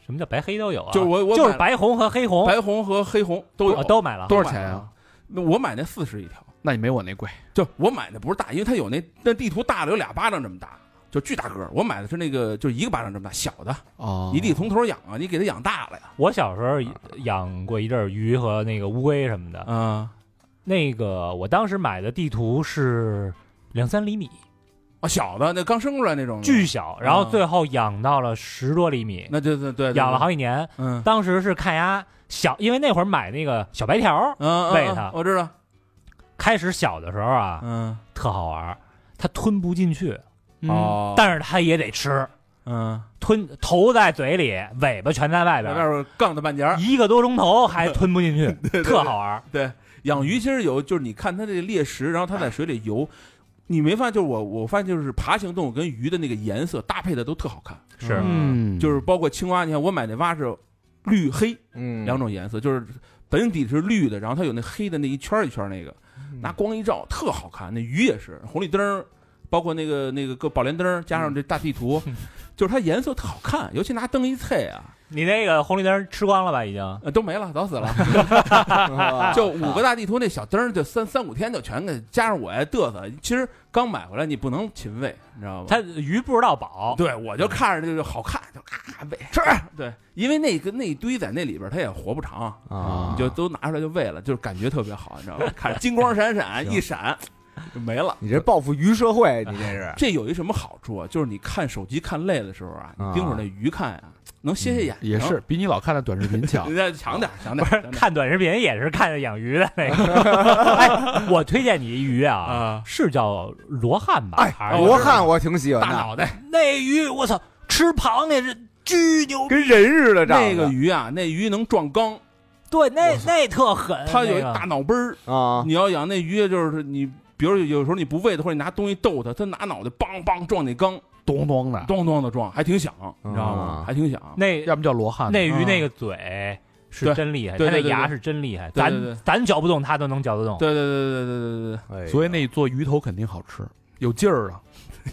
S5: 什么叫白黑都有啊？
S4: 就是我我
S5: 就
S4: 买
S5: 是白红和黑红
S4: 白红和黑红都有
S5: 啊，都买了。
S1: 多少钱啊？
S4: 那我买那四十一条，
S1: 那你没我那贵。
S4: 就我买的不是大，因为它有那那地图大的有俩巴掌这么大，就巨大个儿。我买的是那个就一个巴掌这么大小的，
S5: 啊
S1: 哦
S4: 你得从头养啊，你给它养大了呀。
S5: 我小时候养过一阵儿鱼和那个乌龟什么的，
S4: 嗯，
S5: 那个我当时买的地图是两三厘米，
S4: 啊，小的那刚生出来那种的，
S5: 巨小，然后最后养到了十多厘米，
S4: 那就对对，对
S5: 养了好几年。
S4: 嗯
S5: 当时是看呀小，因为那会儿买那个小白条儿，
S4: 嗯，
S5: 喂啊
S4: 嗯
S5: 它
S4: 我知道，
S5: 开始小的时候啊，
S4: 嗯
S5: 特好玩儿，它吞不进去，
S4: 哦，
S5: 但是它也得吃，
S4: 嗯，
S5: 吞头在嘴里，尾巴全在外
S4: 外
S5: 边
S4: 边
S5: 儿，
S4: 儿杠的半 <laughs> 截儿。
S5: 一个多钟头还吞
S4: <laughs>
S5: 不进去，特好玩儿。
S4: 养鱼其实有，就是你看它这猎食，然后它在水里游，你没发现？就是我我发现就是爬行动物跟鱼的那个颜色搭配的都特好看，
S5: 是
S1: 嗯，
S4: 就是包括青蛙，你看我买那蛙是绿黑
S2: 嗯 <laughs>
S4: 两种 <laughs> 颜色，就是本底是绿的，然后它有那黑的那一圈儿一圈儿那个，
S5: 嗯
S4: 拿光一照特好看。那鱼也是红绿灯儿，包括那个那个个宝莲灯儿，加上这大地图，
S5: 嗯
S4: 就是它颜色特好看，尤其拿灯一测啊，
S5: 你那个红绿灯吃光了吧？已经
S4: 呃都没了，早死了。
S2: 啊
S4: <laughs> 就五个大地图那小灯儿，就三三五天就全给加上我还嘚瑟。其实刚买回来你不能勤喂，你知道吗？
S5: 它鱼不知道饱，
S4: 对我就看着这个好看，就咔喂吃。对，因为那个那一堆在那里边，它也活不长，
S2: 啊
S4: 你就都拿出来就喂了，就是感觉特别好，你知道吗？看着金光闪闪，一闪就没
S5: <laughs>
S4: 了。
S2: 你这报复鱼社会，啊你这
S4: <laughs>
S2: 是
S4: 这有一什么好处啊？就是你看手机看累的时候啊，你
S2: 啊
S4: 盯会儿那鱼看啊，能歇歇眼。
S1: 也是，比你老看的短视频 <laughs> 强
S4: 人。家强点儿，强点
S5: 嗯不
S4: 儿，强点儿
S5: 是看短视频也是看养鱼的
S4: <laughs>
S5: 那个。哎，我推荐你一鱼啊，
S4: 啊，
S5: 是叫罗汉吧？还是
S2: 哎罗汉，我挺喜欢
S4: 哎
S2: 的，
S4: 大脑袋
S5: 那鱼，我操，吃螃蟹是巨牛逼，
S2: 跟人似的长
S4: 那
S2: 得
S4: 个鱼啊，那鱼能撞缸，
S5: 对，那那特狠，
S4: 它有一
S5: 哎那个
S4: 大脑杯儿。
S2: 啊
S4: 你要养那鱼，就是你，比如有时候你不喂它，或者你拿东西逗它，它拿脑袋梆梆撞那缸，
S1: 咚咚的，
S4: 咚咚的撞，还挺响，你知道吗
S2: 啊？
S4: 还挺响。
S5: 那
S1: 要么叫罗汉，
S5: 那鱼那个嘴是真厉害，
S4: 对
S5: 它
S4: 对
S5: 那
S4: 对
S5: 牙
S4: 对
S5: 是真厉害，
S4: 对对
S5: 咱
S4: 对
S5: 咱嚼不动它都能嚼得动。
S4: 对对对对对对对对，
S2: 哎呀
S1: 所以那做鱼头肯定好吃，有劲儿 <laughs> 啊，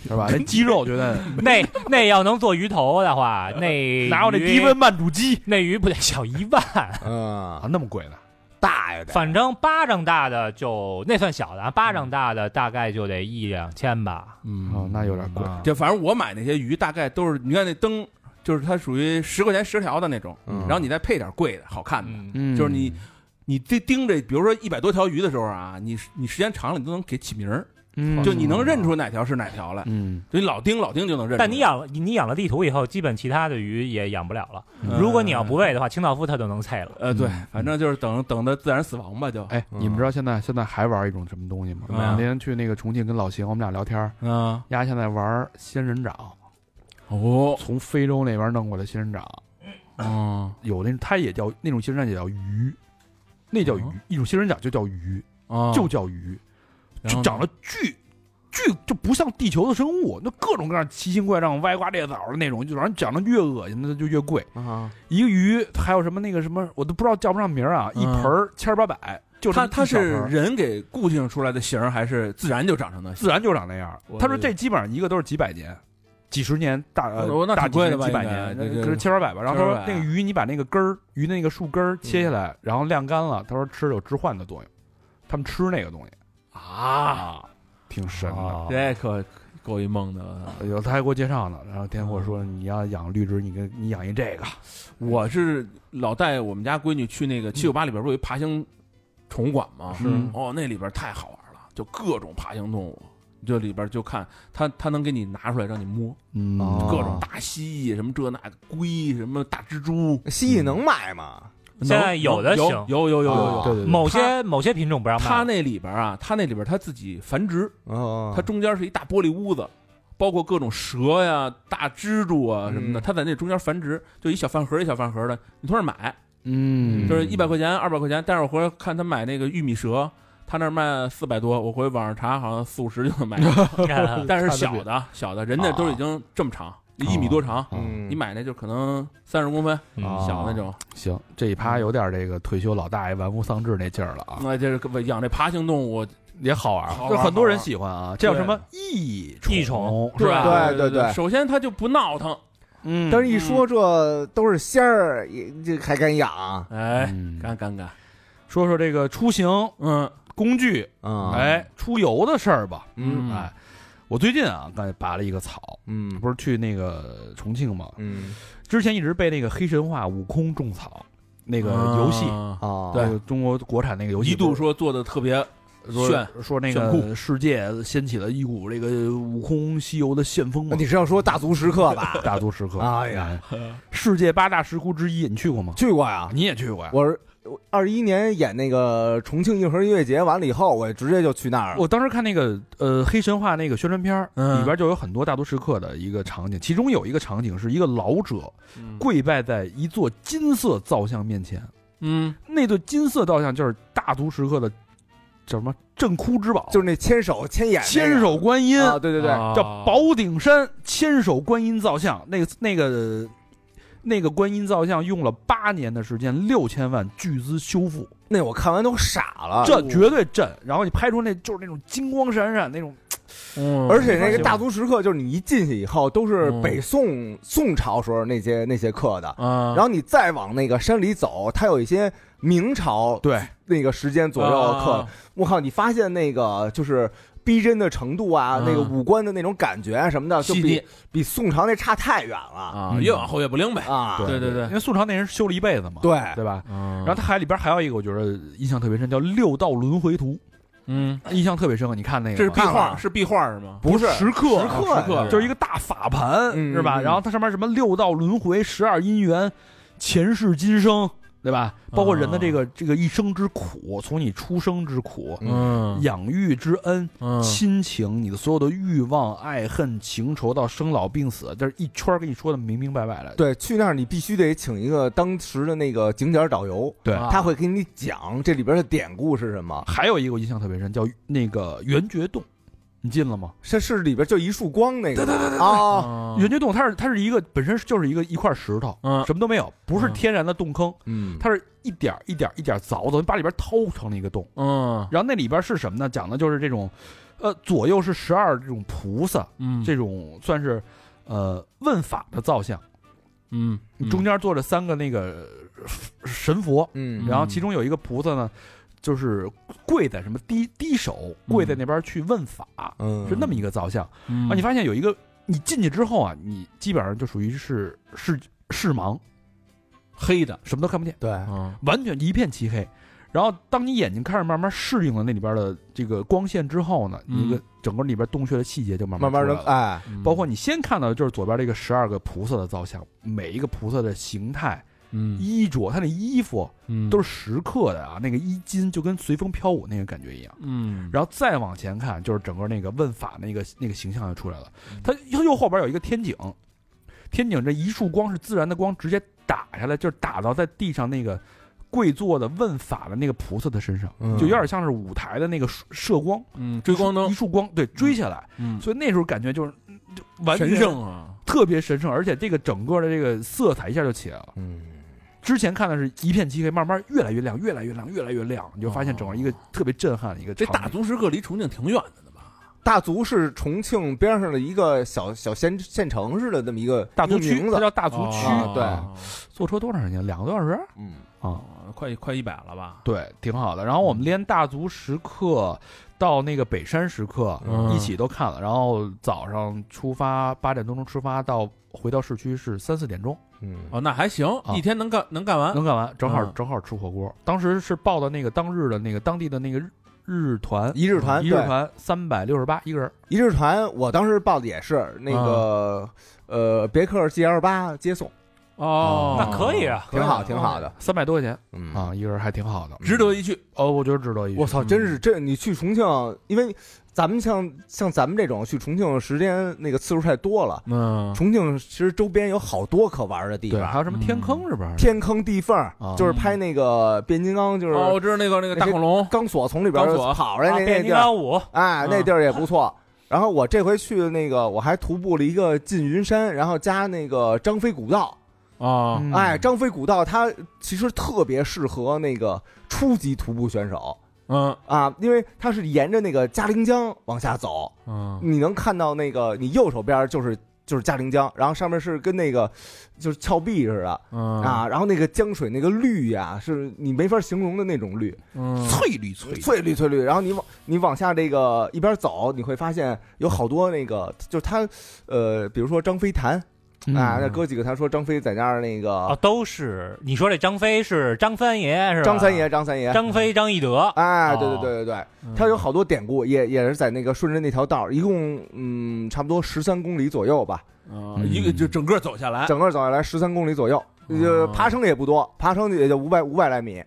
S1: 是吧？那鸡肉觉得
S5: 那那要能做鱼头的话，
S4: <laughs>
S5: 那
S1: 哪有那
S5: 鱼
S1: 低温慢煮鸡
S5: 那鱼不得小一万？
S1: 啊
S4: <laughs>
S2: 嗯，
S1: 那么贵呢？
S2: 大呀得
S5: 反正巴掌大的就那算小的，啊，巴掌大的大概就得一两千吧。
S4: 嗯
S1: 哦，那有点贵。
S5: 啊
S4: 这反正我买那些鱼大概都是，你看那灯，就是它属于十块钱十条的那种，
S2: 嗯
S4: 然后你再配点贵的、好看的。
S5: 嗯，
S1: 嗯
S4: 就是你，你这盯着，比如说一百多条鱼的时候啊，你你时间长了，你都能给起名儿，
S1: 嗯
S4: 就你能认出哪条是哪条来，
S1: 嗯，
S4: 就你老盯老盯就能认出来。
S5: 但你养了你养了地图以后，基本其他的鱼也养不了了。
S4: 嗯
S5: 如果你要不喂的话，清道夫它都能菜了。
S4: 呃，对
S1: 嗯，
S4: 反正就是等等它自然死亡吧，就
S1: 哎，你们知道现在现在还玩一种什么东西吗？
S4: 什
S1: 我
S4: 么呀
S1: 啊那天去那个重庆跟老邢，我们俩聊天儿，
S4: 嗯
S1: 丫现在玩仙人掌，
S4: 哦，
S1: 从非洲那边弄过来仙人掌，
S4: 嗯
S1: 有那它也叫那种仙人掌也叫鱼，那叫鱼，
S4: 哦
S1: 一种仙人掌就叫鱼，
S4: 啊，
S1: 就叫鱼，
S4: 然
S1: 就
S4: 后
S1: 长得巨巨就不像地球的生物，那各种各样奇形怪状、歪瓜裂枣的那种，就反正长得越恶心的就越贵。
S2: 啊，
S1: 一个鱼还有什么那个什么，我都不知道叫不上名儿啊，一
S4: 嗯
S1: 盆儿千儿八百，就
S4: 它它
S1: 它
S4: 是人给固定出来的形儿，还是自然就长成的形
S1: 自然就长那样
S4: 我。
S1: 他说这基本上一个都是几百年。几十年大呃
S4: 哦那挺
S1: 大几十
S4: 贵的
S1: 年
S4: 吧
S1: 几百
S4: 应该
S1: 年，
S4: 对对
S1: 可是千八百吧。然后他
S4: 千八
S1: 说
S4: 百嗯
S1: 那个鱼，你把那个根儿鱼的那个树根儿切下来，然后晾干了，他说吃有致幻的作用，他们吃那个东西
S4: 啊？
S1: 挺神的。
S5: 哦
S4: 这可够一梦的了。
S1: 有他还给我介绍呢，然后天火
S4: 嗯
S1: 说你要养绿植，你跟你养一这个，
S4: 我是老带我们家闺女去那个七九八里边不是有一爬行宠物馆吗？
S1: 是嗯
S4: 哦，那里边太好玩了，就各种爬行动物，就里边就看它它能给你拿出来让你摸，
S1: 嗯
S2: 哦
S4: 各种大蜥蜴什么这那的龟什么大蜘蛛，
S2: 蜥蜴能买吗？
S4: 能
S5: 现在有的
S4: 有
S5: 行
S4: 有有有有
S2: 啊
S4: 有
S1: 哦对对对，
S5: 某些某些品种不让
S4: 它
S5: 卖，
S4: 那里边啊，它那里边它自己繁殖，
S1: 啊
S2: 哦，
S4: 它中间是一大玻璃屋子，包括各种蛇呀、大蜘蛛啊什么的，
S2: 嗯
S4: 它在那中间繁殖，就一小饭盒一小饭盒的，你从那儿买，
S1: 嗯，
S4: 就是一百块钱、二百块钱。但是我回来看他买那个玉米蛇，他那儿卖四百多，我回网上查好像四五十就
S1: <laughs>
S4: 能买，
S5: 啊
S4: <laughs> 但是小的小的，人家都已经这么长，
S1: 啊
S4: 一米多长， <laughs>
S2: 嗯，
S4: 你买那就可能三十公分
S1: 啊
S4: 小那种。嗯
S1: 行，这一趴有点这个退休老大爷玩物丧志那劲儿了啊，
S4: 那这是养这爬行动物，
S1: 也好玩
S4: 好
S1: 儿，
S4: 玩
S1: 就
S4: 儿
S1: 很多人喜欢啊，这叫什么益
S5: 益虫
S1: 是吧？
S4: 吧？
S2: 对对对
S4: 首先它就不闹腾，
S1: 嗯
S2: 但是一说这都是仙儿，也这还敢养啊？
S4: 哎，
S1: 嗯
S4: 干干干，
S1: 说说这个出行
S4: 嗯
S1: 工具，哎，出游的事儿吧，
S2: 啊嗯
S4: 嗯
S1: 哎，我最近啊，刚才拔了一个草，
S2: 嗯
S1: 不是去那个重庆嘛，
S2: 嗯
S1: 之前一直被那个黑神话悟空种草那个游戏。
S4: 啊
S2: 啊，
S1: 那个中国国产那个游戏
S4: 一度说做的特别
S1: 说
S4: 炫
S1: 说那
S4: 炫
S1: 个世界掀起了一股这个悟空西游的旋风嘛
S2: 那，你是要说大足石刻
S1: <laughs>
S2: 吧？
S1: 大足石刻。
S2: 哎呀，
S1: 世界八大石窟之一，你去过吗？
S2: 去过呀，
S1: 你也去过呀？
S2: 我是二一年演那个重庆硬核音乐节完了以后，我直接就去那儿了。
S1: 我当时看那个呃黑神话那个宣传片儿，
S4: 嗯
S1: 里边就有很多大都市客的一个场景，其中有一个场景是一个老者跪拜在一座金色造像面前，
S4: 嗯
S1: 那座金色造像就是大都市客的叫什么镇窟之宝，
S2: 就是那牵手牵眼那个，
S1: 千手观音，
S2: 啊，对对对，
S1: 叫宝顶山千手观音造像，那个那个。那个观音造像用了八年的时间，六千万巨资修复，
S2: 那我看完都傻了。
S1: 这绝对震。然后你拍出那就是那种金光闪闪那种
S4: 嗯
S2: 而且那个大足石刻，就是你一进去以后，都是
S1: 嗯
S2: 北宋宋朝时候那些那些刻的。
S4: 啊
S2: 然后你再往那个山里走，它有一些明朝
S1: 对
S2: 那个时间左右的刻
S4: 啊
S2: 的。我靠，你发现那个就是逼真的程度啊
S4: 嗯，
S2: 那个五官的那种感觉啊什么的，就
S4: 细腻
S2: 比比宋朝那差太远了
S4: 啊，
S1: 嗯
S4: 越往后越不灵呗。
S2: 啊！
S4: 对对对
S1: 因，为宋朝那人修了一辈子嘛，
S2: 对，
S1: 对吧？
S4: 然
S1: 然后他还里边还有一个我觉得印象特别深，叫《六道轮回图
S4: 嗯，》，
S1: 印象特别深啊。你看那个吧，
S4: 这是壁
S2: 看
S4: 画，
S2: 了
S4: 是壁画是吗？
S2: 不是
S1: 石刻啊，
S2: 石刻呀
S1: 石刻就是一个大法盘，
S2: 嗯
S1: 是吧？
S2: 嗯
S1: 然后它上面什么六道轮回、十二姻缘、前世今生，对吧？包括人的这个这个一生之苦，从你出生之苦。
S4: 嗯
S1: 养育之恩、
S4: 嗯
S1: 亲情，你的所有的欲望、爱恨、情仇，到生老病死，这是一圈儿给你说的明明白白的。
S2: 对，去那儿你必须得请一个当时的那个景点导游，
S1: 对
S4: 啊
S2: 他会给你讲这里边的典故是什么。
S1: 还有一个我印象特别深，叫那个圆觉洞，你进了吗？
S2: 是是里边就一束光那个，对对对对啊，
S4: 啊
S1: 圆觉洞它是它是一个本身就是一个一块石头，
S4: 嗯
S1: 什么都没有，不是天然的洞坑，
S2: 嗯，
S1: 它是一点儿一点儿一点儿凿的，把里边掏成了一个洞。
S4: 嗯
S1: 然后那里边是什么呢？讲的就是这种，呃，左右是十二这种菩萨，
S4: 嗯
S1: 这种算是呃问法的造像，
S4: 嗯
S1: 中间坐着三个那个呃神佛，
S2: 嗯，
S1: 然后其中有一个菩萨呢，就是跪在什么低低手跪在那边去问法，
S2: 嗯
S1: 是那么一个造像。
S4: 嗯
S1: 啊，你发现有一个，你进去之后啊，你基本上就属于是视视盲，
S4: 黑的，
S1: 什么都看不见，
S2: 对，
S4: 嗯
S1: 完全一片漆黑。然后当你眼睛开始慢慢适应了那里边的这个光线之后呢，
S4: 嗯
S1: 你个整个里边洞穴的细节就慢
S2: 慢慢
S1: 出
S2: 的
S1: 来了。
S2: 哎，
S1: 包括你先看到的就是左边这个十二个菩萨的造像，每一个菩萨的形态、
S4: 嗯
S1: 衣着，他那衣服
S4: 嗯
S1: 都
S4: 是
S1: 是石刻的啊，那个衣襟就跟随风飘舞那个感觉一样。
S4: 嗯，
S1: 然后再往前看，就是整个那个问法那个那个形象就出来了。它它右后边有一个天井，天井这一束光是自然的光，直接打下来，就是打到在地上那个跪坐的问法的那个菩萨的身上，
S2: 嗯
S1: 就有点像是舞台的那个射光，
S3: 嗯，追光
S1: 一
S3: 灯，
S1: 束光对追下来，
S3: 嗯，
S1: 所以那时候感觉就是嗯就完全
S3: 神圣啊，
S1: 特别神圣，而且这个整个的这个色彩一下就起来了。
S2: 嗯，
S1: 之前看的是一片漆黑，慢慢越来越亮，越来越亮，越来越亮，你就发现整个一个特别震撼的一个
S3: 这
S1: 场
S3: 大
S1: 景。
S3: 足石刻离重庆挺远的呢吧？
S2: 大足是重庆边上的一个小小县县城似的这么一个
S1: 大
S2: 一个
S1: 足区，
S2: 名
S1: 它
S2: 字，
S1: 叫大足区，
S2: 啊对
S3: 哦
S1: 坐车多长时间？两个多小时。
S2: 嗯，
S3: 哦快快一百了吧？
S1: 对，挺好的。然后我们连大足石刻到那个北山石刻
S3: 嗯
S1: 一起都看了，然后早上出发八点多钟出发，到回到市区是三四点钟
S2: 嗯
S3: 哦，那还行，一天能干能干
S4: 啊
S3: 完。
S1: 能干完，正好
S3: 嗯
S1: 正好吃火锅。当时是报的那个当日的那个当地的那个日日团，
S2: 一日团，
S1: 哦一日
S2: 对
S1: 团三百六十八一个人，
S2: 一日团，我当时报的也是那个呃别克 G L 八接送，
S3: 哦
S5: 那可以啊，
S2: 挺好，挺好的，
S1: 三百多块钱
S2: 嗯
S1: 啊，一个人还挺好的。
S3: 值得一去，
S1: 哦，我觉得值得一去
S2: 我。操，真是这你去重庆，因为咱们像像咱们这种去重庆时间那个次数太多
S4: 啊
S2: 了，
S3: 嗯，
S2: 重庆其实周边有好多可玩的地
S1: 对，
S2: 方，
S1: 还有什么天坑是吧？
S2: 天坑地缝儿
S1: 啊，
S2: 就是拍那个变形金刚，就是
S3: 哦，我知道那个那个大恐龙，
S2: 钢索从里边
S3: 钢索
S2: 跑出来
S5: 啊
S2: 那
S5: 变
S2: 那
S5: 形
S2: 地
S5: 金
S2: 儿，
S5: 刚五，
S2: 哎，那地儿也不错。然后我这回去那个，我还徒步了一个缙云山，然后加那个张飞古道。
S3: 啊，
S1: 嗯
S2: 哎，张飞古道它其实特别适合那个初级徒步选手
S3: 嗯
S2: 啊，因为它是沿着那个嘉陵江往下走，
S3: 嗯，
S2: 你能看到那个你右手边就是就是嘉陵江，然后上面是跟那个就是峭壁似的、
S3: 嗯
S4: 嗯
S2: 啊，然后那个江水那个绿呀、是你没法形容的那种绿，
S3: 嗯
S6: 翠绿翠绿，
S2: 翠绿翠绿。然后你往你往下这个一边走，你会发现有好多那个就是他呃，比如说张飞潭
S1: 嗯
S5: 嗯
S2: 啊，那哥几个他说张飞在那儿那个、
S5: 啊，都是你说这张飞是张三爷是吧？
S2: 张三爷，张三爷。
S5: 张飞、张翼德，
S2: 哎，
S5: 哦
S2: 对对对对对，他有好多典故，也也是在那个顺着那条道儿，一共嗯差不多十三公里左右吧，
S3: 嗯哦
S4: 啊，一个就整个走下
S5: 啊
S4: 来，
S2: 整个走下来十三公里左右，
S5: 哦
S2: 呃，爬升也不多，爬升也就五百五百来米，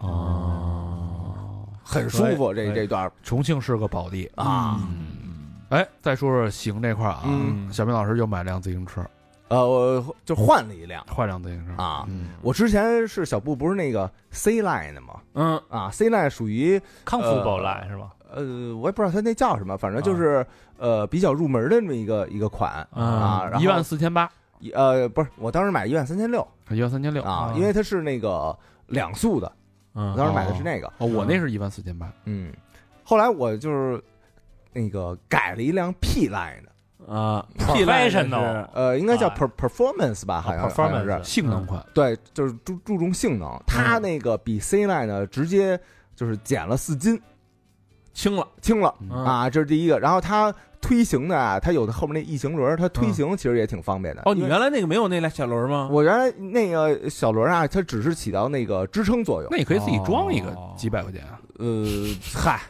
S1: 哦，
S2: 很舒
S5: 哎
S2: 服。这这段儿
S1: 啊重庆是个宝地。
S5: 嗯
S2: 啊，
S1: 嗯哎，再说说行这块儿啊，
S2: 嗯
S1: 小明老师又买辆自行车，
S2: 呃，我就换了一辆
S1: 换辆自行车。
S2: 啊。
S1: 嗯，
S2: 我之前是小布，不是那个 C line 的嘛，
S3: 嗯
S2: 啊，C line 属于
S5: 康复宝来
S2: 呃
S5: 是吧？
S2: 呃，我也不知道它那叫什么，反正就是呃比较入门的那么一个一个款啊，然后
S1: 嗯一万四千八，
S2: 一呃不是，我当时买一万三千六
S1: 一万三千六
S2: 啊，因为它是那个两速的，
S4: 啊
S2: 我
S3: 嗯
S2: 当时买的是那个，
S1: 哦，我那是一万四千八，
S2: 嗯，后来我就是那个改了一辆 P line 的。
S3: 啊
S5: Professional
S2: 呃，应该叫
S5: 啊
S2: per performance 吧，好像好像是
S5: performance
S1: 性能款。
S2: 对，就是注注重性能。它那个比 C line 呢，直接就是减了四斤，
S3: 轻了
S2: 轻了
S1: 嗯
S2: 啊，这是第一个。然后它推行的啊，它有的后面那异形轮，它推行其实也挺方便的。
S3: 嗯哦，你
S2: 因为
S3: 原来那个没有那俩小轮吗？
S2: 我原来那个小轮啊，它只是起到那个支撑作用
S1: 那。你可以自己装一个，
S3: 哦
S1: 几百块钱，
S2: 呃，嗨。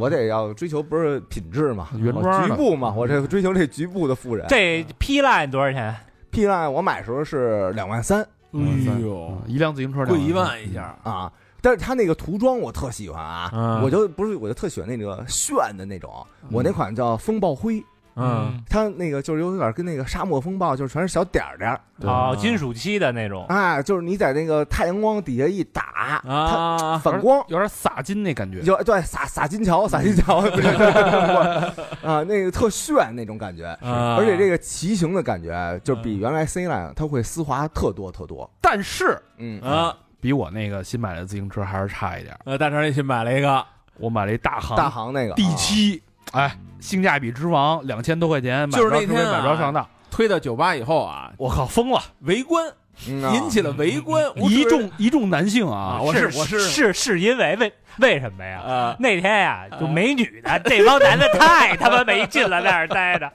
S2: 我得要追求不是品质嘛，
S3: 哦
S1: 原装的
S3: 嗯
S2: 我局部嘛，我这追求这局部的富人。
S5: 这 P line 多少钱？
S2: P line 我买时候是两万三，
S3: 哎呦，
S1: 嗯一辆自行车
S3: 贵一万一下，
S2: 啊，但是它那个涂装我特喜欢啊，
S3: 嗯
S2: 我就不是我就特喜欢那个炫的那种，我那款叫风暴灰，
S3: 嗯，
S2: 它那个就是有点跟那个沙漠风暴就是全是小点儿点儿，
S5: 哦，金属漆的那种，
S2: 啊，就是你在那个太阳光底下一打，它
S3: 啊，
S2: 反光。
S1: 有点洒金那感觉。
S2: 就对撒撒金桥，撒金桥不是我啊，那个特炫那种感觉，
S4: 啊
S3: 而
S2: 而且这个骑行的感觉，就比原来 C line 它会丝滑特多特多。
S1: 但是
S2: 嗯
S3: 啊，
S1: 比我那个新买的自行车还是差一点，
S3: 呃，大肠也去买了一个，
S1: 我买了一大行
S2: 大行那个啊
S1: D 七，哎，性价比之王，两千多块钱，买
S3: 就是那
S1: 着
S3: 天啊
S1: 买不着上当，
S3: 推到酒吧以后啊，
S1: 我靠，疯了！
S3: 围观引
S2: 引
S3: 起了围观，无
S1: 一
S3: 数人
S1: 众一众男性啊，
S3: 我是
S5: 是
S3: 我是
S5: 是是因为为为什么呀？
S4: 呃
S3: 啊，
S5: 那天呀，就美女的，这帮男的太他妈没劲了，在那儿待着。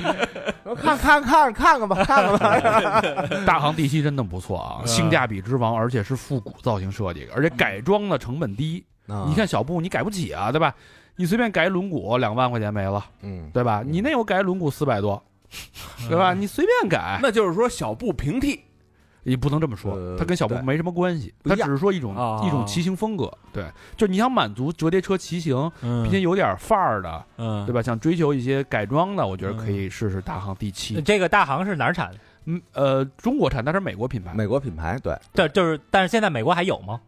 S2: 看看看看看吧，看看吧。
S1: 大行地七真的不错啊，性价比之王，而且是复古造型设计，而且改装的成本低。
S2: 啊
S1: 你看小布，你改不起啊，对吧？你随便改轮毂两万块钱没了，
S2: 嗯，
S1: 对吧？你
S4: 哎
S1: 那我改轮毂四百多，对吧？你随便改，
S3: 那就是说小布平替，
S1: 也不能这么说，
S2: 呃
S1: 它跟小布
S2: 对
S1: 没什么关系，
S2: 不一
S1: 它
S2: 样
S1: 只是说一种
S3: 啊
S1: 一种骑行风格。对，就是你想满足折叠车骑行，
S3: 嗯
S1: 并且有点范儿的，
S3: 嗯
S1: 对吧？想追求一些改装的，我觉得可以试试大行第七。
S5: 这个大行是哪儿产的？
S1: 嗯，呃，中国产，但是美国品牌
S2: 美国品牌对，
S5: 这就是，但是现在美国还有吗？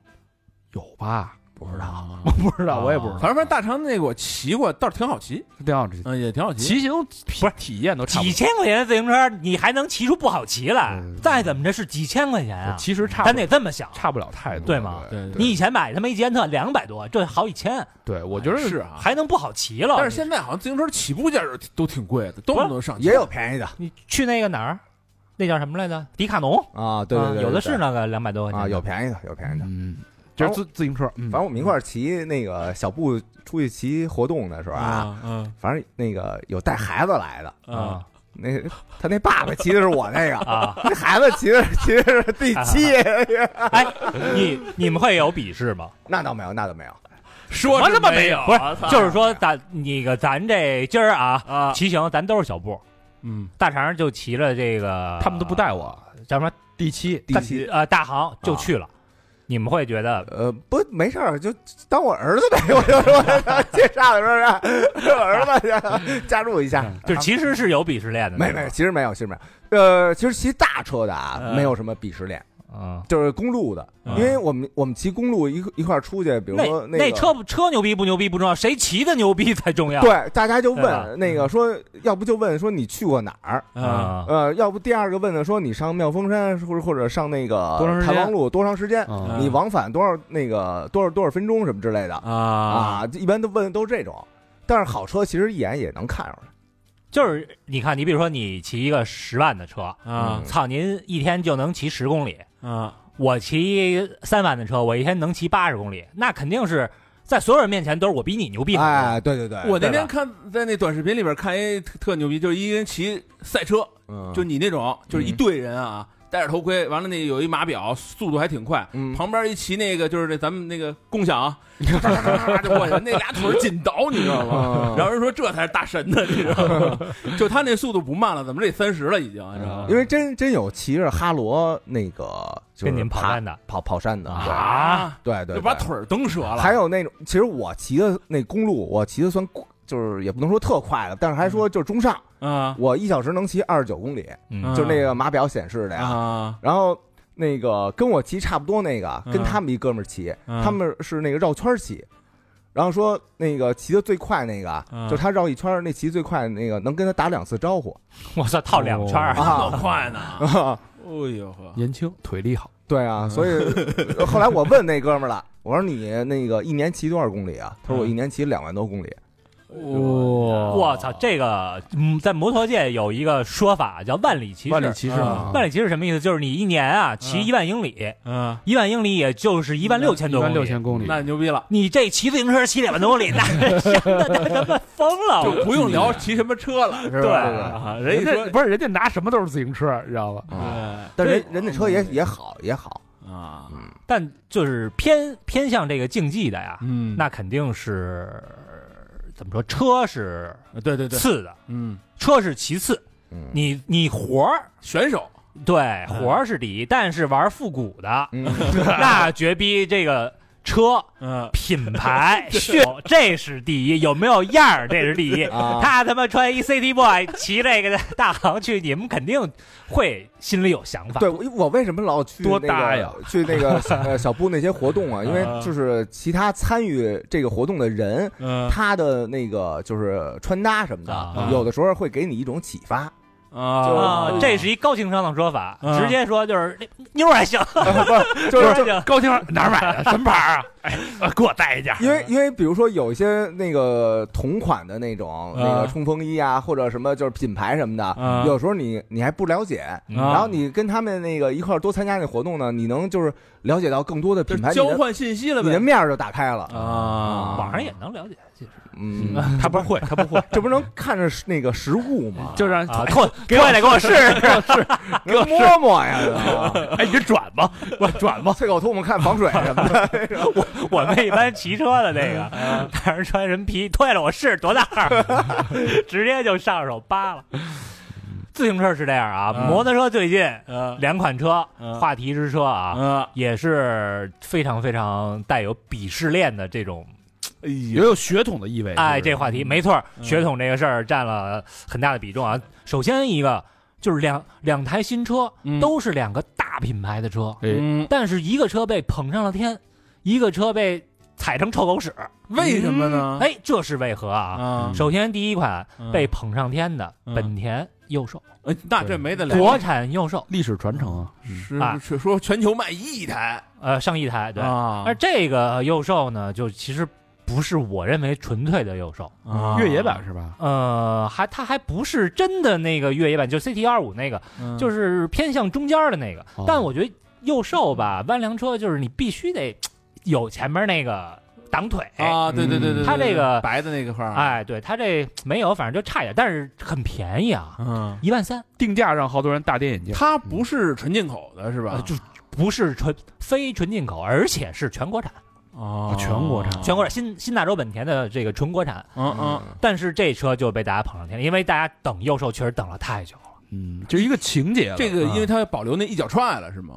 S1: 有吧？ <laughs>
S2: 不知道
S4: 嗯
S1: 我不知道，
S5: 啊
S1: 我也不知
S4: 反
S1: 道。
S4: 正反正大长那个我骑过，倒是挺好骑，
S1: 挺好奇，
S4: 嗯，也挺好骑。
S1: 骑行不是体验都差不
S5: 几
S1: 多，
S5: 千块钱的自行车，你还能骑出不好骑来？
S1: 嗯
S5: 再怎么着是几千块钱啊，
S1: 其实差不
S5: 咱
S1: 多
S5: 得这么想。
S1: 差不了太多，
S5: 对吗
S4: 对对，
S5: 你以前买他妈一捷安特两百多，这好几千，
S1: 对，我觉得
S4: 是啊，
S5: 还能不好骑了？
S4: 但是现在好像自行车起步价儿都挺贵的，动不动上
S2: 也有便宜的
S5: 你去那个哪儿，那叫什么来着？迪卡侬，
S2: 啊，对
S5: 啊
S2: 对对，
S5: 有的
S2: 对
S5: 是那个两百多块钱
S2: 啊，
S5: 的
S2: 有便宜的，有便宜的。
S1: 嗯，就是自自行车，嗯
S2: 反正我们一块儿骑那个小布出去骑活动的时候啊，
S4: 啊，嗯
S2: 反正那个有带孩子来的，
S4: 啊，
S2: 那他那爸爸骑的是我那个，
S5: 啊！
S2: 那孩子骑的骑的是第七，
S5: <laughs> 哎，你你们会有鄙视吗？
S2: 那倒没有，那倒没有，
S4: 说
S5: 什么这么
S4: 没
S5: 没
S4: 有，
S5: 不是
S4: 我操
S5: 就是说咱那个咱这今儿啊
S4: 啊，
S5: 骑行，咱都是小步，
S4: 嗯，
S5: 大肠就骑了这个，
S1: 他们都不带我。
S5: 咱们
S1: 第七，
S2: 第啊
S5: 大
S2: 七。
S5: 呃大行就去了，你们会觉得
S2: 呃，不，没事儿，就当我儿子呗。我就说介绍的时候让让我儿子加入一下，
S5: 就是其实是有鄙视链的，
S2: 没
S5: 对吧
S2: 没，，其实没有，其实没有。呃，其实骑大车的啊，
S5: 嗯
S2: 没有什么鄙视链，
S5: 嗯，
S2: 就是公路的，
S5: 嗯
S2: 因为我们我们骑公路一块一块儿出去，比如说
S5: 那
S2: 个
S5: 车不车牛逼不牛逼不重要，谁骑的牛逼才重要。
S2: 对，大家就
S5: 对吧嗯
S2: 问那个说，要不就问说你去过哪儿？
S5: 啊，
S2: 呃，要不第二个问的说你上妙峰山，或者或者上那个
S1: 多长时
S2: 台
S1: 间
S2: 王路多长时间？
S1: 嗯
S2: 你往返多少那个多少多少分钟什么之类的
S4: 啊，
S2: 啊？一般都问的都是这种。但是好车其实一眼也能看出来，
S5: 就是你看，你比如说你骑一个十万的车嗯
S4: 啊
S5: 操，您一天就能骑十公里。
S4: 啊，
S5: 我骑三万的车，我一天能骑八十公里，那肯定是在所有人面前都是我比你牛逼很多。
S2: 哎，对对对，
S4: 我那
S5: 对
S4: 天
S5: 吧
S4: 看在那短视频里边看一特特牛逼，就是一人骑赛车，
S2: 嗯
S4: 就你那种，就是一队人啊，戴着头盔，完了那有一码表，速度还挺快，
S2: 嗯
S4: 旁边一骑那个就是那咱们那个共 <laughs> 享，就过去，那俩腿儿紧倒，你
S2: 嗯
S4: 知道吗？然后人说这才是大神呢，你知道 <laughs> 吗？就他那速度不慢了，怎么这三十了已经，你知道吗？
S2: 因为真真有骑着哈罗那个就是
S5: 跟你们跑
S2: 爬
S5: 山的
S2: 跑跑山的，
S4: 啊，
S2: 对对对，
S4: 就把腿儿蹬折了，
S2: 还有那种，其实我骑的那公路，我骑的算就是也不能说特快了，但是还说就是中上，
S4: 啊
S2: 我一小时能骑二十九公里，
S5: 嗯
S2: 就是那个码表显示的呀。
S4: 啊
S2: 然后那个跟我骑差不多那个，
S4: 嗯
S2: 跟他们一哥们儿骑，
S4: 嗯
S2: 他们是那个绕圈儿骑。然后说那个骑的最快那个，
S4: 嗯
S2: 就他绕一圈儿，那骑最快那个能跟他打两次招呼。
S5: 我操，套两圈儿，
S2: 哦
S4: 那么快呢？哎呦呵，
S1: 年轻，腿力好，
S2: 对
S4: 嗯
S2: 啊， <laughs> 所以后来我问那哥们儿了，我说你那个一年骑多少公里啊？他
S4: 嗯
S2: 说我一年骑两万多公里。哦
S5: 我操，这个嗯，在摩托界有一个说法叫万里骑士。
S1: 万里骑士
S4: 啊
S1: 嘛，
S5: 万里骑士什么意思？就是你一年啊骑一万英里，
S4: 嗯，
S5: 一万英里也就是一万六千
S1: 一
S5: 多公
S1: 万
S5: 里。
S1: 六千公里，
S4: 那牛逼了。
S5: 你这骑自行车骑两万多公里，那 <laughs> 真的他妈疯了！
S4: 就不用聊骑什么车了，是
S5: 对
S4: 吧？啊人家说
S1: 不是人家拿什么都是自行车，你知 <laughs> 道吧？
S4: 哎
S2: 嗯但人人的车也也好也好，
S4: 啊，
S5: 但就是偏偏向这个竞技的呀，
S4: 嗯
S5: 那肯定是怎么说？车是
S4: 对对对，
S5: 次的，
S4: 嗯，
S5: 车是其次。
S2: 嗯
S5: 你你活儿
S4: 选手
S5: 对活儿是第一，但是玩复古的
S4: <laughs>
S2: 嗯，
S5: 那绝逼这个车
S4: <laughs> 嗯
S5: 品牌秀这是第一，有没有样儿这是第一。
S2: 啊
S5: 他他妈穿一 City Boy 骑这个大行去，你们肯定会心里有想法。
S2: 对，我我为什么老去
S1: 多
S2: 那个
S1: 搭呀？
S2: 去那个呃小布那些活动啊，因为就是其他参与这个活动的人，
S4: 嗯
S2: 他的那个就是穿搭什么的
S5: 啊，
S2: 有的时候会给你一种启发。
S4: 啊
S5: 啊，这是一高情商的说法，
S4: 啊
S5: 直接说就是那妞儿还行，
S2: 就
S5: 妞儿
S2: 是就
S5: 还行，
S1: 高清哪儿买的？什么牌儿啊？哎，给我带一件。
S2: 因为因为比如说有一些那个同款的那种那
S4: 啊
S2: 个冲锋衣啊，或者什么就是品牌什么
S4: 啊
S2: 的，有时候你你还不了解，然后你跟他们那个一块儿多参加那活动呢，你能就是了解到更多的
S4: 就
S2: 品牌，你
S4: 交
S2: 的
S4: 换信息了
S2: 你的
S4: 呗
S2: 面儿就打开了。
S4: 啊
S5: 网上也能了解，其实
S2: 嗯，
S1: 他
S5: <laughs>
S1: 不会，他不会，
S2: <laughs> 这不能看着那个实物吗？
S1: 就让
S5: 啊，过过来给我试试，
S2: 能摸摸呀，对吧
S1: 哎，你这转吧，我转吧。
S2: 啐口吐沫看防水什么的。
S5: 我们一般骑车的那个，当时穿人皮，脱下来我试多大号儿，直接就上手扒了。自行车是这样啊，
S4: 嗯
S5: 摩托车最近
S4: 嗯
S5: 两款车，
S4: 嗯
S5: 话题之车啊，
S4: 嗯，
S5: 也是非常非常带有鄙视链的这种。
S4: 哎呀
S1: 也，有血统的意味。
S5: 哎，
S1: 是不
S5: 这
S1: 是
S5: 话题没错，
S4: 嗯
S5: 血统这个事儿占了很大的比重啊。首先一个就是两两台新车
S4: 嗯
S5: 都是两个大品牌的车，
S1: 哎，
S4: 嗯，
S5: 但是一个车被捧上了天，一个车被踩成臭狗屎。
S4: 为什么呢？
S5: 哎，这是为何啊？
S4: 啊，
S5: 首先第一款
S4: 嗯
S5: 被捧上天的
S4: 嗯
S5: 本田佑兽，
S4: 哎那这没得聊，
S5: 国产佑兽，
S1: 历史传承啊，
S4: 是
S5: 啊
S4: 是说全球卖一台
S5: 呃，上一台对。
S4: 啊
S5: 而这个佑兽呢，就其实不是我认为纯粹的佑兽，
S4: 啊
S1: 越野版是吧？
S5: 呃，还它还不是真的那个越野版，就 CT 二五那个，
S4: 嗯
S5: 就是偏向中间的那个
S1: 哦。
S5: 但我觉得佑兽吧，弯梁车就是你必须得有前面那个挡腿，
S4: 啊，对对对对对，
S5: 嗯它这
S4: 对
S5: 个
S4: 白的那个块儿，，
S5: 哎，对，它这没有，反正就差一点，但是很便宜啊，
S4: 嗯，
S5: 一万三，
S1: 定价让好多人大跌眼镜。
S4: 它不是纯进口的是吧
S5: 呃？就不是纯非纯进口，而且是全国产，哦
S4: 啊
S1: 全国产
S5: 全国产新新大洲本田的这个纯国产。
S4: 嗯
S2: 啊
S4: 嗯，
S5: 但是这车就被大家捧上天了，因为大家等幼兽确实等了太久了。
S1: 嗯，就一个情节了。
S4: 这个
S1: 啊
S5: 嗯
S4: 因为它保留那一脚踹了是吗？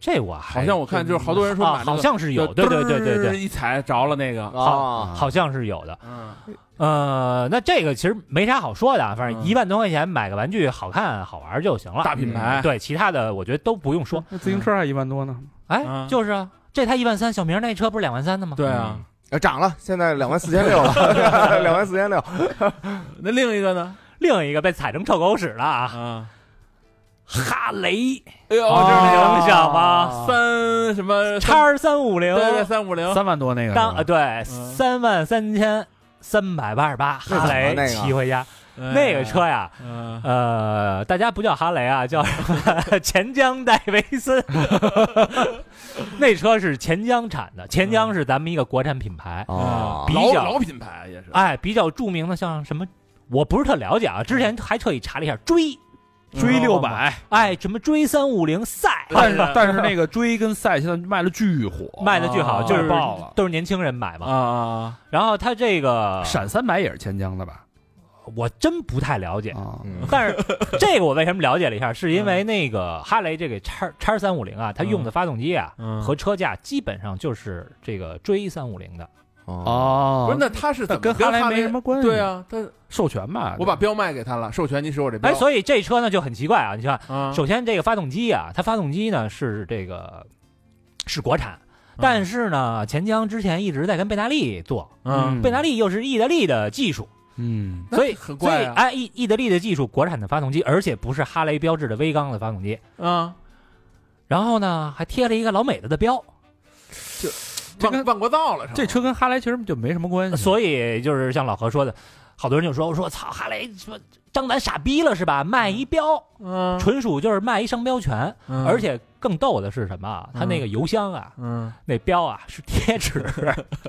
S5: 这我还
S4: 好像我看就是好多人说买
S5: 啊
S4: 那个
S5: 好像是有，对对对对
S4: 嘚儿
S5: 对，
S4: 一踩着了那个，
S2: 啊，
S5: 好像是有的。
S4: 嗯
S5: 呃，那这个其实没啥好说的啊，反正
S4: 嗯
S5: 一万多块钱买个玩具好看好玩就行了。
S4: 大品牌
S5: 对其他的我觉得都不用说。
S1: 那自行车还一万多呢，
S5: 哎
S4: 嗯，
S5: 就是啊，这台一万三，小明那车不是两万三的吗？
S4: 对啊，
S2: 呃涨了，现在两万四千六了，两万四千六，
S5: 嗯
S4: 那另一个呢？
S5: 另一个被踩成臭狗屎了啊，
S4: 啊，
S5: 哈雷
S4: 哎呦，
S5: 哦
S4: 这
S5: 能
S4: 是
S5: 想吗？
S4: 三什么三
S5: 叉三五零
S4: 哦对对三五零，嗯
S1: 三万多那个。是
S5: 当呃
S1: 吧
S5: 对三万三千三百八十八，哈
S2: 那怎么
S5: 雷
S2: 那个
S5: 骑回家
S4: 哎
S5: 那个车，呀，
S4: 嗯 <laughs>
S5: 呃，大家不叫哈雷啊，叫 <laughs> 什么钱江戴维森。 <laughs> 那车是钱江产的，钱江是咱们一个国产品牌，
S2: 哦
S1: 嗯
S4: 比
S5: 比
S4: 老
S5: 较
S4: 嗯老品牌也是，
S5: 哎，比较著名的像什么，我不是特了解啊，之前还特意查了一下，追
S1: 追六，百，哎
S5: 哎，什么追三五零赛，
S1: 但是但是那个追跟赛现在卖的巨火，
S5: 卖的巨好，
S4: 哦
S5: 就是
S1: 爆了
S5: 都是年轻人买嘛。
S4: 啊，
S5: 然后它这个
S1: 闪三百也是钱江的吧？
S5: 我真不太了解，
S1: 啊，嗯
S2: 嗯
S1: <laughs>
S5: 但是这个我为什么了解了一下，是因为那个哈雷这个叉叉三五零啊，它用的发动机啊
S4: 嗯
S5: 和车架基本上就是这个追三五零的，
S2: 哦，
S1: 哦
S4: 嗯不是，那他是怎
S1: 那跟
S4: 么
S1: 哈雷
S4: 哈
S1: 没什么关系。
S4: 对，啊，他
S1: 授权吧。
S4: 我把标卖给他了，授权你使我这标，
S5: 哎，所以这车呢就很奇怪啊，你看，
S4: 啊，
S5: 首先这个发动机啊，它发动机呢是这个是国产。但是呢，钱江之前一直在跟贝纳利做，
S4: 嗯
S5: 贝纳利又是意大利的技
S4: <laughs>
S5: 术，
S1: 嗯，
S4: 那
S5: 所以
S4: 很
S5: 所
S4: 怪
S5: 以
S4: 啊
S5: 哎，意意大利的技术，国产的发动机，而且不是哈雷标志的微缸的发动机，
S4: 啊，
S5: 然后呢还贴了一个老美的的标，
S1: 这
S4: 万
S1: 跟
S4: 万国造了，
S1: 这车跟哈雷其实就没什么
S4: 嗯
S1: 关系。
S5: 所以就是像老何说的，好多人就说：“我说操，哈雷什么张楠傻逼了是吧？卖一标，
S4: 嗯，
S5: 纯属就是卖一商标权。
S4: 嗯
S5: 而且更逗的是什么啊？他那个邮箱啊，
S4: 嗯
S5: 那标啊是贴纸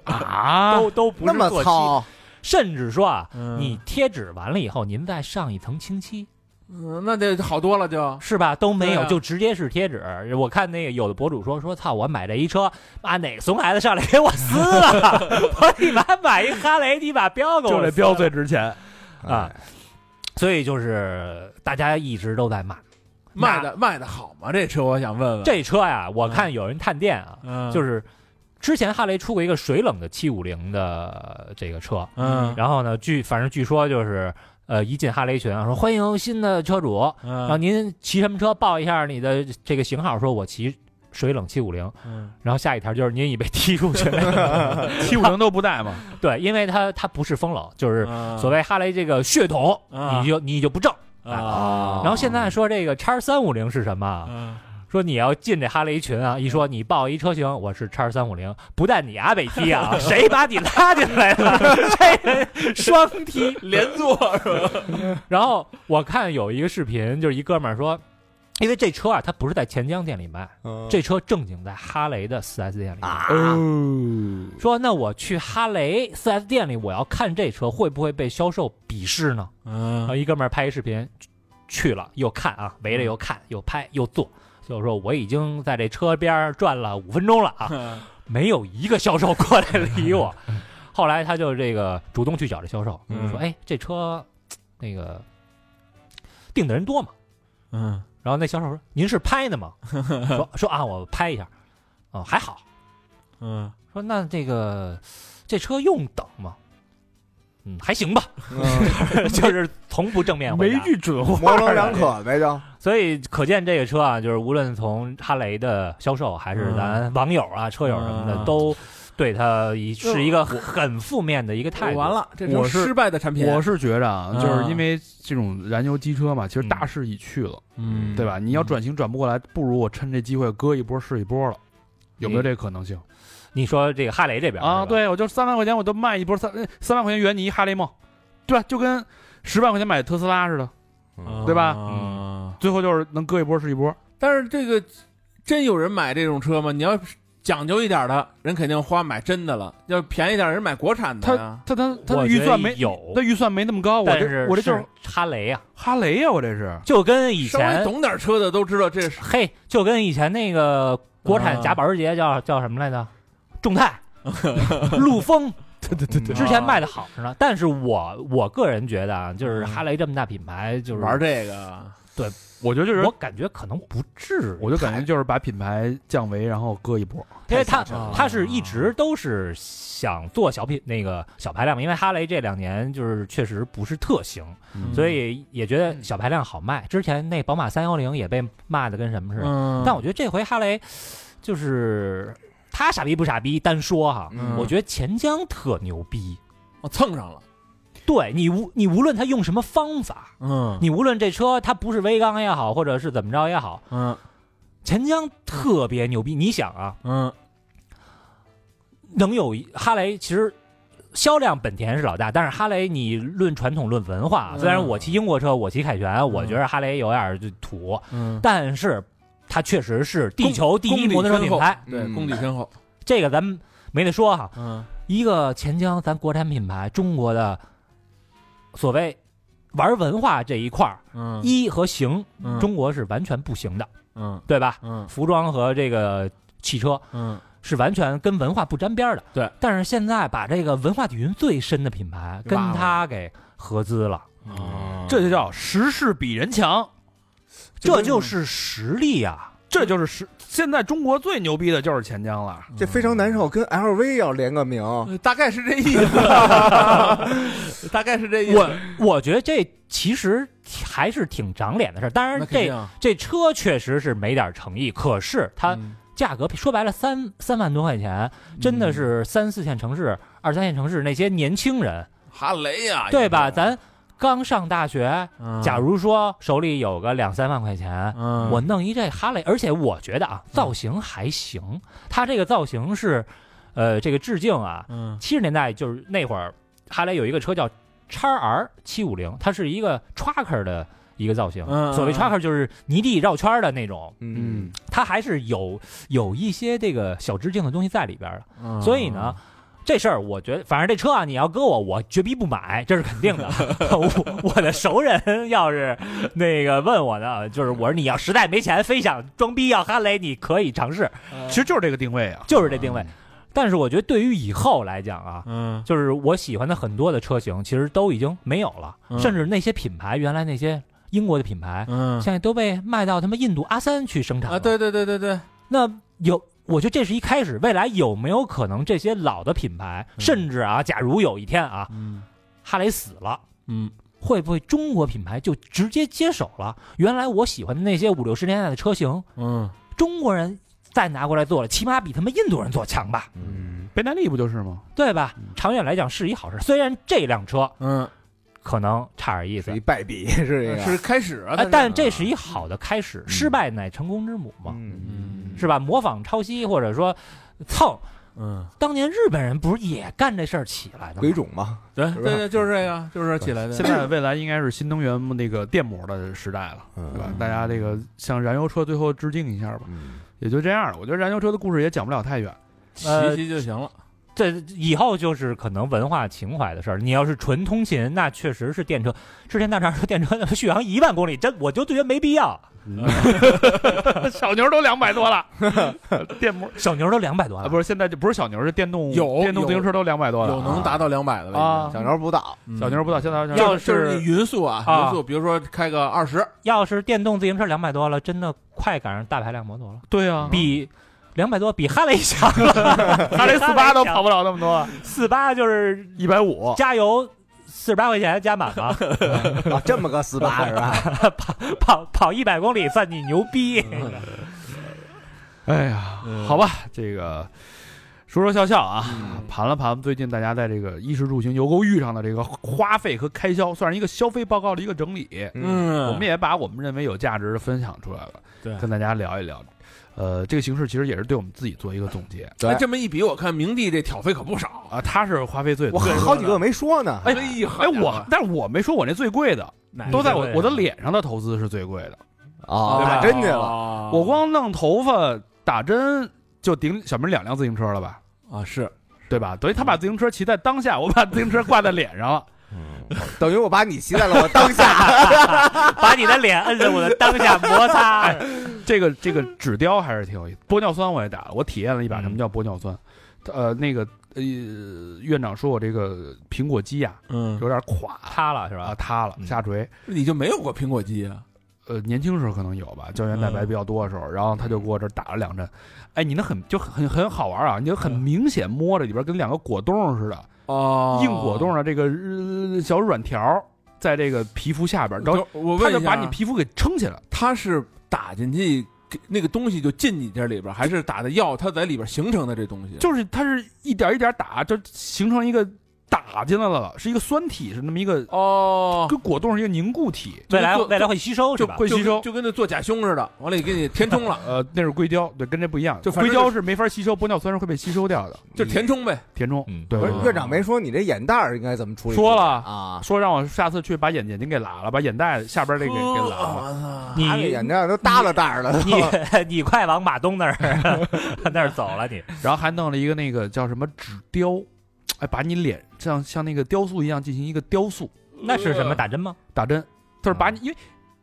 S1: 啊，
S5: 都都不
S2: 那
S5: 是
S2: 么
S5: 做漆，
S2: 糙，
S5: 甚至说啊，
S4: 嗯
S5: 你贴纸完了以后，您再上一层清漆，
S4: 嗯，那得好多了就，
S5: 是吧？都没有，
S4: 对啊
S5: 就直接是贴纸。我看那个有的博主说说，操，我买这一车，妈哪个怂孩子上来给我撕了？我你妈买一哈雷，你把标给我
S1: 就这
S5: 撕
S1: 标
S5: 了
S1: 最值钱。
S5: 啊，
S2: 哎
S5: 所以就是大家一直都在骂
S4: 卖的卖的好吗？这车我想问问，
S5: 这车呀。我看有人探店啊，
S4: 嗯
S5: 就是之前哈雷出过一个水冷的七五零的这个车，
S4: 嗯
S5: 然后呢，据反正据说就是呃，一进哈雷群啊说欢迎新的车主，然后
S4: 嗯
S5: 您骑什么车报一下你的这个型号，说我骑水冷七五零，
S4: 嗯
S5: 然后下一条就是您已被踢出群，
S4: <laughs>
S1: 七五零都不带嘛，
S5: 对，因为它它不是风冷，就是
S4: 嗯
S5: 所谓哈雷这个血统，
S4: 啊
S5: 你就你就不正。哎
S4: 啊，
S5: 然后现在说这个叉三五零是什么啊？
S4: 嗯
S5: 说你要进这哈雷群啊，一说你报一车型，我是叉三五零，不但你阿北踢
S4: <laughs>
S5: 啊，谁把你拉进来了？这人双踢。
S4: 连坐是吧？
S5: <laughs> 然后我看有一个视频，就是一哥们儿说，因为这车啊，它不是在钱江店里卖，
S4: 嗯
S2: 嗯
S5: 这车正经在哈雷的 4S 店里卖。
S2: 啊，
S1: 哦，
S5: 说那我去哈雷 4S 店里，我要看这车会不会被销售鄙视呢？然
S4: 嗯
S5: 后一哥们儿拍一视频，去去了又看啊，围着又看又拍又坐，就是说我已经在这车边儿转了五分钟了啊，
S3: 嗯
S5: 没有一个销售过来理我。后来他就这个主动去找这销售，
S4: 嗯
S5: 说：“哎，这车那个订的人多嘛。
S3: 嗯，
S5: 然后那销售说：“您是拍的吗？”说说啊，我拍一下，啊、还好。
S3: 嗯，
S5: 说那这个这车用等吗？嗯，还行吧， <laughs> 就是从不正面回答。
S1: 准
S2: 嗯 <laughs> 模棱两可呗，就
S5: 所以可见这个车啊，就是无论从哈雷的销售，还是咱网友啊、车友什么的，
S3: 嗯
S5: 都对它一是一个很负面的一个态度。
S3: 完，了，这成
S1: 我是
S3: 失败的产品。
S1: 我是觉着啊，
S3: 嗯
S1: 就是因为这种燃油机车嘛，其实大势已去了，
S3: 嗯，
S1: 对吧？你要转型转不过来，不如我趁这机会割一波是一波了，有没有这个可能性
S5: 你说这个哈雷这边
S1: 啊？
S5: 是吧，
S1: 对，我就三万块钱我就卖一波三三万块钱原泥哈雷梦，对吧？就跟十万块钱买特斯拉似的，
S3: 嗯，
S1: 对吧
S3: 嗯，
S1: 最后就是能割一波是一波。
S3: 但是这个真有人买这种车吗？你要讲究一点的，人肯定花买真的了；要便宜点，人买国产的呀。
S1: 他他他
S5: 我
S1: 的
S5: 觉
S1: 预
S5: 得
S1: 算没，
S5: 有
S1: 那，预算没那么高，我
S5: 但
S1: 这
S5: 是
S1: 我这就是
S5: 是哈雷啊，
S1: 哈雷呀、我这是。
S5: 就跟以
S3: 稍微
S5: 前
S3: 懂点车的都知道这是
S5: 嘿，就跟以前那个国
S1: 啊
S5: 产假保时捷叫、叫什么来着？
S1: <laughs>
S5: 众泰、陆风，对对对对，之前卖的好着呢。但是我我个人觉得啊，
S1: 嗯
S5: 就是哈雷这么大品牌，就是
S3: 玩这个，
S1: 我觉得就是
S5: 我，感觉可能不至于，
S1: 我就感觉就是把品牌降维，然后割一波。
S5: 因为他
S3: 太吓人了
S5: 他是一直都是想做小品那个小排量嘛，因为哈雷这两年就是确实不是特行，
S3: 嗯
S1: 嗯
S5: 所以也觉得小排量好卖。之前那宝马三幺零也被骂的跟什么似的，
S3: 嗯，
S5: 但我觉得这回哈雷就是他傻逼不傻逼单说哈，
S3: 嗯
S5: 我觉得钱江特牛逼。
S3: 我哦蹭上了，
S5: 对你无你无论他用什么方法，
S3: 嗯
S5: 你无论这车它不是微缸也好，或者是怎么着也好，
S3: 嗯
S5: 钱江特别牛逼。你想啊，
S3: 嗯
S5: 能有一哈雷，其实销量本田是老大，但是哈雷你论传统论文化啊，
S3: 嗯
S5: 虽然我骑英国车，我骑凯旋，我觉得哈雷有点儿就土，
S3: 嗯，
S5: 但是它确实是地
S3: 公
S5: 球第一摩托车品牌，
S3: 对，
S2: 嗯
S3: 功底深
S1: 哦
S3: 厚，
S5: 这个咱们没得说哈。
S3: 嗯
S5: 一个钱江咱国产品牌，中国的所谓玩文化这一块儿，
S3: 嗯
S5: 衣和行，
S3: 嗯
S5: 中国是完全不行的，
S3: 嗯
S5: 对吧？
S3: 嗯
S5: 服装和这个汽车
S3: 嗯
S5: 是完全跟文化不沾边儿的。
S3: 对，
S5: 但是现在把这个文化底蕴最深的品牌跟它给合资了，
S3: 哦
S1: 这就叫时势比人强，
S5: 这就是实力啊呀、
S1: 这就是时。现在中国最牛逼的就是钱江了。
S5: 嗯
S2: 这非常难受，跟 LV 要联个名，
S3: 呃大概是这意
S1: <laughs>
S3: 思，大概是这意思。
S5: 我我觉得这其实还是挺长脸的事儿。当然
S3: 那肯定
S5: 这。啊这车确实是没点儿诚意，可是它
S3: 嗯
S5: 价格说白了三三万多块钱，真的是三四线城市、二三线城市那些年轻人，
S4: 哈雷呀，
S5: 对吧？咱刚上大学，
S3: 哎嗯
S5: 假如说手里有个两三万块钱，
S3: 嗯
S5: 我弄一这哈雷，而且我觉得啊，造型还行，它这个造型是，呃，这个致敬啊，
S3: 嗯
S5: 七十年代就是那会儿，哈雷有一个车叫叉 R 七五零，它是一个 trucker 的一个造型，
S3: 嗯
S5: 所
S3: 嗯
S5: 谓 trucker 就是泥地绕圈儿的那种。
S2: 嗯，
S5: 它还是有有一些这个小致敬的东西在里边儿的。
S3: 嗯
S5: 所以呢，这事儿我觉得，反正这车啊，你要搁我，我绝逼不买，这是肯
S3: <laughs>
S5: 定的。我我的熟人要是那个问我呢，就是我说你要实在没钱，非想装逼要哈雷，你可以尝试，
S1: 其实就是这个定位啊。
S5: 就是这定
S3: 哦
S5: 位。但是我觉得对于以后来讲啊。
S3: 嗯
S5: 就是我喜欢的很多的车型，其实都已经没有了，
S3: 嗯
S5: 甚至那些品牌，原来那些英国的品牌，
S3: 嗯
S5: 现在都被卖到他妈印度阿三去生产了。
S3: 啊，对对对对对，
S5: 那有，我觉得这是一开始。未来有没有可能这些老的品牌，甚至啊，假如有一天啊，
S3: 嗯
S5: 哈雷死了，
S3: 嗯
S5: 会不会中国品牌就直接接手了？原来我喜欢的那些五六十年代的车型，
S3: 嗯
S5: 中国人再拿过来做了，起码比他们印度人做强吧，
S1: 嗯，倍耐力不就是吗？
S5: 对吧？长远来讲是一好事。虽然这辆车
S3: 嗯，
S5: 可能差点意思
S2: 是一。败笔是一个，
S3: 是开始啊
S5: 啊，，但这是一好的开始，失败乃成功之母嘛，
S2: 嗯，
S3: 嗯
S5: 是吧？模仿、抄袭，或者说蹭，
S3: 嗯，
S5: 当年日本人不是也干这事儿起来的吗？
S2: 鬼冢嘛，
S3: 对
S2: 是吧
S3: 对对，就是这个，就是起来的。
S1: 现在未来应该是新能源那个电摩的时代了，
S4: 嗯
S1: 对吧？大家这个向燃油车最后致敬一下吧，
S2: 嗯
S1: 也就这样了。我觉得燃油车的故事也讲不了太
S4: <laughs>
S1: 远。
S3: 骑
S4: 呃
S3: 骑就行了，
S5: 这以后就是可能文化情怀的事儿。你要是纯通勤，那确实是电车。之前大肠说电车他妈续航一万公里，真我就觉得没必要。
S1: 小牛都两百多
S4: <laughs>
S1: 了，电摩
S5: 小牛都两百多
S1: 啊，
S5: 了，
S1: 不是现在就不是小牛，是电动
S4: 有
S1: 电动自行车都两百多了，
S4: 有能达到两百的了
S1: 啊
S2: 小牛不倒，
S4: 已经，
S1: 小牛不到现在
S4: 要
S5: 要
S4: 就是你
S5: 是
S4: 匀速啊，
S5: 啊
S4: 匀速，比如说开个二十，
S5: 要是电动自行车两百多了，真的快赶上大排量摩托了，
S1: 对啊，
S5: 比两百多比哈雷强了，
S1: 他这四八都
S5: 强
S1: 跑不了那么多，
S5: 四八就是
S1: 一百五
S5: 加油四十八块钱加满嘛，
S1: <laughs>
S2: 啊这么个四八是吧？
S5: 跑跑一百公里算你牛逼。
S1: 哎呀，
S4: 嗯
S1: 好吧，这个说说笑笑啊，盘了盘最近大家在这个衣食住行、游购欲上的这个花费和开销，算是一个消费报告的一个整理。
S4: 嗯
S1: 我们也把我们认为有价值的分享出来了，
S4: 对
S1: 跟大家聊一聊。呃，这个形式其实也是对我们自己做一个总结
S4: 那哎这么一比，我看明帝这挑费可不少。
S1: 啊，他是花费最
S2: 我
S1: 多的。
S2: 好几个没说呢，
S1: 哎
S4: 呀，哎
S1: 哎，我但是我没说我那最贵的，都在我我的脸上的投资是最贵的，
S4: 哦
S2: 啊，
S1: 对吧
S2: 打针去了，
S4: 了
S1: 我光弄头发打针就顶小明两辆自行车了吧？
S4: 啊是
S1: 对吧？等于他把自行车骑在当下，我把自行车挂在脸上了。
S2: 等于我把你骑在了我当
S1: <laughs>
S2: 下，
S5: 把你的脸摁在我的当下摩擦，
S1: 哎
S4: 嗯
S1: 这个这个纸雕还是挺有意思。玻尿酸我也打了，我体验了一把
S5: 嗯
S1: 什么叫玻尿酸。
S4: 嗯
S1: 呃，那个呃，院长说我这个苹果肌啊呀、
S4: 嗯，
S1: 有点垮
S5: 塌了是
S1: 啊，
S5: 吧？
S1: 塌了
S5: 嗯
S1: 下垂。
S4: 你就没有过苹果肌啊？
S1: 呃，年轻时候可能有
S4: 嗯
S1: 吧，胶原蛋白比较多的时候，然后他就给我这儿打了两针。哎，你那很就很很好玩啊，你就很
S4: 嗯
S1: 明显摸着里边跟两个果冻似的，
S4: 哦
S1: 硬果冻的这个、呃小软条在这个皮肤下边，然后
S4: 等我
S1: 他
S4: 问
S1: 就
S4: 一下，啊
S1: 把你皮肤给撑起来。
S4: 他是打进去给那个东西就进你这里边儿，还是打的药它在里边儿形成的这东西？
S1: 就是它是一点一点打，就形成一个打进来了，是一个酸体，是那么一个
S4: 哦，
S1: 跟果冻是一个凝固体，
S5: 未来
S4: 就
S5: 未来会吸收是
S1: 就
S5: 吧？
S1: 会
S4: 就
S1: 吸收。
S4: 就跟那做假胸似的，完了也给你填充了，
S1: 呃，那是硅胶，对，跟这不一样。
S4: 就反
S1: 硅
S4: 正
S1: 胶是没法吸收，玻尿酸是会被吸收掉的。
S4: 就填充呗。
S1: 填充
S8: 嗯，
S1: 对
S2: 不
S1: 对
S2: 是
S1: 对
S2: 院长没说你这眼袋儿应该怎么处理？
S1: 说了
S2: 啊，
S1: 说让我下次去把眼眼睛给拉了，把眼袋下边 <laughs> 那个给给拉了。
S4: 哦了，
S2: 啊他这
S5: <laughs> 你
S2: 眼袋儿都耷拉袋儿了， <laughs>
S5: 你你快往马东那儿 <laughs> 那儿走了你，
S1: 然后还弄了一个那个叫什么纸雕，哎，把你脸像像那个雕塑一样进行一个雕塑
S5: 那是什
S2: 呃
S5: 么打针吗？
S1: 打针，就是把你因为。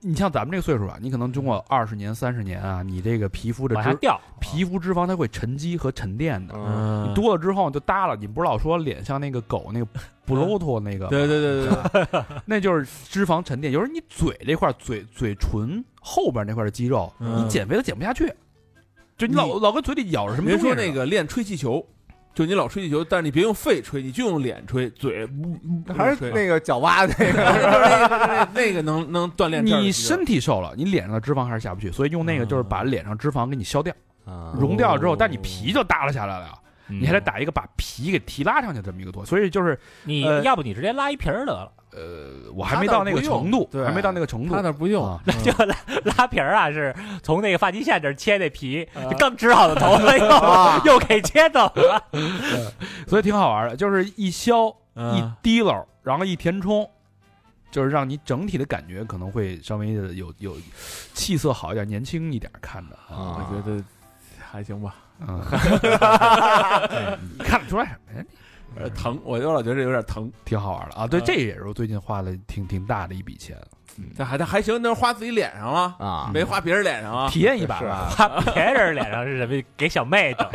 S1: 你像咱们这个岁数啊，你可能经过二十年、三十年啊，你这个皮肤的
S5: 往
S1: 脂
S5: 下掉，
S1: 皮肤脂肪它会沉积和沉淀的，
S2: 嗯
S4: 嗯，
S1: 多了之后就耷了。你不是老说脸像那个狗那个布洛托那个，
S4: 对对对对对，
S1: 那就是脂肪沉淀。有时候你嘴这块儿嘴嘴唇后边那块儿的肌肉，
S4: 嗯
S1: 你减肥都减不下去，就你
S4: 你
S1: 老老跟嘴里咬着什么
S4: 别
S1: 东西
S4: 说
S1: 似的
S4: 那个练吹气球，就你老吹气球，但是你别用肺吹，你就用脸吹，嘴嗯嗯
S2: 还
S4: 吹
S2: 是那个脚蛙那个，
S4: 那 <laughs> 那个能能锻炼这儿的
S1: 你
S4: 肌肉嗯
S1: 身体瘦了，你脸上的脂肪还是下不去，所以用那个就是把脸上脂肪给你消掉、
S4: 哦
S2: 啊
S1: 溶掉之后，但你皮就耷拉下来了呀。你
S2: 嗯
S4: 嗯
S8: 你
S1: 还得打一个把皮给提拉上去这么一个多，所以就是
S5: 你
S1: 呃
S5: 要不你直接拉一皮儿得了，
S1: 呃，我还没到那个程度，
S4: 对
S1: 还没到那个程度
S9: 他。那不用
S1: 啊，
S5: 就拉拉皮儿啊，是从那个发际线这儿切那皮，
S4: 嗯
S5: 刚织好的头
S2: 啊
S5: 发又又给切走了，
S1: 所以挺好玩的，就是一削一
S4: 嗯
S1: 滴漏，然后一填充，就是让你整体的感觉可能会稍微的有有气色好一点，年轻一点看着
S2: 啊
S9: 我觉得还行吧。
S1: 嗯，哎你看得出来什么呀？
S4: 呃疼，我就老觉得有点疼，
S1: 挺好玩的啊！对，这也是我最近花了挺挺大的一笔钱，
S4: 但还但还行，那花自己脸上了，
S2: 啊，
S4: 没花别人脸上啊。
S1: 体验一把
S2: 是
S1: 吧，
S2: 啊，
S5: 画别人脸上是什么？给小妹整。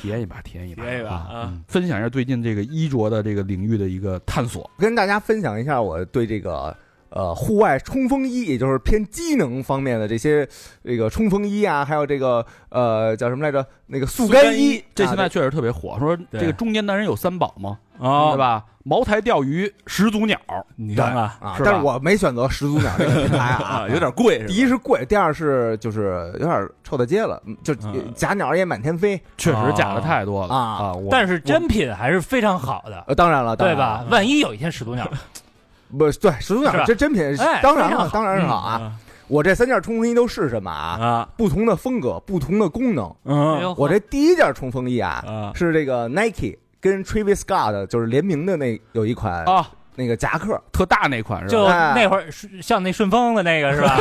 S1: 体验一把，体验一把，
S4: 体验一把啊
S1: 嗯！分享一下最近这个衣着的这个领域的一个探索。
S2: 跟大家分享一下我对这个呃户外冲锋衣，也就是偏机能方面的这些这个冲锋衣啊，还有这个呃叫什么来着？那个速干衣，
S1: 这
S2: 啊
S1: 现在确实特别火，说这个中年男人有三宝吗？
S2: 哦
S9: 啊
S1: 对吧？茅台、钓鱼、始祖鸟，
S9: 你看看，
S2: 啊
S1: 是，吧
S2: 但是我没选择始祖鸟这个品牌
S5: <laughs>
S2: 啊，
S4: 有点贵是
S2: <laughs>
S4: 吧
S2: 第一是贵，第二是就是有点臭大街了，嗯就
S9: 嗯
S2: 假鸟也满天飞。
S1: 确实假的太多了
S2: 啊
S1: 啊！我
S5: 但是真品还是非常好的，
S2: 呃，当然了，当
S5: 对
S2: 然
S5: 吧
S2: 了？？
S5: 万一有一天始祖鸟，
S2: 不，对，始祖
S5: 是
S2: 鸟
S5: 吧
S2: 这真品
S5: 哎，
S2: 当然
S5: 非
S2: 了
S5: 常好，嗯
S2: 当然是好啊。我这三件冲锋衣都是什么啊？
S9: 啊，
S2: 不同的风格，不同的功能。
S5: 哎
S9: 嗯
S5: 呦
S2: 我这第一件冲锋衣啊，
S9: 啊，
S2: 是这个 Nike 跟 Travis Scott 就是联名的那有一款
S5: 哦
S1: 啊，
S2: 那个夹克，
S1: 特大那款是吧？
S5: 就
S2: 哎
S5: 那会儿是像那顺丰的那个是
S2: <laughs>
S5: 吧？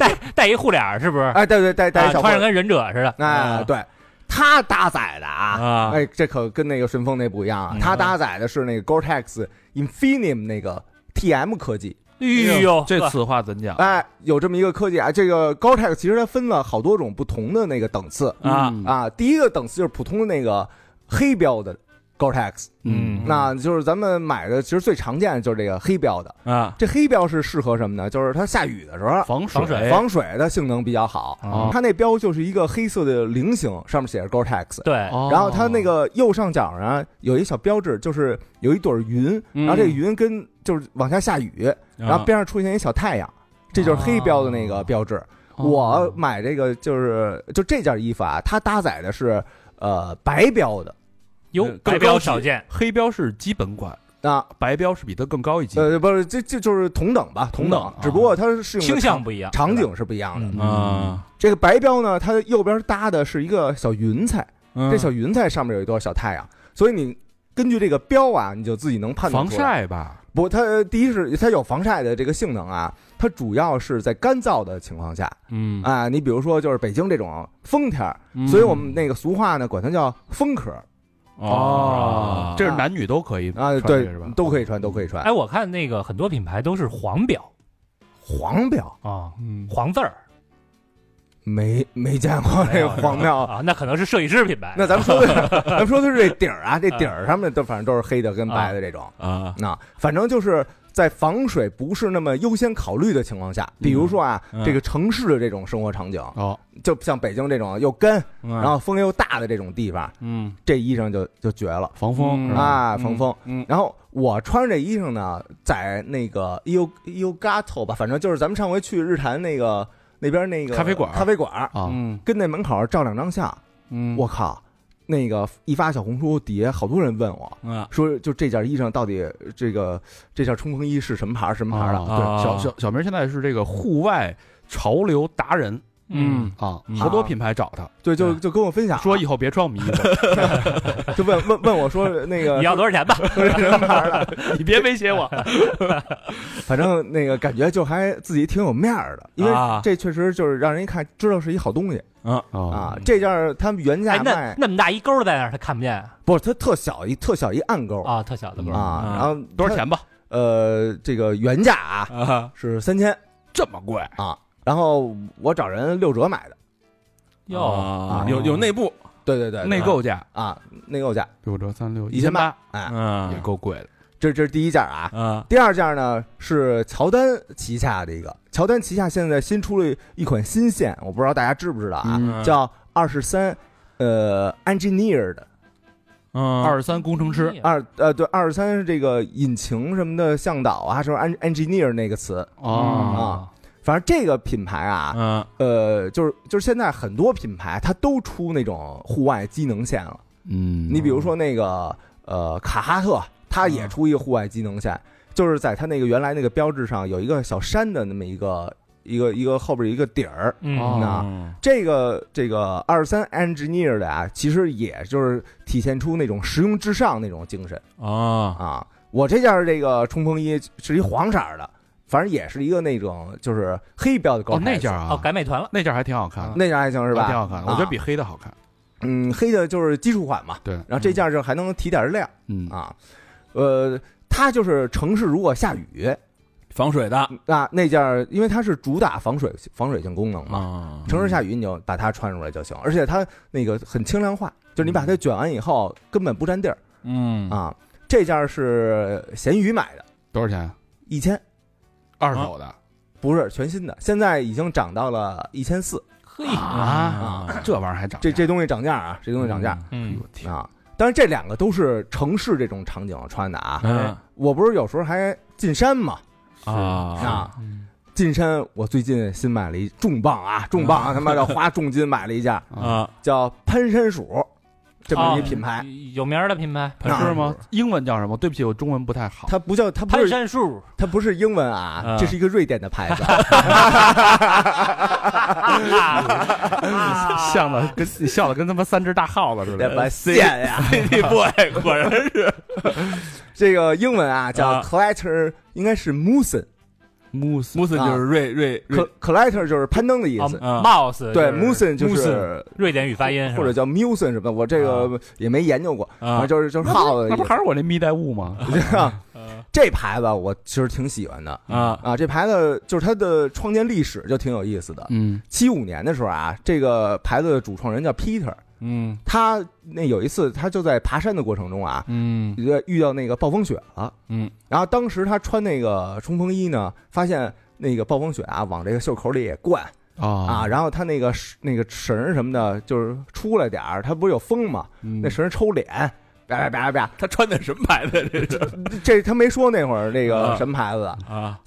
S5: 带带一护脸儿是不是？
S2: 哎，对对，带带
S5: 啊
S2: 一小
S5: 穿上
S2: 帽，
S5: 跟忍者似的。啊
S2: 哎，对，它搭载的啊
S9: 啊，
S2: 哎，这可跟那个顺丰那不一样啊，它搭载的是那个 Gore-Tex Infinium 那个 TM 科技，
S5: 哎呦，
S1: 这此话怎讲？
S2: 哎，有这么一个科技啊，这个高 tech 其实它分了好多种不同的那个等次
S5: 啊，
S1: 嗯
S2: 啊。第一个等次就是普通的那个黑标的高 tech，
S6: 嗯
S2: 那就是咱们买的，其实最常见的就是这个黑标的。
S1: 嗯
S6: 啊，
S2: 这黑标是适合什么呢？就是它下雨的时候，
S10: 防
S5: 防
S1: 哎
S5: 水
S2: 防水的性能比较好。
S10: 哦
S2: 它那标就是一个黑色的菱形，上面写着 Gore-Tex，
S5: 对，
S2: 然后它
S5: 哦
S2: 那个右上角呢有一小标志，就是有一朵云，
S5: 嗯
S2: 然后这个云跟就是往下下雨，然后边上出现一小太阳，这就是黑标的那个标志。
S5: 哦
S1: 哦
S2: 我买这个就是就这件衣服啊，它搭载的是呃白标的
S5: 哟，
S2: 嗯
S5: 白标少见，
S1: 黑标是基本款，
S2: 啊，
S1: 白标是比它更高一级。
S2: 呃不是这这就是同等吧，同等
S1: 啊，
S2: 只不过它是用的
S5: 倾向
S2: 场
S5: 不一样，
S2: 场景是不一样的。
S5: 嗯
S6: 啊，
S2: 这个白标呢，它右边搭的是一个小云彩，这
S1: 嗯
S5: 嗯
S6: 这
S2: 小云彩上面有一朵小太阳，所以你根据这个标啊，你就自己能判断
S1: 防
S2: 出来。
S1: 晒吧，
S2: 不，它呃第一是它有防晒的这个性能啊，它主要是在干燥的情况下
S6: 嗯，
S2: 啊。你比如说就是北京这种风天儿，
S1: 嗯
S5: 嗯
S2: 所以我们那个俗话呢管它叫风壳儿
S6: 哦，
S1: 这是男女都可以
S2: 啊，
S1: 穿这
S2: 对
S1: 个是吧？，
S2: 都可以穿，都可以穿。
S5: 哎，我看那个很多品牌都是黄标
S2: 黄标
S5: 啊，黄字儿，
S2: 没没见过
S5: 没
S2: 这
S5: 有
S2: 个黄标。
S5: 啊，那可能是设计师品牌。
S2: 哦那咱们说的，咱们说的是这底儿啊，这底儿上面都反正都是黑的跟白的这种。
S6: 啊，
S2: 那反正就是在防水不是那么优先考虑的情况下，比如说啊，
S6: 嗯
S2: 这个城市的这种生活场景，
S10: 哦，
S2: 就像北京这种又干，
S6: 然
S5: 嗯
S2: 然后风又大的这种地方，
S6: 嗯
S2: 这衣裳就就绝了
S10: 防风
S6: 嗯
S10: 是吧
S2: 啊，
S6: 嗯
S2: 防风。
S6: 嗯
S2: 然后我穿这衣裳呢，在那个 U U Gato 吧，反正就是咱们上回去日坛那个那边那个
S10: 咖啡馆
S2: 咖啡馆
S10: 啊，
S6: 嗯
S2: 跟那门口照两张相，
S6: 嗯，
S2: 我靠，那个一发小红书底下好多人问我。
S6: 啊，
S2: 说就这件衣裳到底这个这件冲锋衣是什么牌
S5: 嗯
S2: 儿什么牌儿的？
S6: 哦
S10: 啊
S5: 哦
S10: 对，小小小明现在是这个户外潮流达人
S6: 嗯
S10: 啊
S6: 嗯，
S10: 好多品牌找他
S2: 对，就就跟我分享，啊
S10: 说以后别穿我们
S5: <laughs>
S10: 衣服，
S2: 就问问问我说
S6: <laughs>
S2: 那个
S5: 你要多少钱吧？
S2: 说这什么牌儿的，
S10: 你别威胁我。
S2: 反正那个感觉就还自己挺有面儿的，因为
S6: 啊
S2: 这确实就是让人一看知道是一好东西
S10: 哦
S2: 啊。
S10: 嗯
S2: 这件儿他们原
S5: 哎
S2: 价，
S5: 那
S2: 卖
S5: 那么大一钩在那儿，他看不见啊
S2: 不是它特小一特小一暗钩
S5: 啊，特小的钩。
S2: 啊，然后
S10: 多少
S2: 它？
S10: 钱吧？
S2: 呃，这个原价啊
S6: 啊，
S2: 是三千
S6: 这么贵
S2: 啊，然后我找人六折买的，哦
S5: 哟，
S6: 啊，有有内部，
S2: 对对对，对
S10: 内购价
S2: 啊，内购价
S10: 六折三六
S2: 一千
S10: 八，
S2: 哎，
S10: 也
S6: 嗯
S10: 够贵的。
S2: 这这是第一件儿啊，
S6: 啊，
S2: 第二件呢是乔丹旗下的一个，乔丹旗下现在新出了一款新线，我不知道大家知不知道啊，
S6: 嗯
S2: 叫二十三，呃，engineered
S6: 嗯
S10: 二十三工程师
S2: 二呃对二十三这个引擎什么的向导啊，什么 en engineer 那个词，
S10: 啊
S2: 反正这个品牌啊，
S6: 嗯
S2: 呃，就是就是现在很多品牌它都出那种户外机能线了，
S10: 嗯
S2: 你比如说那个呃卡哈特，它也出一个户外机能线，就是在它那个原来那个标志上有一个小山的那么一个一个一个后边一个底儿。
S5: 嗯
S10: 哦
S2: 那这个这个二三 engineer 的啊，其实也就是体现出那种实用至上那种精神
S6: 啊
S2: 啊。我这件这个冲锋衣是一黄色儿的，反正也是一个那种就是黑标的高
S10: 哦
S2: 牌子、
S10: 那件
S5: 哦，
S10: 啊，
S5: 改美团了。
S10: 那件还挺好看的，
S2: 那件还行是吧？啊
S10: 挺好看的，我觉得比黑的好看。
S2: 嗯黑的就是基础款嘛，
S10: 对
S2: 然后这件就还能提点亮。
S10: 嗯
S2: 啊，呃，它就是城市如果下雨，
S6: 防水的
S2: 那那件儿因为它是主打防水防水性功能嘛，
S6: 啊
S2: 嗯城市下雨你就把它穿出来就行，而且它那个很轻量化，就是你把它卷完以后根本不占地儿
S6: 嗯
S2: 啊。这件儿是闲鱼买的，
S10: 多少钱？啊
S2: 一千，
S10: 二手的
S2: 不是全新的，现在已经涨到了一千四，
S5: 嘿，
S10: 啊？
S6: 啊，
S10: 这玩意儿还涨价？哎
S2: 这这东西涨价啊，这东西涨价、
S5: 嗯，
S2: 啊。但是这两个都是城市这种场景穿的啊，
S6: 嗯
S2: 我不是有时候还进山嘛，
S6: 啊
S2: 啊，
S5: 嗯
S2: 进山，我最近新买了一重磅啊，重磅啊，他妈的花重金买了一件
S6: 啊
S2: <laughs> 叫攀山鼠，这么一品牌，
S5: 哦有名儿的品牌，
S2: 啊
S10: 是吗？英文叫什么？对不起，我中文不太好。
S2: 它不叫它不
S5: 攀
S2: 是
S5: 山树
S2: <laughs> 它不是英文啊
S6: 啊，
S2: 这是一个瑞典的牌子， <laughs>
S5: 啊，
S10: 像的跟 <laughs> 笑的跟他妈三只大耗子似
S2: 这
S10: 的。
S2: 把线呀，
S6: ，City Boy 果然是
S2: 这个英文啊叫
S6: 啊
S2: Clatter，应该是 Musen，
S10: Moose
S6: 穆森就是瑞
S2: 啊
S6: 瑞瑞
S2: Clatter 就是攀登的意思，
S6: 啊
S5: ，Mouse
S2: 对
S5: 哦就是
S2: ，Musen 就
S6: Musen
S2: 是
S5: 瑞典语发音是吧，
S2: 或者叫 Musen 什么的，我这个也没研究过，反
S6: 啊
S2: 正就是就是耗子的
S10: 那
S2: 意 <laughs>
S10: 不还是我那蜜袋鼯吗？
S2: 思，这牌子我其实挺喜欢的
S6: 啊
S2: 啊，这牌子就是它的创建历史就挺有意思的。
S6: 嗯
S2: 七五年的时候啊，这个牌子的主创人叫 Peter，
S6: 嗯
S2: 他那有一次他就在爬山的过程中啊，
S6: 嗯
S2: 遇到那个暴风雪了，
S6: 嗯，
S2: 然后当时他穿那个冲锋衣呢，发现那个暴风雪啊往这个袖口里也灌啊，
S6: 哦
S10: 啊
S2: 然后他那个那个绳儿什么的，就是出来点儿，他不是有风嘛，
S10: 嗯
S2: 那绳儿抽脸，叭叭叭叭叭，
S4: 他穿的什么牌子？这是
S2: 这他没说那会儿那个
S4: 啊
S2: 什么牌子的，
S4: 啊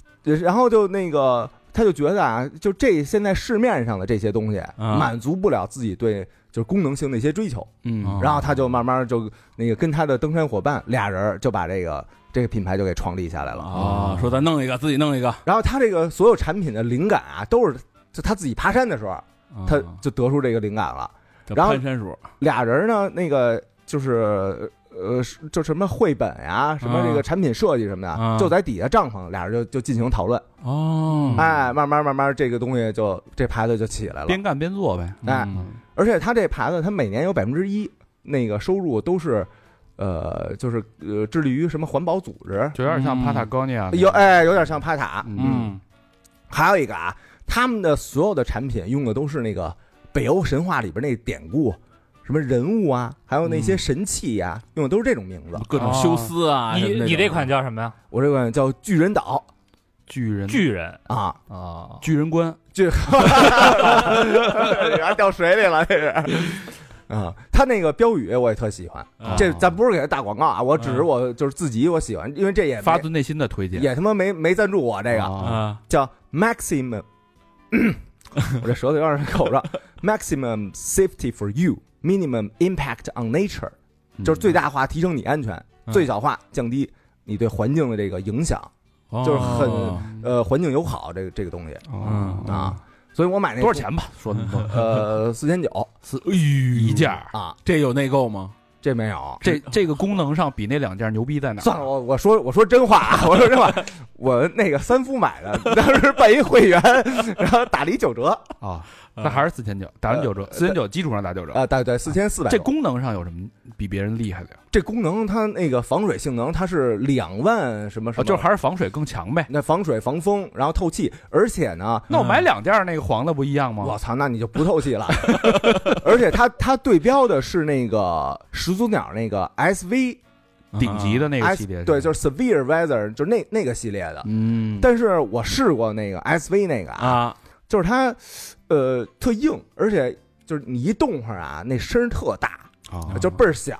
S2: 然后就那个他就觉得啊，就这现在市面上的这些东西，
S4: 啊
S2: 满足不了自己对就是功能性的一些追求，
S4: 啊
S10: 嗯
S2: 然后他就慢慢就那个跟他的登山伙伴俩人就把这个这个品牌就给创立下来了。
S6: 啊
S4: 啊！说咱弄一个，自己弄一个。
S2: 然后他这个所有产品的灵感啊，都是就他自己爬山的时
S4: 啊
S2: 候，他就得出这个灵感了。
S4: 叫
S2: 然后
S4: 攀山鼠，
S2: 俩人呢，那个就是呃，是就什么绘本呀、什么这个产品设计什么的，
S4: 啊
S2: 就在底下帐篷，俩人就就进行讨论。
S4: 哦
S6: 嗯
S2: 哎，慢慢慢慢，这个东西就这牌子就起来了。
S10: 边干边做呗，
S6: 嗯
S2: 哎，而且他这牌子，他每年有百分之一那个收入都是，呃，就是呃，致力于什么环保组织，
S10: 就有点像
S6: 嗯
S10: 帕塔高尼亚
S2: 有哎，有点像帕塔。
S6: 嗯
S2: 还有一个啊，他们的所有的产品用的都是那个北欧神话里边那典故，什么人物啊，还有那些
S6: 嗯
S2: 神器呀、用的都是这种名字。
S4: 嗯各种修斯啊，
S5: 你
S4: 什么那种
S5: 你这款叫什么呀？
S2: 我这款叫巨人岛
S10: 巨
S1: 嗯
S10: 人
S5: 巨人
S6: <laughs>
S2: 啊， <laughs>
S5: 啊，
S10: 巨人观，
S2: 然后掉水里了，这是。啊，他那个标语我也特喜欢，
S10: 啊
S2: 这咱不是给他打广告啊，我只是我就是自己我喜欢，因为这也没
S10: 嗯发自内心的推荐。
S2: 也他妈没没赞助我这个，
S5: 嗯
S10: 啊
S4: 啊
S2: 叫
S10: <laughs>
S2: maximum，我这舌头有点口着，maximum safety for you，minimum impact on nature，就
S10: 嗯
S2: 是最大化提升你安全，最小化降低你对环境的这个影响，就是很
S10: 哦
S2: 呃环境友好这个这个东西
S10: 嗯
S2: 啊，所以我买那
S10: 多少？钱吧？说那么多，
S2: 呃，四千九
S10: 四一件儿。
S2: 啊，
S4: 这有内购吗？
S2: 这没有。
S10: 这这个功能上比那两件牛逼在哪儿？啊
S2: 算了，我我说我说真话啊，我说真话，我那个三夫买的，当时办一会员，然后打了一九折
S10: 啊，
S4: 呃
S10: 呃那还是四千九，打完九折，四千九基础上打九折。
S2: 啊，对对，四千四百。
S10: 这功能上有什么比别人厉害的呀？
S2: 这功能它那个防水性能它是两万什么什
S10: 啊，
S2: 么，
S10: 就是还是防水更强呗。
S2: 那防水、防风，然后透气，而且呢，
S10: 那我买两件儿那个黄的不一样吗
S2: 我？操，那你就不透气了。 <laughs> 而且它它对标的是那个始祖鸟那个 SV
S4: 啊
S10: 顶级的那个
S2: S
S10: 系列，
S2: 对，就是 Severe Weather，就是那那个系列的。
S10: 嗯，
S2: 但是我试过那个 SV 那个啊，
S4: 啊，
S2: 就是它呃特硬，而且就是你一动会儿啊，那声儿特大，
S1: 哦
S10: 啊
S2: 就倍儿响。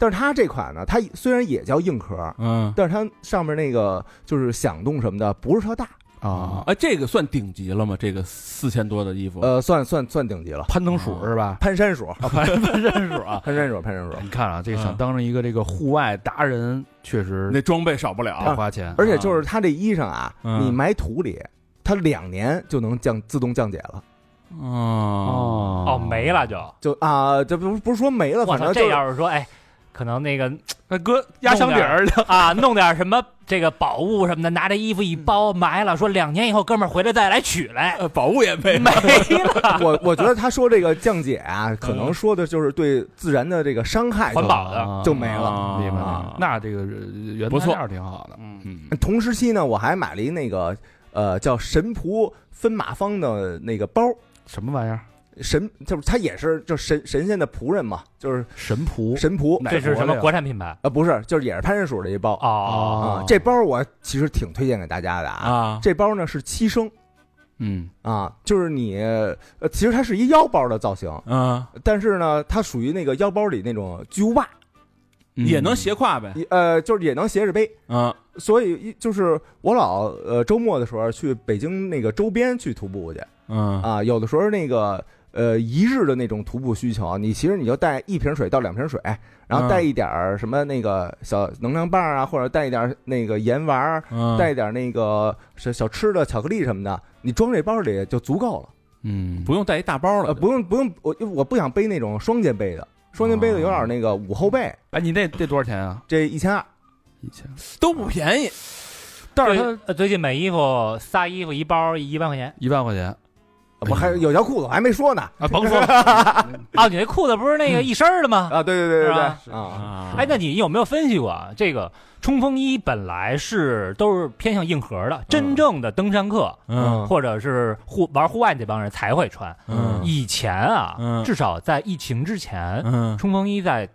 S2: 但是它这款呢，它虽然也叫硬壳，
S4: 嗯
S2: 但是它上面那个就是响动什么的不是特大，
S10: 啊，
S4: 啊，这个算顶级了吗？这个四千多的衣服，
S2: 呃，算算算顶级了。
S10: 攀登鼠是吧？
S2: 攀山鼠，
S10: 啊，攀攀山鼠啊。
S2: 攀山鼠，攀山鼠。
S10: 你看啊，这个想当成一个这个户外达人，确实
S4: 那装备少不
S10: 太
S4: 了。
S10: 花钱。
S2: 而且就是它这衣裳啊，
S4: 嗯
S2: 你埋土里，它两年就能降自动降解了。
S1: 嗯
S4: 哦，
S5: 哦
S10: 哦
S5: 没了就。
S2: 就啊，这不不是说没了，
S5: 我
S2: 反
S5: 操，
S2: 正就
S5: 这
S2: 是
S5: 要是说哎，可能那个
S10: 那哥压箱底儿的，
S5: 啊，弄点什么这个宝物什么的，拿这衣服一包埋了，说两年以后哥们儿回来再来取
S4: <laughs>
S5: 来，
S4: 呃宝物也没
S5: 没
S2: <laughs>
S5: 了，
S2: 我我觉得他说这个降解啊，可能说的就是对自然的这个伤害就
S5: 环保的
S2: 就没了。
S4: 啊
S10: 明白
S2: 啊
S10: 了。那这个呃原
S4: 不
S10: 材
S4: 错
S10: 料挺好的，
S6: 嗯
S2: 同时期呢，我还买了一那个呃叫神仆分马方的那个包，
S10: 什么玩意儿？
S2: 神就是他也是就神神仙的仆人嘛，就是
S10: 神仆，
S2: 神仆
S10: 哪
S5: 这是
S10: 国
S5: 什
S10: 的
S5: 么
S10: 呀
S5: 国产品牌？
S2: 啊，不是，就是也是攀山鼠的一包
S5: 哦，
S2: 啊。这包我其实挺推荐给大家的啊。
S4: 啊，
S2: 这包呢是七升
S10: 嗯
S2: 啊，就是你呃，其实它是一腰包的造型，
S4: 嗯，
S2: 但是呢，它属于那个腰包里那种巨无霸，
S1: 嗯
S4: 也能斜挎呗。
S2: 一呃，就是也能斜着背。
S4: 啊，
S2: 所以一就是我老呃周末的时候去北京那个周边去徒步去
S4: 嗯
S2: 啊，有的时候那个呃一日的那种徒步需求，啊你其实你就带一瓶水到两瓶水，然后带一点儿什么那个小能量棒啊，或者带一点儿那个盐丸儿，
S4: 嗯，
S2: 带一点儿那个小小吃的巧克力什么的，你装这包里就足够了。
S10: 嗯，
S4: 不用带一大包了
S2: 呃，，不用不用，我我不想背那种双肩背的，双肩背的有点那个捂后背，
S10: 哎，你那这多少钱啊？
S2: 这一千二。
S10: 以前
S4: 都不便宜。
S5: 呃但是他最近买衣服仨衣服一包一万块钱，
S10: 一万块钱，
S2: 我还有条裤子，我还没说呢。
S1: 啊，甭说了，
S5: <laughs> 啊，你那裤子不是那个一身儿的吗？
S2: 啊，对对对对
S5: 是吧
S2: 对，啊，
S4: 啊
S5: 哎，那你有没有分析过啊？这个冲锋衣本来是都是偏向硬核的，真正的登山客，
S4: 嗯
S5: 或者是户玩户外这帮人才会穿。
S4: 嗯
S5: 以前啊，
S4: 嗯
S5: 至少在疫情之前，
S4: 嗯
S5: 冲锋衣在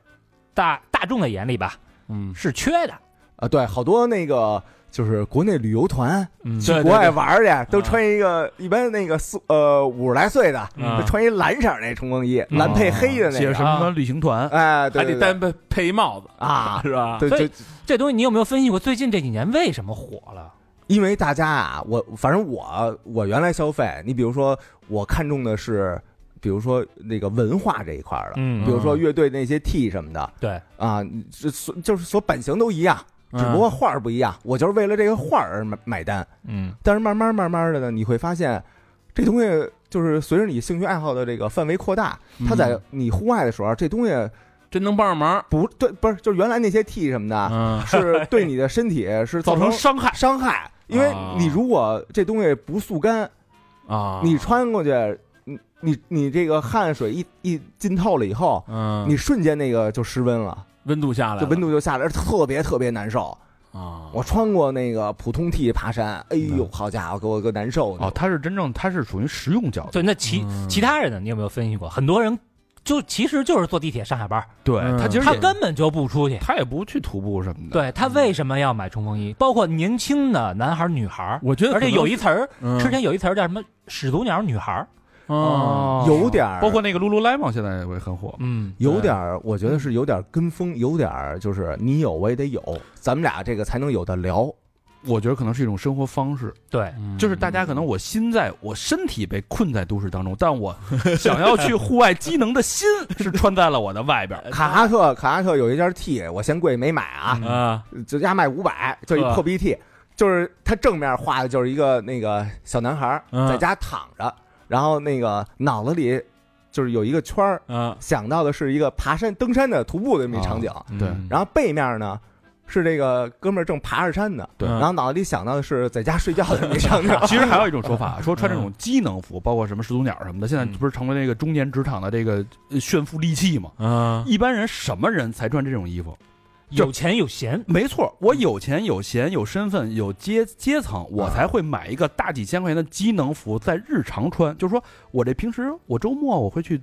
S5: 大大众的眼里吧
S4: 嗯
S5: 是缺的。
S2: 啊，对，好多那个就是国内旅游团
S4: 嗯，
S2: 去国外玩儿去，都穿一个一般那个四呃五十来岁的，
S5: 嗯
S2: 就穿一蓝色那冲锋衣，蓝配黑的那
S1: 啊写
S2: 个，
S1: 什么旅行团，
S2: 哎，对
S4: 还
S2: 对对
S4: 得单配配一帽子，
S2: 啊，
S4: 是吧？
S2: 对，
S5: 所以
S2: 就
S5: 这东西你有没有分析过？最近这几年为什么火了？
S2: 因为大家啊，我反正我我原来消费，你比如说我看中的是，比如说那个文化这一块儿的，
S5: 嗯
S2: 比如说乐队那些 T 什么的
S5: 对，
S2: 啊，这所就是所版型都一样，只
S4: 嗯
S2: 不过画儿不一样，我就是为了这个画儿而买买单。
S5: 嗯
S2: 但是慢慢慢慢的呢，你会发现，这东西就是随着你兴趣爱好的这个范围扩大，
S4: 嗯
S2: 它在你户外的时候，这东西
S4: 真能帮上忙，
S2: 不对，不是就是原来那些 T 什么的，
S4: 嗯
S2: 是对你的身体是
S1: 造
S2: 造
S1: 成
S2: 成
S1: 伤害。
S2: 伤害，因为
S4: 啊
S2: 你如果这东西不速干，
S4: 啊，
S2: 你穿过去，你你你这个汗水一一浸透了以后，
S4: 嗯，
S2: 你瞬间那个就失温了，
S4: 温度下来了，
S2: 就温度就下来，特别特别难受。
S4: 啊，
S2: 我穿过那个普通 T 爬山，哎呦，好家伙，给我个难受的
S1: 嗯哦，他是真正，他是属于实用角度，
S5: 对，那其、
S4: 嗯
S5: 其他人呢？你有没有分析过？很多人就其实就是坐地铁上下班，
S1: 对
S4: 嗯
S1: 他其实
S5: 他
S1: 也
S5: 根本就不出去。
S1: 他也不去徒步什么的，
S5: 对他为什么要买冲锋衣？包括年轻的男孩儿、女孩儿，
S4: 我觉得
S5: 而且有
S4: 一
S5: 一词儿，之
S4: 前
S5: 前有一词儿叫什么“始祖鸟女孩儿
S4: 啊，
S2: 有点儿
S1: 哦包括那个 Lululemon 现在也会很火”。。
S5: 嗯，
S2: 有点儿，我觉得是有点儿跟风，有点儿就是你有我也得有，咱们俩这个才能有的聊。
S1: 我觉得可能是一种生活方式，
S5: 对，
S1: 就是大家可能我心在我身体被困在都市当中，但我想要去户外机能的心是穿在了我的外
S2: <laughs>
S1: 边儿。
S2: 卡哈特卡哈特有一件 T，我嫌贵没买啊，
S4: 啊，
S1: 嗯
S2: 就压卖五百，就一破逼 T，就是他正面画的就是一个那个小男孩儿
S4: 嗯
S2: 在家躺着，然后那个脑子里就是有一个圈儿，
S4: 啊，
S2: 想到的是一个爬山登山的徒步的那么一
S1: 啊
S2: 场景，
S1: 对
S4: 嗯
S2: 然后背面呢是这个哥们儿正爬着山呢，
S1: 对
S4: 嗯
S2: 然后脑子里想到的是在家睡觉的那么一场景。
S1: <laughs> 其实还有一种说法，啊说穿这种机能服，包括什么始祖鸟什么的，现在不是成为那个中年职场的这个呃炫富利器吗？
S4: 啊，
S1: 一般人什么人才穿这种衣服？
S5: 有钱有闲，
S1: 没错，我有钱、有闲、有身份、有阶阶层，我才会买一个大几千块钱的机能服，在日常穿。就是说我这平时，我周末我会去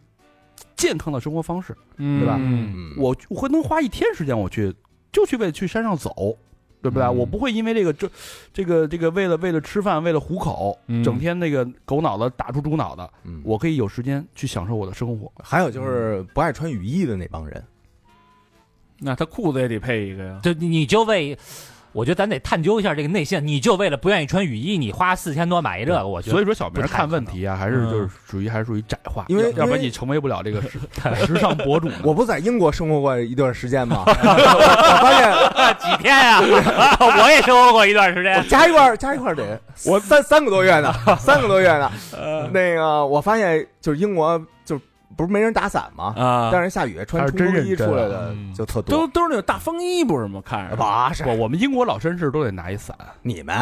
S1: 健康的生活方式，
S4: 对
S1: 吧
S4: 嗯
S1: 我我会能花一天时间，我去就去为了去山上走，对不对？
S4: 嗯
S1: 我不会因为这个这这个这个为了为了吃饭、为了糊口，
S4: 嗯
S1: 整天那个狗脑子打出猪脑子，
S2: 嗯
S1: 我可以有时间去享受我的生活。
S2: 还有就是不爱穿雨衣的那帮人，
S4: 那他裤子也得配一个呀，
S5: 就你你就为，我觉得咱得探究一下这个内线。你就为了不愿意穿雨衣，你花四千多买一这个，我觉
S1: 所
S5: 得
S1: 以说小明
S5: 不太
S1: 看问题啊，还是
S4: 嗯
S1: 就是属于还是属于窄化，
S2: 因为
S1: 要要不
S2: 因
S1: 然
S2: 为
S1: 你成为不了这个
S4: <laughs>
S1: 时时尚博主呢。
S2: 我不在英国生活过一段时间吗？我发现
S5: 几天呀、 <laughs> 我也生活过一段时间 <laughs>
S2: 我。加一块儿加一块儿得我三三个多月呢，三个多月呢。那个我发现就是英国就是不是没人打伞吗？
S5: 嗯
S4: 啊，
S2: 但是下雨穿
S1: 还是
S2: 冲
S1: 真
S2: 锋
S1: 认
S2: 衣
S1: 真
S2: 出来
S4: 啊
S2: 的
S4: 嗯
S2: 就特
S4: 都
S2: 多。哎
S4: 都是那种大风衣，不是吗？看着
S2: 不是
S1: 我我们英国老绅士都得拿一伞，
S2: 你们，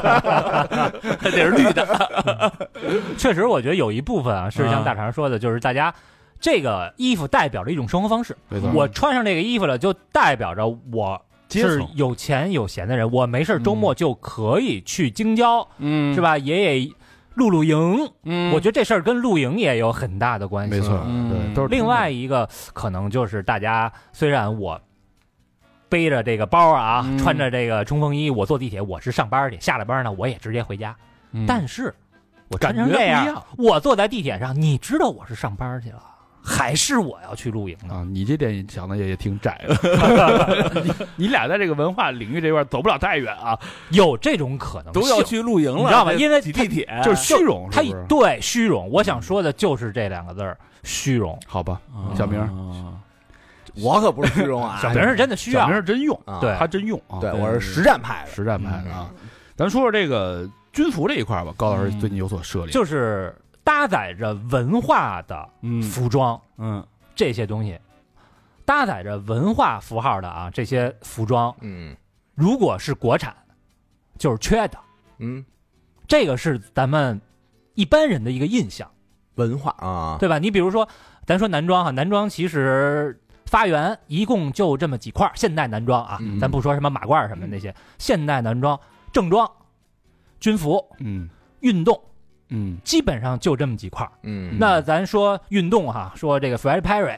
S4: 得是绿的，
S5: 确实，我觉得有一部分啊，是像
S4: 啊
S5: 大肠说的，就是大家这个衣服代表着一种生活方式。
S1: 对
S4: 错嗯
S5: 我穿上这个衣服了，就代表着我
S1: 阶
S5: 是
S1: 层嗯
S5: 有钱有闲的人，我没事儿周末就可以去京郊，
S4: 嗯
S5: 是？吧？也也露露营，
S4: 嗯，
S5: 我觉得这事儿跟露营也有很大的关系。
S1: 没错，
S4: 嗯
S1: 对，都是
S5: 另外一个可能就是大家虽然我背着这个包啊，
S4: 嗯
S5: 穿着这个冲锋衣，我坐地铁我是上班去，下了班呢我也直接回家。
S4: 嗯
S5: 但是我
S1: 感
S5: 穿
S1: 觉
S5: 成
S1: 不
S5: 这
S1: 一
S5: 样，
S1: 样
S5: 我坐在地铁上，你知道我是上班去了，还是我要去露营呢？
S1: 啊，你这点想的也也挺窄的，
S5: <laughs>
S1: 你你俩在这个文化领域这块走不了太远啊，
S5: 有这种可能性，
S4: 都要去露营了，
S5: 你知道吧
S4: 还
S5: 因为
S4: 挤地铁
S1: 就是虚荣，
S5: 哎他
S1: 是不是
S5: 对虚荣，我想说的就是这两个字儿，虚荣。
S1: 好吧，
S4: 啊
S1: 小明
S2: 我可不是虚荣啊，
S1: 哎
S5: 小明是真的需
S1: 小
S5: 要
S1: 明，是真用，
S2: 啊，
S5: 对嗯
S1: 他真用啊，
S2: 对，
S4: 对
S2: 我是实战派的。
S1: 实战派的啊。咱说说这个军服这一块吧，高老师最近有所涉猎，
S5: 就是搭载着文化的
S4: 嗯
S5: 服装。
S4: 嗯
S5: 这些东西，搭载着文化符号的啊，这些服装
S2: 嗯
S5: 如果是国产，就是缺的。
S2: 嗯，
S5: 这个是咱们一般人的一个印象，
S2: 文化啊，
S5: 对吧？你比如说，咱说男装哈，男装其实发源一共就这么几块儿，现代男装啊，
S10: 嗯
S5: 咱不说什么马褂儿什么那些，现代男装、正装、军服、
S10: 嗯
S5: 运动，
S10: 嗯
S5: 基本上就这么几块儿。
S2: 嗯，
S5: 那咱说运动哈，说这个 Fred Perry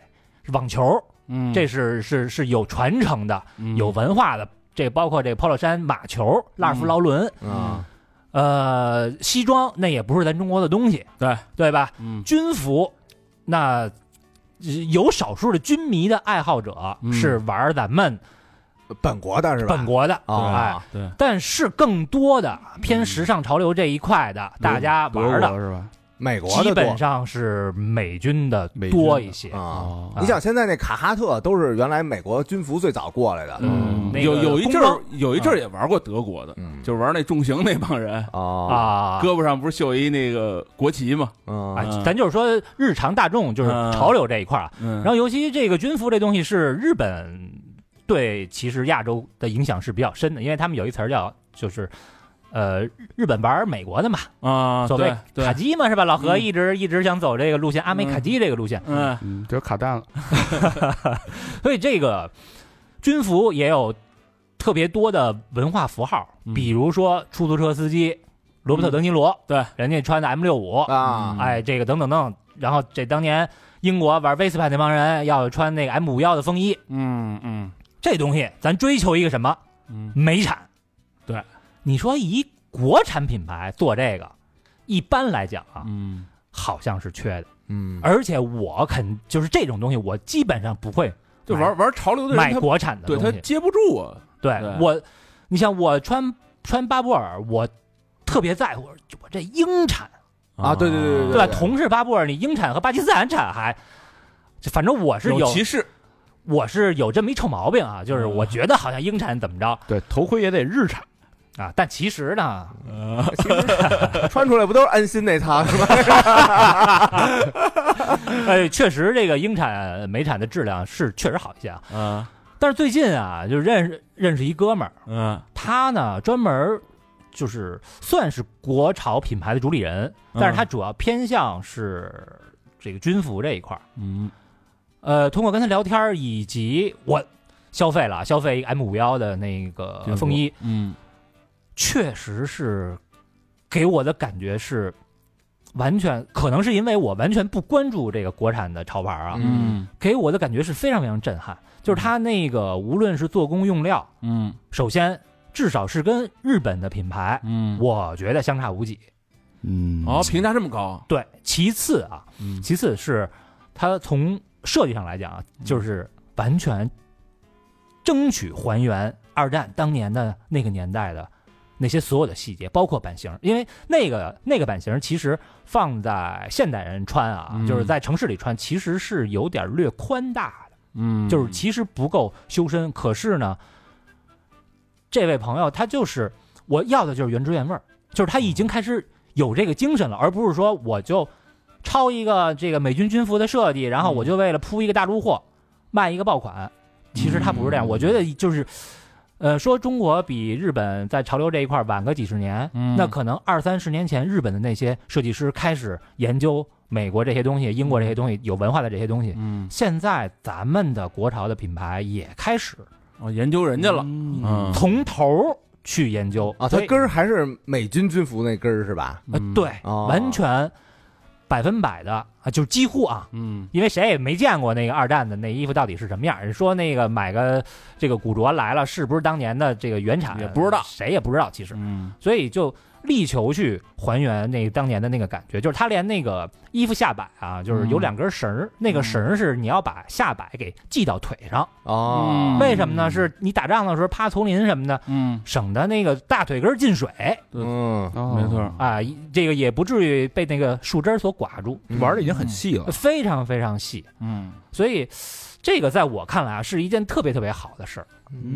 S5: 网球，
S10: 嗯
S5: 这是是是有传承的、有文化的，这包括这 polo 衫、马球、拉
S10: 嗯
S5: 夫劳伦，
S2: 啊，
S5: 呃，西装那也不是咱中国的东西，
S4: 对
S5: 对吧？
S4: 嗯
S5: 军服那呃有少数的军迷的爱好者
S4: 嗯
S5: 是玩咱们
S2: 本国的是吧？
S5: 本国的哎，
S2: 啊，
S4: 对，
S5: 但是更多的偏时尚潮流这一块的，大家玩的
S10: 是吧？
S2: 美国
S5: 基
S2: 的
S5: 本
S2: 多
S5: 上是美军的
S10: 美军的
S5: 多一些。
S2: 啊。
S10: 哦
S5: 啊
S2: 你想现在那卡哈特都是原来美国军服最早过来的，
S5: 嗯，那个
S4: 有有一阵
S5: 工
S4: 儿有一阵儿也玩过德国的，
S2: 嗯，
S4: 就是玩那重型那帮人，
S5: 装
S2: 啊
S5: 啊，
S4: 胳膊上不是绣一那个国旗嘛？
S2: 啊
S5: 啊
S4: 嗯，
S5: 咱就是说日常大众就是
S4: 嗯
S5: 潮流这一块儿啊。
S4: 嗯
S5: 然后尤其这个军服这东西是日本对其实亚洲的影响是比较深的，因为他们有一词儿叫就是。呃，日本玩美国的嘛，
S4: 啊，
S5: 所谓
S4: 对
S5: 卡
S4: 对，
S5: 基嘛，是吧？老何
S4: 嗯
S5: 一直、一直想走这个路线，阿美卡基这个路线，
S4: 嗯
S10: 嗯，这卡蛋了。
S5: 所以这个军服也有特别多的文化符号，
S4: 嗯
S5: 比如说出租车司机罗伯特·德尼罗，
S4: 对，
S5: 人家穿的 M 六五，
S2: <laughs> 啊，
S5: 哎，这个等等等，然后这当年英国玩威斯派那帮人要穿那个 M 五幺的风衣，
S4: 嗯嗯
S5: 这东西咱追求一个什么？
S4: 嗯，
S5: 美产。
S4: 对，
S5: 你说一国产品牌做这个，一般来讲啊，
S4: 嗯
S5: 好像是缺的。
S2: 嗯，
S5: 而且我肯就是这种东西，我基本上不会
S4: 就玩玩潮流的
S5: 买
S4: 人，他
S5: 国产的
S4: 对
S5: 东
S4: 他
S5: 西。
S4: 接不住啊，
S5: 对
S4: 对
S5: 我，你像我穿穿巴布尔，我特别在乎我这英产，
S2: 啊对对对
S5: 对吧？同是巴布尔，你英产和巴基斯坦产还，这反正我是
S4: 有嗯
S5: 有
S4: 歧视，
S5: 我是有这么一臭毛病啊，就是我觉得好像英产怎么着
S10: 对，头盔也得日产。
S5: 啊，但其实呢，
S2: 穿出来不都是安心那套是吧？
S5: 哎，确实这个英产美产的质量是确实好一些啊。
S4: 啊
S5: 但是最近啊，就认识认识一哥们儿，
S4: 嗯
S5: 他呢专门儿就是算是国潮品牌的主理人，
S4: 嗯
S5: 但是他主要偏向是这个军服这一块儿。
S4: 嗯
S5: 呃，通过跟他聊天儿以及我消费了啊消费一个 M 五幺的那个
S4: 军服
S5: 风衣，
S4: 嗯
S5: 确实是给我的感觉是完全，可能是因为我完全不关注这个国产的潮牌啊，
S4: 嗯
S5: 给我的感觉是非常非常震撼。就是它那个无论是做工用料，
S4: 嗯
S5: 首先至少是跟日本的品牌，
S4: 嗯，
S5: 我觉得相差无几。
S10: 嗯
S4: 哦，评价这么高，
S5: 对，其次啊，
S4: 嗯
S5: 其次是它从设计上来讲啊，就是完全争取还原二战当年的那个年代的那些所有的细节，包括版型，因为那个那个版型其实放在现代人穿啊，
S4: 嗯
S5: 就是在城市里穿，其实是有点略宽大的，
S4: 嗯，
S5: 就是其实不够修身。可是呢，这位朋友他就是我要的就是原汁原味儿，就是他已经开始有这个精神了，而不是说我就抄一个这个美军军服的设计，然后
S4: 嗯
S5: 我就为了铺一个大陆货，卖一个爆款。其实他不是这样，我觉得就是，呃，说中国比日本在潮流这一块儿晚个几十年，
S4: 嗯
S5: 那可能二三十年前日本的那些设计师开始研究美国这些东西、英国这些东西、有文化的这些东西。
S4: 嗯
S5: 现在咱们的国潮的品牌也开始
S4: 哦，研究人家了，嗯
S5: 从头儿去研究
S2: 啊，它
S5: 所以
S2: 根儿还是美军军服那根儿是吧？
S5: 呃，
S4: 嗯
S5: 对，
S2: 哦
S5: 完全百分百的啊，就是几乎啊，
S4: 嗯
S5: 因为谁也没见过那个二战的那衣服到底是什么样儿。人说那个买个这个古着来了，是不是当年的这个原产
S4: 也不知道
S5: 谁也不知道。其实，
S4: 嗯
S5: 所以就力求去还原那个当年的那个感觉，就是他连那个衣服下摆啊，就是
S4: 嗯
S5: 有两根绳儿，那个绳儿是你要把下摆给系到腿上。
S2: 哦，
S5: 为什么呢？是你打仗的时候趴丛林什么的，
S4: 嗯，
S5: 省得那个大腿根儿进水。
S2: 嗯，
S1: 哦
S4: 没错，
S5: 啊，一这个也不至于被那个树枝儿所刮住，
S10: 玩的已经很细了。
S5: 非常非常细，
S4: 嗯
S5: 所以这个在我看来啊，是一件特别特别好的事儿。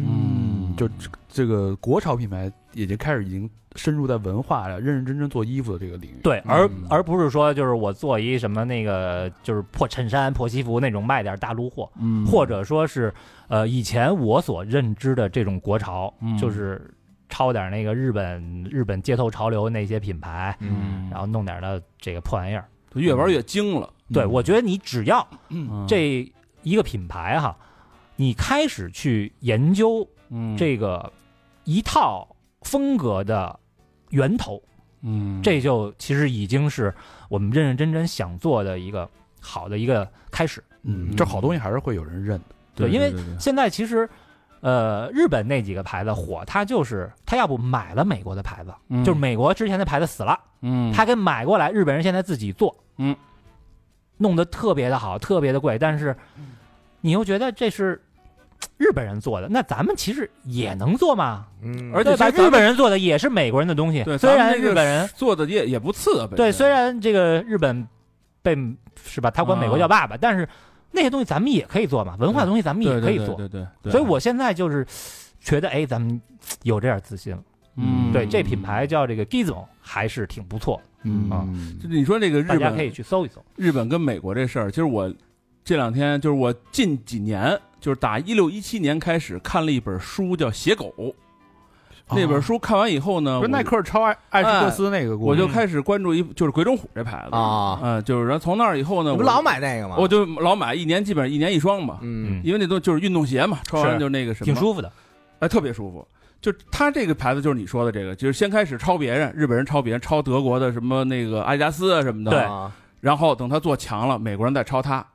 S4: 嗯
S10: 就这这个国潮品牌已经开始已经深入在文化呀，认认真真做衣服的这个领域。
S5: 对，而、
S4: 嗯
S5: 而不是说就是我做一什么那个就是破衬衫、破西服那种卖点儿大陆货，
S4: 嗯
S5: 或者说是呃以前我所认知的这种国潮，
S4: 嗯
S5: 就是抄点那个日本日本街头潮流那些品牌，
S1: 嗯
S5: 然后弄点的这个破玩意儿。
S4: 就越玩越精了。
S5: 对，我觉得你只要
S1: 嗯
S4: 嗯
S5: 这一个品牌哈，你开始去研究
S4: 嗯
S5: 这个一套风格的源头，
S4: 嗯
S5: 这就其实已经是我们认认真真想做的一个好的一个开始。
S1: 嗯，这好东西还是会有人认的。
S5: 对，因为现在其实，呃，日本那几个牌子火，它就是它要不买了美国的牌子，就是美国之前的牌子死了，
S4: 嗯
S5: 他给买过来，日本人现在自己做，
S4: 嗯，
S5: 弄得特别的好，特别的贵，但是你又觉得这是嘖日本人做的，那咱们其实也能做嘛，
S2: 嗯，
S11: 而且
S5: 对吧？
S11: 其实咱们
S5: 日本人做的也是美国人的东西，
S4: 对
S5: 虽
S4: 咱
S5: 然
S4: 们这个
S5: 日本人
S4: 做的也也不次啊，本身
S5: 对，虽然这个日本被是吧，他管美国叫爸爸，但是那些东西咱们也可以做嘛，文化的东西咱们也
S4: 啊对
S5: 可以
S4: 对
S5: 做，
S4: 对对对，
S5: 所以我现在就是觉得，哎，咱们嘖有这点自信了。
S4: 嗯
S5: 对，这品牌叫这个 Gizmo 还是挺不错，
S1: 啊，
S4: 就是你说这个
S5: 大
S4: 日
S5: 家可以
S4: 本
S5: 去搜一搜。
S4: 日本跟美国这事儿，其实我这两天就是我近几年就是打一六一七年开始看了一本书叫《写狗》，那本书看完以后呢，
S1: 啊不是
S4: 我
S1: 耐克超爱爱吃克斯那个故
S4: 我
S1: 事，
S4: 就开始关注一就是鬼冢虎这牌子
S2: 啊
S4: 嗯，就是然后从那儿以后呢，
S2: 你
S4: 我
S2: 不老买那个
S5: 啊
S2: 吗？
S4: 我就老买，一年基本上一年一双嘛，
S2: 嗯，
S4: 因为那都就是运动鞋嘛，穿完就那个什么，
S5: 挺舒服的，
S4: 哎，特别舒服。就它这个牌子就是你说的这个，就是先开始抄别人，日本人抄别人，抄德国的什么那个阿迪达斯啊什么的，
S5: 对啊
S2: 啊
S4: 然后等他做强了，美国人再抄他，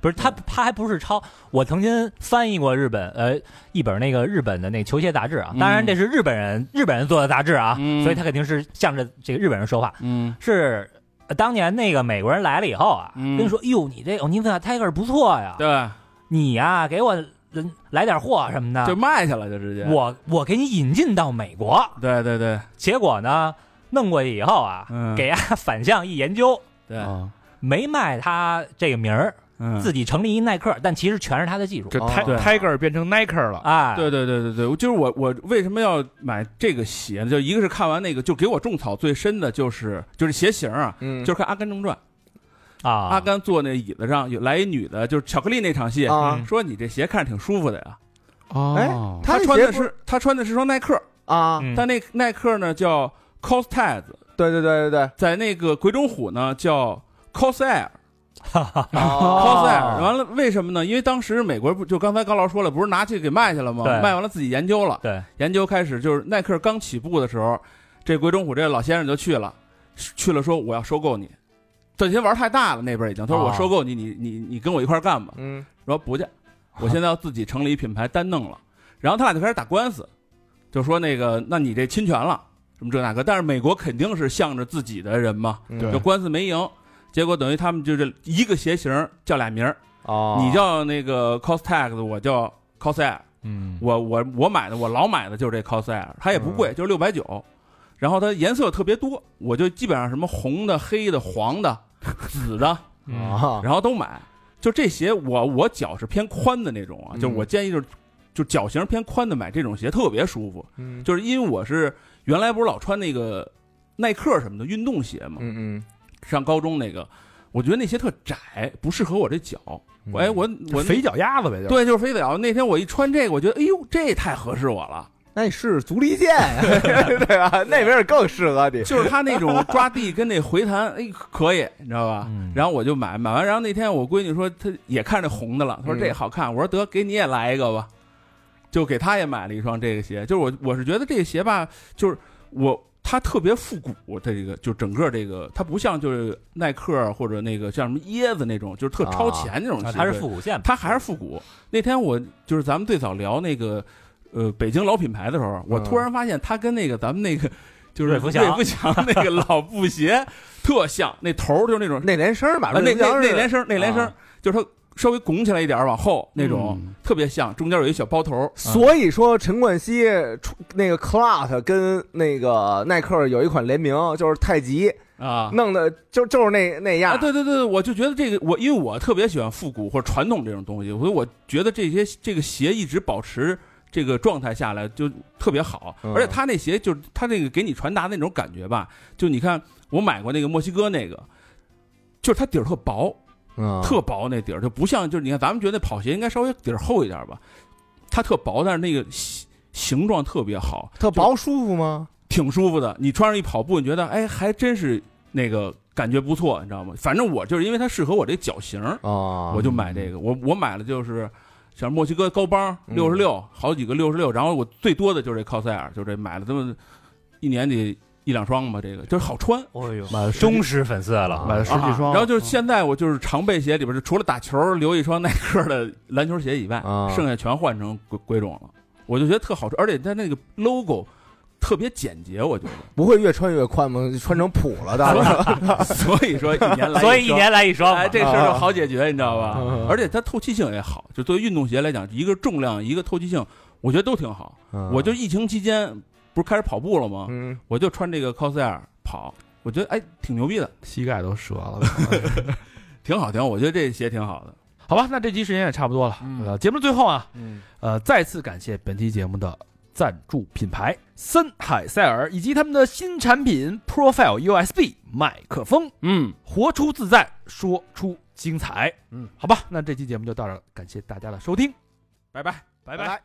S5: 不是他，
S4: 嗯
S5: 他还不是抄。我曾经翻译过日本呃一本那个日本的那球鞋杂志啊，
S4: 嗯
S5: 当然这是日本人日本人做的杂志啊，
S4: 嗯
S5: 所以他肯定是向着这个日本人说话。
S4: 嗯
S5: 是、呃当年那个美国人来了以后啊，
S4: 嗯
S5: 跟说哟，你这欧尼克 Tiger 不错呀，
S4: 对，
S5: 你呀、给我嗯来点货什么
S4: 就
S5: 的，
S4: 卖去了，就直接，
S5: 我我给你引进到美国。
S4: 对对对，
S5: 结果呢，弄过去以后啊，
S4: 嗯，
S5: 给啊 <laughs> 反向一研究，
S4: 对，
S1: 啊，
S5: 没卖他这个名儿，
S4: 嗯，
S5: 自己成立一耐克，但其实全是他的技术。
S1: 这
S2: 哦
S1: Ti-
S4: 对
S1: Tiger 变成 Nike 了，
S5: 哎，
S4: 对对对对对，就是我我为什么要买这个鞋呢？就一个是看完那个，就给我种草最深的就是就是鞋型啊，
S2: 嗯，
S4: 就是看《阿甘正传》，
S5: 啊，
S4: 阿甘坐那椅子上有来一女的，就是巧克力那场戏，
S2: 啊，
S4: 说你这鞋看着挺舒服的呀。
S1: 啊
S2: 哦
S4: 他
S2: 这
S4: 穿
S2: 鞋
S4: 的
S2: 不
S4: 是他穿的是双耐克，
S2: 啊，
S5: 嗯
S4: 但那耐克呢叫 Costaz，
S2: 对对对对对，
S4: 在那个鬼冢虎呢叫 Cosair。
S2: 哦
S4: Cosair 完了，为什么呢？因为当时美国不就刚才高老师说了，不是拿去给卖去了吗？
S5: 对
S4: 卖完了自己研究了，
S5: 对，
S4: 研究开始就是耐克刚起步的时候，这鬼冢虎这老先生就去了，去了说我要收购你，这些玩太大了那边已经，他说
S5: 哦
S4: 我收购你，你你你跟我一块儿干吧。
S2: 嗯，
S4: 说不去，我现在要自己成立品牌单弄了。然后他俩就开始打官司，就说那个，那你这侵权了什么这那个。但是美国肯定是向着自己的人嘛，
S2: 嗯
S1: 对
S4: 就官司没赢，结果等于他们就是一个鞋型叫俩名儿，
S2: 哦，
S4: 你叫那个 Costag，我叫 Cosair，
S1: 嗯，
S4: 我我我买的我老买的就是这 Cosair，它也不贵，就是六百九。然后它颜色特别多，我就基本上什么红的、黑的、黄的、紫的，
S5: 嗯
S2: 啊，
S4: 然后都买。就这鞋我，我脚是偏宽的那种啊，
S2: 嗯
S4: 就是我建议就是就脚型偏宽的买这种鞋特别舒服，
S2: 嗯
S4: 就是因为我是原来不是老穿那个耐克什么的运动鞋嘛，
S2: 嗯
S4: 上高中那个，我觉得那鞋特窄，不适合我这脚。
S2: 嗯，
S4: 哎，我我
S1: 肥脚丫子呗，就
S4: 对就是肥脚，那天我一穿这个，我觉得哎呦这太合适我
S2: <laughs>
S4: 了，
S2: 那你试试足力健， <laughs> 对吧？那边更适合你。
S4: 就是它那种抓地跟那回弹，哎可以，你知道吧？
S5: 嗯
S4: 然后我就买，买完，然后那天我闺女说她也看这红的了，她说
S2: 嗯
S4: 这也好看，我说得给你也来一个吧，就给她也买了一双这个鞋。就是我我是觉得这个鞋吧，就是我它特别复古，这个就整个这个它不像就是耐克啊或者那个像什么椰子那种，就是特超前那种
S5: 啊
S4: 鞋，
S5: 它是复古线嘛，
S4: 它还是复古。那天我就是咱们最早聊那个呃北京老品牌的时候，我
S2: 嗯
S4: 突然发现它跟那个咱们那个就是
S5: 瑞
S4: 魏
S5: 福
S4: 福
S5: 祥
S4: 祥那个老布鞋特像，那头儿就是那
S5: <laughs>
S4: 种
S2: 那连声儿吧，
S4: 啊，那
S2: 不像
S4: 那
S2: 是
S4: 那连声儿，那连声儿
S2: 啊
S4: 就是它稍微拱起来一点儿，往后那种特别像，中间有一小包头儿。
S2: 所以说，陈冠希出那个 Clout 跟那个耐克有一款联名，就是太极
S4: 啊
S2: 弄的，就就是那那样
S4: 啊，。对对对，我就觉得这个我，因为我特别喜欢复古或者传统这种东西，所以我觉得这些这个鞋一直保持这个状态下来就特别好，
S2: 嗯
S4: 而且他那鞋就是他那个给你传达那种感觉吧，就你看我买过那个墨西哥那个，就是它底儿特薄，
S2: 嗯，
S4: 特薄那底儿，就不像就是你看咱们觉得跑鞋应该稍微底儿厚一点吧，它特薄，但是那个鞋形状特别好，
S2: 特薄舒服吗？
S4: 挺舒服的。你穿上一跑步，你觉得哎，还真是那个感觉不错，你知道吗？反正我就是因为它适合我这脚型，
S2: 啊
S4: 我就买这个。我我买了就是像墨西哥高帮六十六，好几个六十六，然后我最多的就是这 cos 尔，就这买了这么一年得一两双吧，这个就是好穿。
S5: 哦呦，妈，忠实粉丝了啊，
S1: 买了十几
S2: 哦
S1: 双，
S4: 然后
S2: 嗯
S4: 就是现在我就是常备鞋里边，就除了打球留一双耐克的篮球鞋以外，
S2: 啊
S4: 剩下全换成鬼鬼冢了。我就觉得特好穿，而且它那个 logo 特别简洁，我觉
S2: <laughs>
S4: 得。
S2: 不会越穿越宽吗？穿成普了的，
S4: 所以说一年来，
S5: 所以一年来一双嘛
S4: 哎，这事儿就好解决，你知道吧？
S2: 嗯
S4: 而且它透气性也好，就作为运动鞋来讲，一个重量，一个透气性，我觉得都挺好。我就疫情期间不是开始跑步了
S2: 啊
S4: 吗？
S2: 嗯，
S4: 我就穿这个 cos air 跑，我觉得哎挺牛逼的，
S1: 膝盖都折了。 <laughs>
S4: 挺好，挺好。我觉得这鞋挺好的。
S1: 好吧，那这期时间也差不多了。
S12: 嗯
S1: 呃，节目最后啊，
S12: 嗯，
S1: 呃，再次感谢本期节目的赞助品牌森海塞尔以及他们的新产品 Profile USB 麦克风，
S4: 嗯，
S1: 活出自在，说出精彩。
S12: 嗯，
S1: 好吧，那这期节目就到这儿了，感谢大家的收听，
S4: 拜拜。
S1: 拜
S2: 拜。